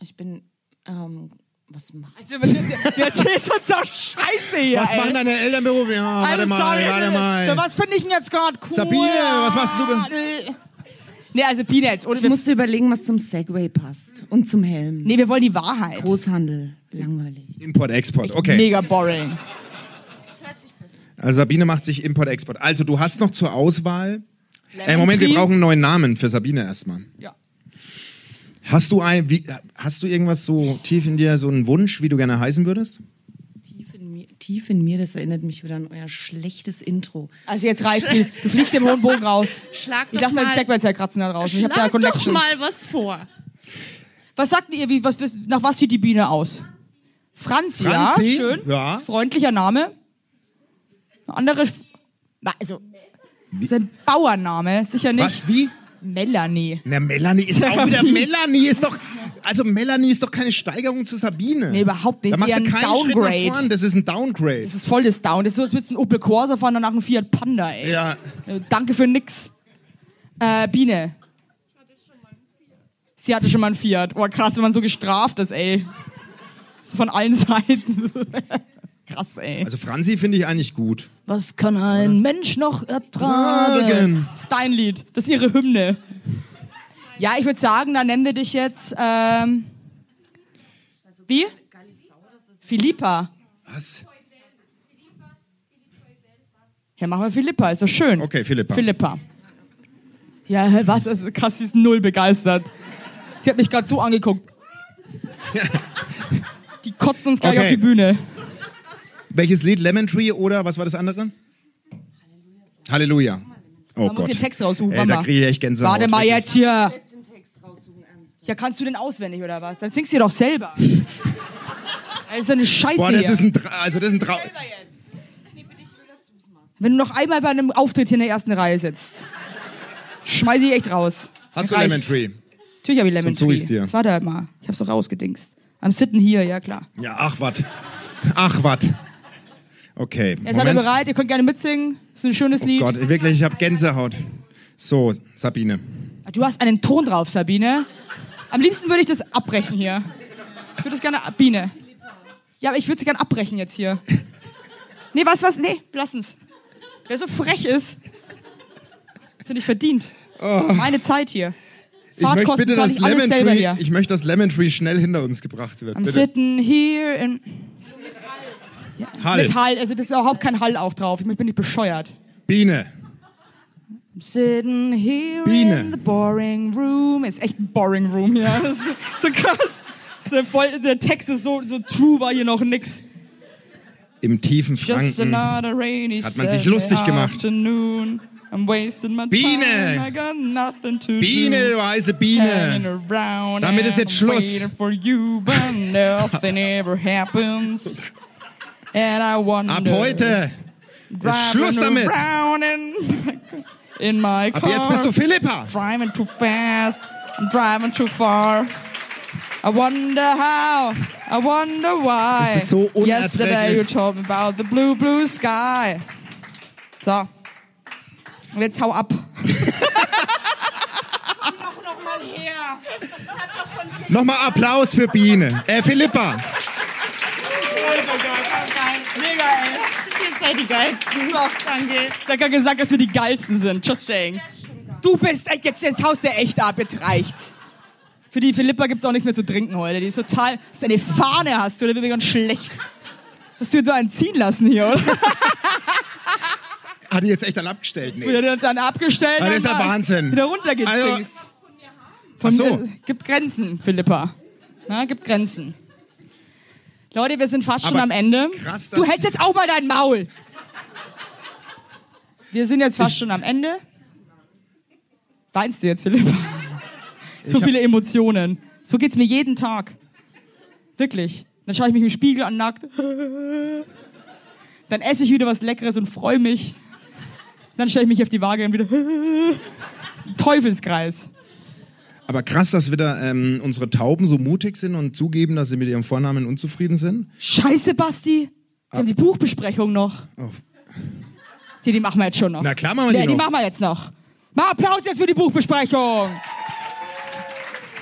[SPEAKER 8] Ich bin, ähm, was mach ich?
[SPEAKER 2] Du erzählst uns doch Scheiße hier.
[SPEAKER 1] Was
[SPEAKER 2] ey.
[SPEAKER 1] machen deine Eltern beruflich? Ja, warte
[SPEAKER 2] Also,
[SPEAKER 1] mal,
[SPEAKER 2] sorry,
[SPEAKER 1] warte
[SPEAKER 2] äh, So,
[SPEAKER 1] mal.
[SPEAKER 2] was finde ich denn jetzt gerade cool?
[SPEAKER 1] Sabine, was machst du be-
[SPEAKER 2] Äh, Nee, also Biene jetzt. Ohne
[SPEAKER 8] Ich musste überlegen, was zum Segway passt. Und zum Helm.
[SPEAKER 2] nee, wir wollen die Wahrheit.
[SPEAKER 8] Großhandel. Langweilig.
[SPEAKER 1] Import, Export, okay.
[SPEAKER 2] Mega boring.
[SPEAKER 1] Also Sabine macht sich Import, Export. Also du hast noch zur Auswahl. Äh, Moment, wir
[SPEAKER 2] Tree.
[SPEAKER 1] brauchen einen neuen Namen für Sabine erstmal.
[SPEAKER 2] Ja.
[SPEAKER 1] Hast du ein, wie, hast du irgendwas so tief in dir, so einen Wunsch, wie du gerne heißen würdest?
[SPEAKER 8] Tief in, mir, tief in mir, das erinnert mich wieder an euer schlechtes Intro.
[SPEAKER 2] Also jetzt reizt mich. Du fliegst den hohen Bogen raus.
[SPEAKER 8] Schlag
[SPEAKER 2] Ich lasse deinen Segway zerkratzen da
[SPEAKER 8] Also
[SPEAKER 2] draußen. Ich hab da Connections.
[SPEAKER 8] was vor.
[SPEAKER 2] Was sagt ihr, wie, was, nach was sieht die Biene aus? Franzi,
[SPEAKER 1] Franzi?
[SPEAKER 2] ja, schön.
[SPEAKER 1] Ja.
[SPEAKER 2] Freundlicher Name. Eine andere. F- Na, Also, Das ist ein Bauername, sicher nicht.
[SPEAKER 1] Was, wie?
[SPEAKER 2] Melanie.
[SPEAKER 1] Na, Melanie ist auch wieder. Melanie ist doch. Also, Melanie ist doch keine Steigerung zu Sabine.
[SPEAKER 2] Nee, überhaupt nicht.
[SPEAKER 1] Da machst
[SPEAKER 2] Ist
[SPEAKER 1] du
[SPEAKER 2] eher ein
[SPEAKER 1] keinen Schritt nach
[SPEAKER 2] Downgrade.
[SPEAKER 1] vorn. Das ist ein Downgrade.
[SPEAKER 2] Das ist voll das Down. Das ist so, als würdest du einen Opel Corsa fahren und nach einem Fiat Panda, ey.
[SPEAKER 1] Ja.
[SPEAKER 2] Äh, Danke für nix. Äh, Biene. Sie hatte schon mal einen Fiat. Oh, krass, wenn man so gestraft ist, ey. So von allen Seiten. krass, ey.
[SPEAKER 1] Also, Franzi finde ich eigentlich gut.
[SPEAKER 2] Was kann ein Mensch noch ertragen?
[SPEAKER 1] Tragen.
[SPEAKER 2] Das ist dein Lied. Das ist ihre Hymne. Ja, ich würde sagen, dann nennen wir dich jetzt. Ähm, wie? Philippa.
[SPEAKER 1] Was?
[SPEAKER 2] Ja, machen wir Philippa, ist doch schön.
[SPEAKER 1] Okay, Philippa.
[SPEAKER 2] Philippa. Ja, hä, was? Also, krass, sie ist null begeistert. Sie hat mich gerade so angeguckt. Die kotzen uns gleich
[SPEAKER 1] Okay. Oh
[SPEAKER 2] auf die Bühne.
[SPEAKER 1] Welches Lied? Lemon Tree oder was war das andere? Halleluja. Oh
[SPEAKER 2] Man muss
[SPEAKER 1] Gott.
[SPEAKER 2] den Text raussuchen.
[SPEAKER 1] Ey, da
[SPEAKER 2] Mama.
[SPEAKER 1] kriege ich echt Gänsehaut.
[SPEAKER 2] Warte mal jetzt hier. Ja, kannst du den auswendig oder was? Dann singst du dir doch selber. Das ist doch eine Scheiße
[SPEAKER 1] Boah, das
[SPEAKER 2] hier.
[SPEAKER 1] ist ein, Dra- also das ist ein Traum.
[SPEAKER 2] Wenn du noch einmal bei einem Auftritt hier in der ersten Reihe sitzt, schmeiß ich echt raus.
[SPEAKER 1] Hast du
[SPEAKER 2] Reicht's.
[SPEAKER 1] Lemon Tree?
[SPEAKER 2] Natürlich habe ich Lemon
[SPEAKER 1] Sonst such
[SPEAKER 2] Tree.
[SPEAKER 1] ich's dir.
[SPEAKER 2] Das war da mal. Ich hab's doch rausgedingst. Am Sitten hier, ja klar.
[SPEAKER 1] Ja, ach wat. Ach wat. Okay.
[SPEAKER 2] Ja, seid ihr bereit? Ihr könnt gerne mitsingen. Ist ein schönes
[SPEAKER 1] Oh
[SPEAKER 2] Lied.
[SPEAKER 1] Gott, wirklich, ich habe Gänsehaut. So, Sabine.
[SPEAKER 2] Du hast einen Ton drauf, Sabine. Am liebsten würde ich das abbrechen hier. Ich würde das gerne ab- Biene. Ja, aber ich würde sie gerne abbrechen jetzt hier. Nee, was, was? Nee, lass uns. Wer so frech ist, ist ja nicht verdient.
[SPEAKER 1] Oh.
[SPEAKER 2] Meine Zeit hier.
[SPEAKER 1] Ich möchte bitte,
[SPEAKER 2] zahle
[SPEAKER 1] dass
[SPEAKER 2] ich alles
[SPEAKER 1] Lemon
[SPEAKER 2] selber
[SPEAKER 1] Tree,
[SPEAKER 2] hier.
[SPEAKER 1] ich möchte, dass Lemon Tree schnell hinter uns gebracht wird.
[SPEAKER 2] I'm
[SPEAKER 1] Bitte.
[SPEAKER 2] sitting here in.
[SPEAKER 1] Hall.
[SPEAKER 2] Mit Hall, also das ist überhaupt kein Hall auch drauf. Ich bin nicht bescheuert.
[SPEAKER 1] Biene.
[SPEAKER 2] Sitting here
[SPEAKER 1] Biene.
[SPEAKER 2] in the boring room. Ist echt ein boring room hier. Das ist so krass. So voll, der Text ist so, so true, war hier noch nix.
[SPEAKER 1] Im tiefen
[SPEAKER 2] Just
[SPEAKER 1] Franken.
[SPEAKER 2] another rainy
[SPEAKER 1] mm. Hat man sich lustig
[SPEAKER 2] Saturday
[SPEAKER 1] gemacht.
[SPEAKER 2] Afternoon. I'm wasting my
[SPEAKER 1] Biene.
[SPEAKER 2] time. I got nothing to
[SPEAKER 1] Biene,
[SPEAKER 2] do.
[SPEAKER 1] du heiße
[SPEAKER 2] Hanging
[SPEAKER 1] Biene.
[SPEAKER 2] around
[SPEAKER 1] Damit ist
[SPEAKER 2] and
[SPEAKER 1] jetzt
[SPEAKER 2] I'm
[SPEAKER 1] Schluss.
[SPEAKER 2] waiting For you, but nothing ever happens. And I wonder
[SPEAKER 1] Ab heute. Ist Schluss damit.
[SPEAKER 2] around in, in my
[SPEAKER 1] Ab
[SPEAKER 2] car.
[SPEAKER 1] jetzt bist du Philippa.
[SPEAKER 2] driving too fast. I'm driving too far. I wonder how. I wonder why.
[SPEAKER 1] Das ist so
[SPEAKER 2] Yesterday
[SPEAKER 1] unerträglich.
[SPEAKER 2] you told me about the blue, blue sky. So. Und jetzt hau ab.
[SPEAKER 1] Nochmal Applaus für Biene. Äh, Philippa.
[SPEAKER 2] Mega, ey. Ihr seid die Geilsten. So, danke. Ich hab ja gesagt, dass wir die Geilsten sind. Just saying. Du bist echt, jetzt, jetzt haust der echt ab. Jetzt reicht's. Für die Philippa gibt's auch nichts mehr zu trinken heute. Die ist total, dass du eine Fahne hast, oder? Wird mir ganz schlecht. Hast du dir da einen ziehen lassen hier, oder?
[SPEAKER 1] Hat die jetzt echt dann abgestellt? Nee.
[SPEAKER 2] Wir haben uns dann abgestellt.
[SPEAKER 1] Ah, das ist
[SPEAKER 2] und
[SPEAKER 1] ja
[SPEAKER 2] dann
[SPEAKER 1] Wahnsinn.
[SPEAKER 2] Wieder runtergeht.
[SPEAKER 1] Also- Ach
[SPEAKER 2] von
[SPEAKER 1] so.
[SPEAKER 2] äh, gibt Grenzen, Philippa. Na, gibt Grenzen. Leute, wir sind fast schon
[SPEAKER 1] Aber
[SPEAKER 2] am Ende.
[SPEAKER 1] krass, dass
[SPEAKER 2] du hältst jetzt auch mal dein Maul. Wir sind jetzt fast schon am Ende. Weinst du jetzt, Philippa? So viele Emotionen. So geht's mir jeden Tag. Wirklich. Dann schaue ich mich im Spiegel an, nackt. Dann esse ich wieder was Leckeres und freue mich. Dann stelle ich mich auf die Waage und wieder. Teufelskreis.
[SPEAKER 1] Aber krass, dass wieder ähm, unsere Tauben so mutig sind und zugeben, dass sie mit ihrem Vornamen unzufrieden sind.
[SPEAKER 2] Scheiße, Basti. Wir haben die Buchbesprechung noch.
[SPEAKER 1] Ah. Oh.
[SPEAKER 2] Die, die machen wir jetzt schon noch.
[SPEAKER 1] Na klar machen wir die
[SPEAKER 2] Ja,
[SPEAKER 1] noch.
[SPEAKER 2] machen wir jetzt noch. Mal Applaus jetzt für die Buchbesprechung.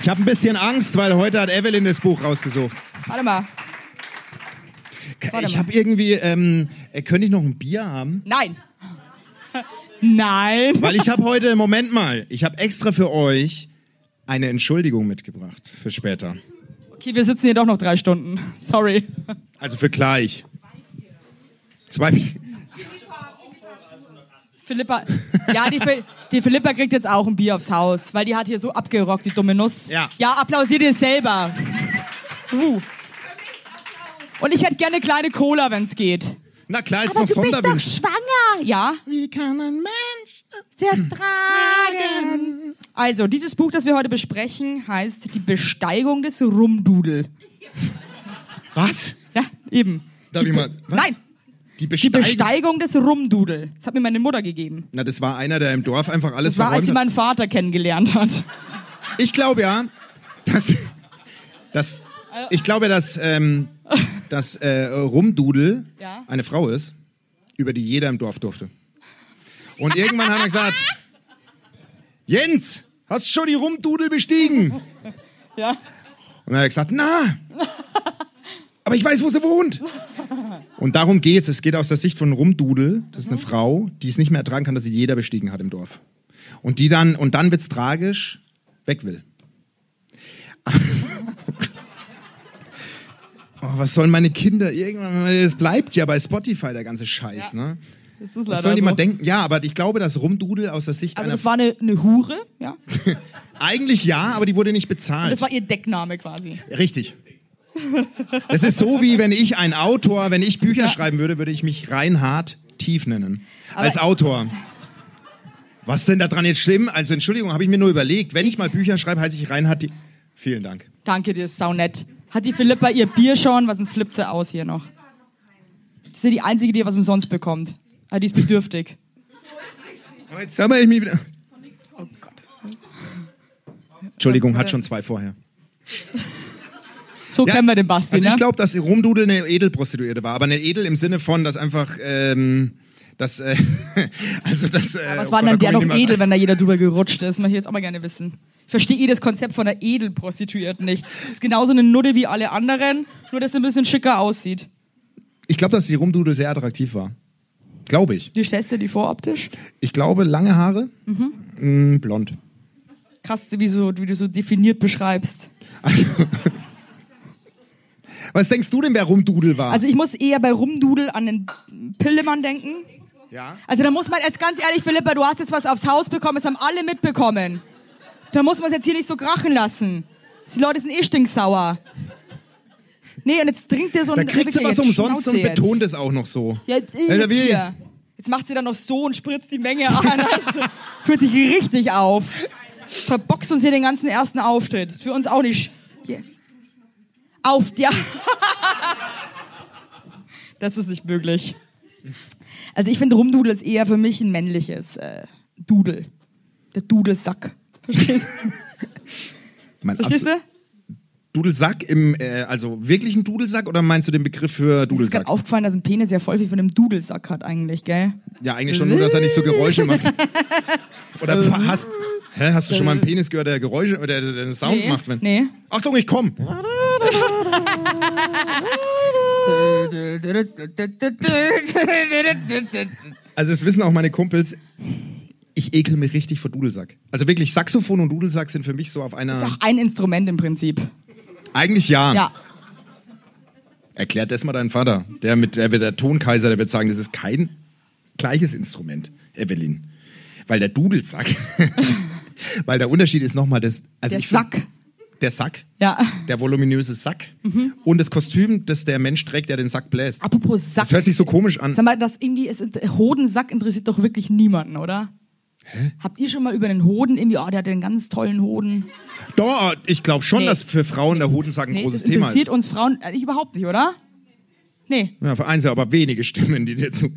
[SPEAKER 1] Ich habe ein bisschen Angst, weil heute hat Evelyn das Buch rausgesucht.
[SPEAKER 2] Warte mal. Warte
[SPEAKER 1] Ich
[SPEAKER 2] mal.
[SPEAKER 1] habe irgendwie, ähm, äh, könnte ich noch ein Bier haben?
[SPEAKER 2] Nein. Nein.
[SPEAKER 1] Weil ich habe heute, Moment mal, ich habe extra für euch eine Entschuldigung mitgebracht für später.
[SPEAKER 2] Okay, wir sitzen hier doch noch drei Stunden. Sorry.
[SPEAKER 1] Also für gleich. Zwei Bier.
[SPEAKER 2] Philippa. Ja, die, Phil- die Philippa kriegt jetzt auch ein Bier aufs Haus, weil die hat hier so abgerockt, die dumme Nuss.
[SPEAKER 1] Ja.
[SPEAKER 2] Ja, applausiert ihr selber. Uh. Und ich hätte gerne kleine Cola, wenn's geht.
[SPEAKER 1] Na klar, jetzt noch Sonderwünsche.
[SPEAKER 2] schwanger. Ja.
[SPEAKER 1] Wie kann ein Mensch...
[SPEAKER 2] Zertragen. Also, dieses Buch, das wir heute besprechen, heißt Die Besteigung des Rumdudel.
[SPEAKER 1] Was?
[SPEAKER 2] Ja, eben.
[SPEAKER 1] Darf ich mal... Was?
[SPEAKER 2] Nein!
[SPEAKER 1] Die
[SPEAKER 2] Die
[SPEAKER 1] Besteigung.
[SPEAKER 2] Besteigung des Rumdudel. Das hat mir meine Mutter gegeben.
[SPEAKER 1] Na, das war einer, der im Dorf einfach alles
[SPEAKER 2] Das war, als
[SPEAKER 1] verräumt
[SPEAKER 2] sie
[SPEAKER 1] hat.
[SPEAKER 2] meinen Vater kennengelernt hat.
[SPEAKER 1] Ich glaube ja, dass, dass ich glaube, dass, ähm, dass äh, Rumdudel
[SPEAKER 2] Ja.
[SPEAKER 1] eine Frau ist, über die jeder im Dorf durfte. Und irgendwann hat er gesagt, Jens, hast schon die Rumdudel bestiegen?
[SPEAKER 2] Ja.
[SPEAKER 1] Und dann hat er gesagt, na, aber ich weiß, wo sie wohnt. Und darum geht's. Es geht aus der Sicht von Rumdudel. Das ist
[SPEAKER 2] Mhm.
[SPEAKER 1] eine Frau, die es nicht mehr ertragen kann, dass sie jeder bestiegen hat im Dorf. Und die dann, und dann wird's tragisch, weg will. oh, was sollen meine Kinder irgendwann, es bleibt ja bei Spotify der ganze Scheiß, ne?
[SPEAKER 2] Das ist
[SPEAKER 1] Was
[SPEAKER 2] leider
[SPEAKER 1] sollen die
[SPEAKER 2] so.
[SPEAKER 1] mal denken? Ja, aber ich glaube, dass Rumdudel aus der Sicht
[SPEAKER 2] Also
[SPEAKER 1] einer
[SPEAKER 2] das war eine, eine Hure, ja.
[SPEAKER 1] Eigentlich ja, aber die wurde nicht bezahlt.
[SPEAKER 2] Das war ihr Deckname quasi.
[SPEAKER 1] Richtig. Das ist so wie wenn ich ein Autor, wenn ich Bücher schreiben würde, würde ich mich Reinhard Tief nennen. als Autor. Was denn daran jetzt schlimm? Also Entschuldigung, habe ich mir nur überlegt, wenn ich mal Bücher schreibe, heiße ich Reinhard Tief. Vielen Dank.
[SPEAKER 2] Danke dir, ist saunett. Hat die Philippa ihr Bier schon? Was sonst flippt sie aus hier noch? Das ist ja die einzige, die was umsonst bekommt. Ah, die ist bedürftig.
[SPEAKER 1] Oh, Jetzt sammle ich mich wieder. Entschuldigung, hat schon zwei vorher.
[SPEAKER 2] So
[SPEAKER 1] Ja,
[SPEAKER 2] kennen wir den Basti,
[SPEAKER 1] Also ich
[SPEAKER 2] ne?
[SPEAKER 1] glaube, dass Rumdudel eine Edelprostituierte war, aber eine Edel im Sinne von, dass einfach, ähm, dass, äh, also das. Äh,
[SPEAKER 2] Was
[SPEAKER 1] oh
[SPEAKER 2] war
[SPEAKER 1] Gott,
[SPEAKER 2] denn
[SPEAKER 1] da komm
[SPEAKER 2] der noch
[SPEAKER 1] ich nicht mehr-
[SPEAKER 2] edel, wenn da jeder drüber gerutscht ist? Möchte ich jetzt auch mal gerne wissen. Ich verstehe eh das Konzept von einer Edelprostituierten nicht. Ist genauso eine Nudde wie alle anderen, nur dass sie ein bisschen schicker aussieht.
[SPEAKER 1] Ich glaube, dass die Rumdudel sehr attraktiv war. Glaube ich.
[SPEAKER 2] Wie stellst du dir die vor optisch?
[SPEAKER 1] Ich glaube, lange Haare,
[SPEAKER 2] Mhm.
[SPEAKER 1] mm, blond.
[SPEAKER 2] Krass, wie, so, wie du so definiert beschreibst.
[SPEAKER 1] Was denkst du denn, wer Rumdudel war?
[SPEAKER 2] Also ich muss eher bei Rumdudel an den Pillemann denken.
[SPEAKER 1] ja.
[SPEAKER 2] Also da muss man jetzt ganz ehrlich, Philippa, du hast jetzt was aufs Haus bekommen, das haben alle mitbekommen. Da muss man es jetzt hier nicht so krachen lassen. Die Leute sind eh stinksauer. Nee, und jetzt trinkt ihr so
[SPEAKER 1] Da
[SPEAKER 2] ein...
[SPEAKER 1] kriegt sie
[SPEAKER 2] Rebecca,
[SPEAKER 1] was
[SPEAKER 2] jetzt
[SPEAKER 1] umsonst
[SPEAKER 2] schnauze
[SPEAKER 1] und
[SPEAKER 2] jetzt.
[SPEAKER 1] betont es auch noch so.
[SPEAKER 2] Ja,
[SPEAKER 1] Also
[SPEAKER 2] jetzt,
[SPEAKER 1] wie-
[SPEAKER 2] hier. jetzt macht sie dann noch so und spritzt die Menge an. Also, führt sich richtig auf. Verboxt uns hier den ganzen ersten Auftritt. Ist für uns auch nicht. Hier. Auf, ja. Das ist nicht möglich. Also ich finde Rumdudel ist eher für mich ein männliches äh, Dudel. Der Dudelsack. Verstehst
[SPEAKER 1] Mein
[SPEAKER 2] Verstehst
[SPEAKER 1] absolut-
[SPEAKER 2] du?
[SPEAKER 1] Dudelsack im, äh, also wirklich ein Dudelsack oder meinst du den Begriff für
[SPEAKER 2] Mir Ist gerade
[SPEAKER 1] Dudelsack?
[SPEAKER 2] aufgefallen, dass ein Penis ja voll viel von einem Dudelsack hat eigentlich, gell?
[SPEAKER 1] Ja, eigentlich schon nur, dass er nicht so Geräusche macht. Oder pf-
[SPEAKER 2] Ähm.
[SPEAKER 1] hast, hä, hast du schon mal einen Penis gehört, der Geräusche oder der, der einen Sound
[SPEAKER 2] Äh. Nee,
[SPEAKER 1] macht? Wenn,
[SPEAKER 2] nee.
[SPEAKER 1] Achtung, ich komm! Also es wissen auch meine Kumpels, ich ekel mich richtig vor Dudelsack. Also wirklich, Saxophon und Dudelsack sind für mich so auf
[SPEAKER 2] Ist
[SPEAKER 1] einer...
[SPEAKER 2] auch ein Instrument im Prinzip.
[SPEAKER 1] Eigentlich ja.
[SPEAKER 2] Ja.
[SPEAKER 1] Erklärt das mal deinen Vater. Der, mit, der, wird der Tonkaiser, der wird sagen, das ist kein gleiches Instrument, Evelyn. Weil der Dudelsack... Weil der Unterschied ist nochmal das... Also
[SPEAKER 2] Der
[SPEAKER 1] ich find-
[SPEAKER 2] Sack.
[SPEAKER 1] Der Sack.
[SPEAKER 2] Ja.
[SPEAKER 1] Der voluminöse Sack.
[SPEAKER 2] Mhm.
[SPEAKER 1] Und das Kostüm, das der Mensch trägt, der den Sack bläst.
[SPEAKER 2] Apropos Sack.
[SPEAKER 1] Das hört sich so komisch an.
[SPEAKER 2] Sag mal, das irgendwie ist, Hodensack interessiert doch wirklich niemanden, oder? Hä? Habt ihr schon mal über den Hoden irgendwie, oh, der hat den ganz tollen Hoden.
[SPEAKER 1] Doch, ich glaube schon,
[SPEAKER 2] Nee.
[SPEAKER 1] dass für Frauen der Hodensack ein großes
[SPEAKER 2] das
[SPEAKER 1] Thema
[SPEAKER 2] interessiert
[SPEAKER 1] ist.
[SPEAKER 2] uns Frauen eigentlich überhaupt nicht, oder? Nee.
[SPEAKER 1] Ja, vereinzelt aber wenige Stimmen, die dir zu.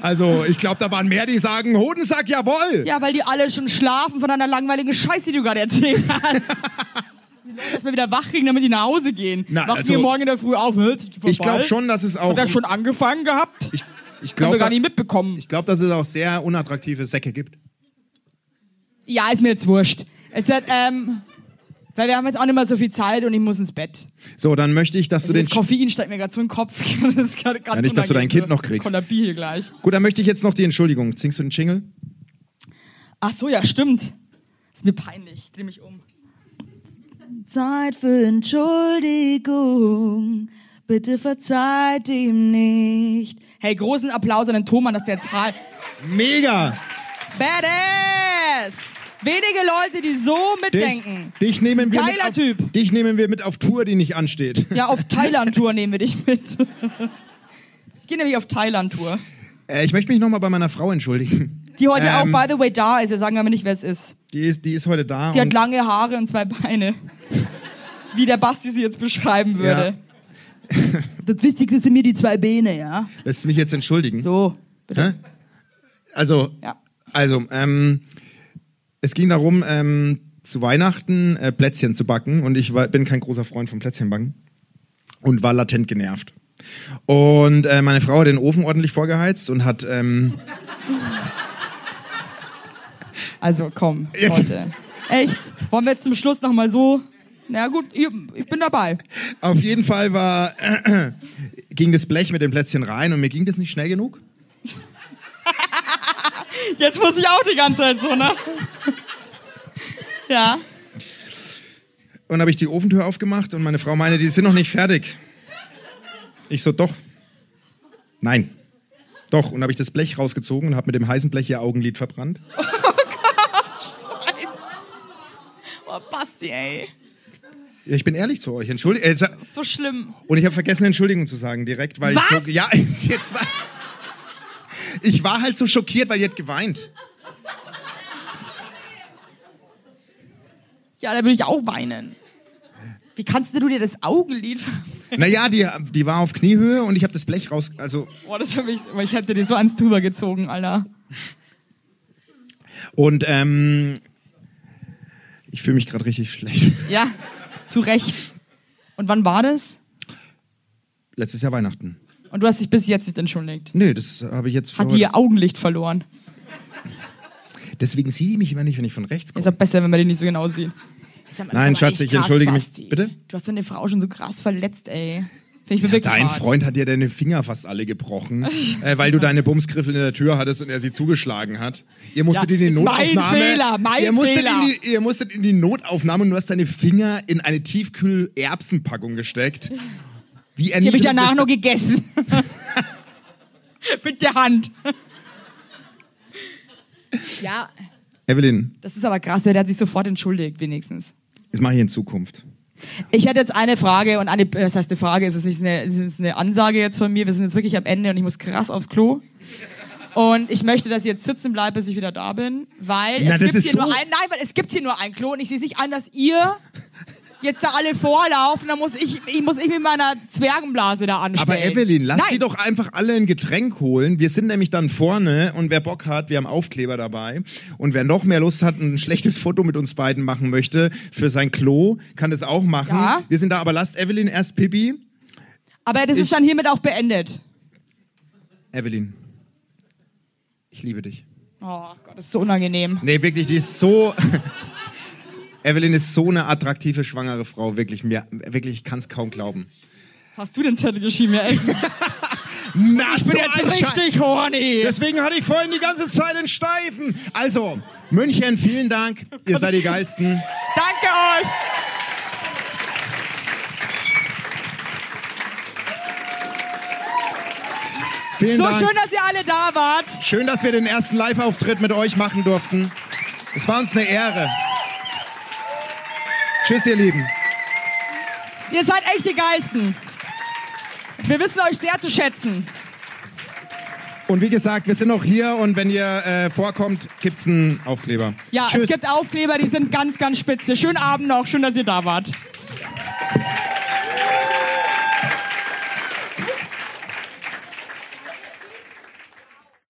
[SPEAKER 1] Also, ich glaube, da waren mehr, die sagen, Hodensack, jawohl!
[SPEAKER 2] Ja, weil die alle schon schlafen von einer langweiligen Scheiße, die du gerade erzählt hast. Die Leute Erstmal wieder wach kriegen, damit die nach Hause gehen.
[SPEAKER 1] Na,
[SPEAKER 2] Wacht
[SPEAKER 1] also-
[SPEAKER 2] ihr morgen in der Früh auf? hä? Ist vorbei?
[SPEAKER 1] ich glaube schon, dass es auch.
[SPEAKER 2] Hat er schon angefangen gehabt?
[SPEAKER 1] ich ich
[SPEAKER 2] Haben
[SPEAKER 1] glaube,
[SPEAKER 2] wir gar
[SPEAKER 1] da,
[SPEAKER 2] nicht mitbekommen.
[SPEAKER 1] ich glaub, dass es auch sehr unattraktive Säcke gibt.
[SPEAKER 2] Ja, ist mir jetzt wurscht. Jetzt hat, ähm, weil wir haben jetzt auch nicht mehr so viel Zeit und ich muss ins Bett.
[SPEAKER 1] So, dann möchte ich, dass du den.
[SPEAKER 2] das Koffein steigt mir gerade so in den Kopf. Das ist grad ne? ganz
[SPEAKER 1] Ja, nicht, dass du dein Kind noch kriegst.
[SPEAKER 2] Kollabier hier gleich.
[SPEAKER 1] Gut, dann möchte ich jetzt noch die Entschuldigung. Zingst du den Jingle?
[SPEAKER 2] Ach so, ja, stimmt. Ist mir peinlich. Ich dreh mich um. Zeit für Entschuldigung. Bitte verzeiht ihm nicht. Hey, großen Applaus an den Thomann, dass der jetzt halt.
[SPEAKER 1] Mega!
[SPEAKER 2] Badass! Wenige Leute, die so mitdenken.
[SPEAKER 1] Dich, dich, nehmen wir mit
[SPEAKER 2] Geiler
[SPEAKER 1] auf,
[SPEAKER 2] Typ.
[SPEAKER 1] dich nehmen wir mit auf Tour, die nicht ansteht.
[SPEAKER 2] Ja, auf Thailand-Tour nehmen wir dich mit. Ich gehe nämlich auf Thailand-Tour.
[SPEAKER 1] Äh, ich möchte mich nochmal bei meiner Frau entschuldigen.
[SPEAKER 2] Die heute
[SPEAKER 1] Ähm.
[SPEAKER 2] auch, by the way, da ist. Wir sagen aber nicht, wer es ist.
[SPEAKER 1] Die ist, die ist heute da.
[SPEAKER 2] Die hat
[SPEAKER 1] und,
[SPEAKER 2] lange Haare und zwei Beine. Wie der Basti sie jetzt beschreiben würde. Das Wichtigste sind mir die zwei Beine, ja?
[SPEAKER 1] Lässt mich jetzt entschuldigen.
[SPEAKER 2] So.
[SPEAKER 1] Hä? Also,
[SPEAKER 2] Ja.
[SPEAKER 1] also ähm, es ging darum, ähm, zu Weihnachten äh, Plätzchen zu backen und ich war, bin kein großer Freund von Plätzchenbacken und war latent genervt. Und äh, meine Frau hat den Ofen ordentlich vorgeheizt und hat ähm,
[SPEAKER 2] Also komm,
[SPEAKER 1] Jetzt.
[SPEAKER 2] Leute. Echt? Wollen wir jetzt zum Schluss nochmal so? Na gut, ich, ich bin dabei.
[SPEAKER 1] auf jeden Fall war ging das Blech mit dem Plätzchen rein und mir ging das nicht schnell genug.
[SPEAKER 2] Jetzt muss ich auch die ganze Zeit so, ne? Ja.
[SPEAKER 1] Und habe ich die Ofentür aufgemacht und meine Frau meinte, die sind noch nicht fertig. Ich so, doch. Nein. Doch. Und habe ich das Blech rausgezogen und habe mit dem heißen Blech ihr Augenlid verbrannt.
[SPEAKER 2] Oh, Basti, ey.
[SPEAKER 1] Ja, Ich bin ehrlich zu euch. Entschuldigung. Äh, sa-
[SPEAKER 2] So schlimm.
[SPEAKER 1] und ich habe vergessen, Entschuldigung zu sagen direkt, weil ich
[SPEAKER 2] Was?
[SPEAKER 1] so. Ja, jetzt war. Ich war halt so schockiert, weil ihr hat geweint.
[SPEAKER 2] Ja, da würde ich auch weinen. Wie kannst denn du dir das Augenlid...
[SPEAKER 1] Naja, die, die war auf Kniehöhe und ich habe das Blech raus. Also,
[SPEAKER 2] Boah, das für mich... Ich hätte dir so ans Tuber gezogen, Alter.
[SPEAKER 1] und ähm, ich fühle mich gerade richtig schlecht.
[SPEAKER 2] Ja, zu Recht. Und wann war das?
[SPEAKER 1] Letztes Jahr Weihnachten.
[SPEAKER 2] Und du hast dich bis jetzt nicht entschuldigt.
[SPEAKER 1] Nee, das habe ich jetzt. für
[SPEAKER 2] Hat
[SPEAKER 1] heute-
[SPEAKER 2] die ihr Augenlicht verloren.
[SPEAKER 1] Deswegen sieht die mich immer nicht, wenn ich von rechts
[SPEAKER 2] Ist
[SPEAKER 1] komme.
[SPEAKER 2] ja besser, wenn man den nicht so genau sieht. Sag mal, das
[SPEAKER 1] Nein,
[SPEAKER 2] ist aber
[SPEAKER 1] Schatz,
[SPEAKER 2] echt
[SPEAKER 1] ich entschuldige mich.
[SPEAKER 2] Basti.
[SPEAKER 1] Bitte?
[SPEAKER 2] Du hast deine Frau schon so krass verletzt, ey. Finde ich
[SPEAKER 1] Äh,
[SPEAKER 2] wirklich
[SPEAKER 1] Dein
[SPEAKER 2] hart.
[SPEAKER 1] Freund hat dir deine Finger fast alle gebrochen, äh, weil du deine Bumsgriffel in der Tür hattest und er sie zugeschlagen hat. Ihr musstet
[SPEAKER 2] Ja,
[SPEAKER 1] in die
[SPEAKER 2] ist mein
[SPEAKER 1] Notaufnahme.
[SPEAKER 2] Fehler, mein
[SPEAKER 1] ihr, musstet
[SPEAKER 2] Fehler.
[SPEAKER 1] In die, ihr musstet in die Notaufnahme und du hast deine Finger in eine Tiefkühl-Erbsenpackung gesteckt. Wie
[SPEAKER 2] Die habe ich danach noch gegessen. Mit der Hand. ja,
[SPEAKER 1] Evelyn,
[SPEAKER 2] das ist aber krass, der hat sich sofort entschuldigt, wenigstens.
[SPEAKER 1] das mache ich in Zukunft.
[SPEAKER 2] Ich hätte jetzt eine Frage und eine, äh, das heißt eine Frage, es ist nicht eine, es ist eine Ansage jetzt von mir, wir sind jetzt wirklich am Ende und ich muss krass aufs Klo. Und ich möchte, dass ihr jetzt sitzen bleibt, bis ich wieder da bin, weil
[SPEAKER 1] Na, das
[SPEAKER 2] es gibt
[SPEAKER 1] ist
[SPEAKER 2] hier
[SPEAKER 1] so-
[SPEAKER 2] nur ein, nein, weil es gibt hier nur ein Klo und ich sehe es nicht an, dass ihr jetzt da alle vorlaufen, dann muss ich, ich muss ich mit meiner Zwergenblase da anstellen.
[SPEAKER 1] Aber Evelyn, lass
[SPEAKER 2] nein.
[SPEAKER 1] die doch einfach alle ein Getränk holen. Wir sind nämlich dann vorne und wer Bock hat, wir haben Aufkleber dabei. Und wer noch mehr Lust hat, ein schlechtes Foto mit uns beiden machen möchte für sein Klo, kann das auch machen.
[SPEAKER 2] Ja.
[SPEAKER 1] Wir sind da, aber lasst Evelyn erst Pipi.
[SPEAKER 2] Aber das
[SPEAKER 1] Ich-
[SPEAKER 2] ist dann hiermit auch beendet.
[SPEAKER 1] Evelyn, ich liebe dich.
[SPEAKER 2] Oh Gott, das ist so unangenehm.
[SPEAKER 1] Nee, wirklich, die ist so. Evelyn ist so eine attraktive schwangere Frau, wirklich mir, wirklich, ich kann es kaum glauben.
[SPEAKER 2] Hast du den Zettel geschrieben, ja, ey?
[SPEAKER 1] Na,
[SPEAKER 2] Ich bin jetzt richtig horny.
[SPEAKER 1] Deswegen hatte ich vorhin die ganze Zeit den Steifen. Also, München, vielen Dank. Ihr seid die Geilsten.
[SPEAKER 2] Danke euch.
[SPEAKER 1] Vielen
[SPEAKER 2] So
[SPEAKER 1] Dank.
[SPEAKER 2] schön, dass ihr alle da wart.
[SPEAKER 1] schön, dass wir den ersten Live-Auftritt mit euch machen durften. Es war uns eine Ehre. Tschüss, ihr Lieben.
[SPEAKER 2] Ihr seid echt die Geilsten. Wir wissen euch sehr zu schätzen.
[SPEAKER 1] Und wie gesagt, wir sind noch hier und wenn ihr äh, vorkommt, gibt's einen Aufkleber.
[SPEAKER 2] Ja,
[SPEAKER 1] Tschüss.
[SPEAKER 2] es gibt Aufkleber, die sind ganz, ganz spitze. Schönen Abend noch. Schön, dass ihr da wart.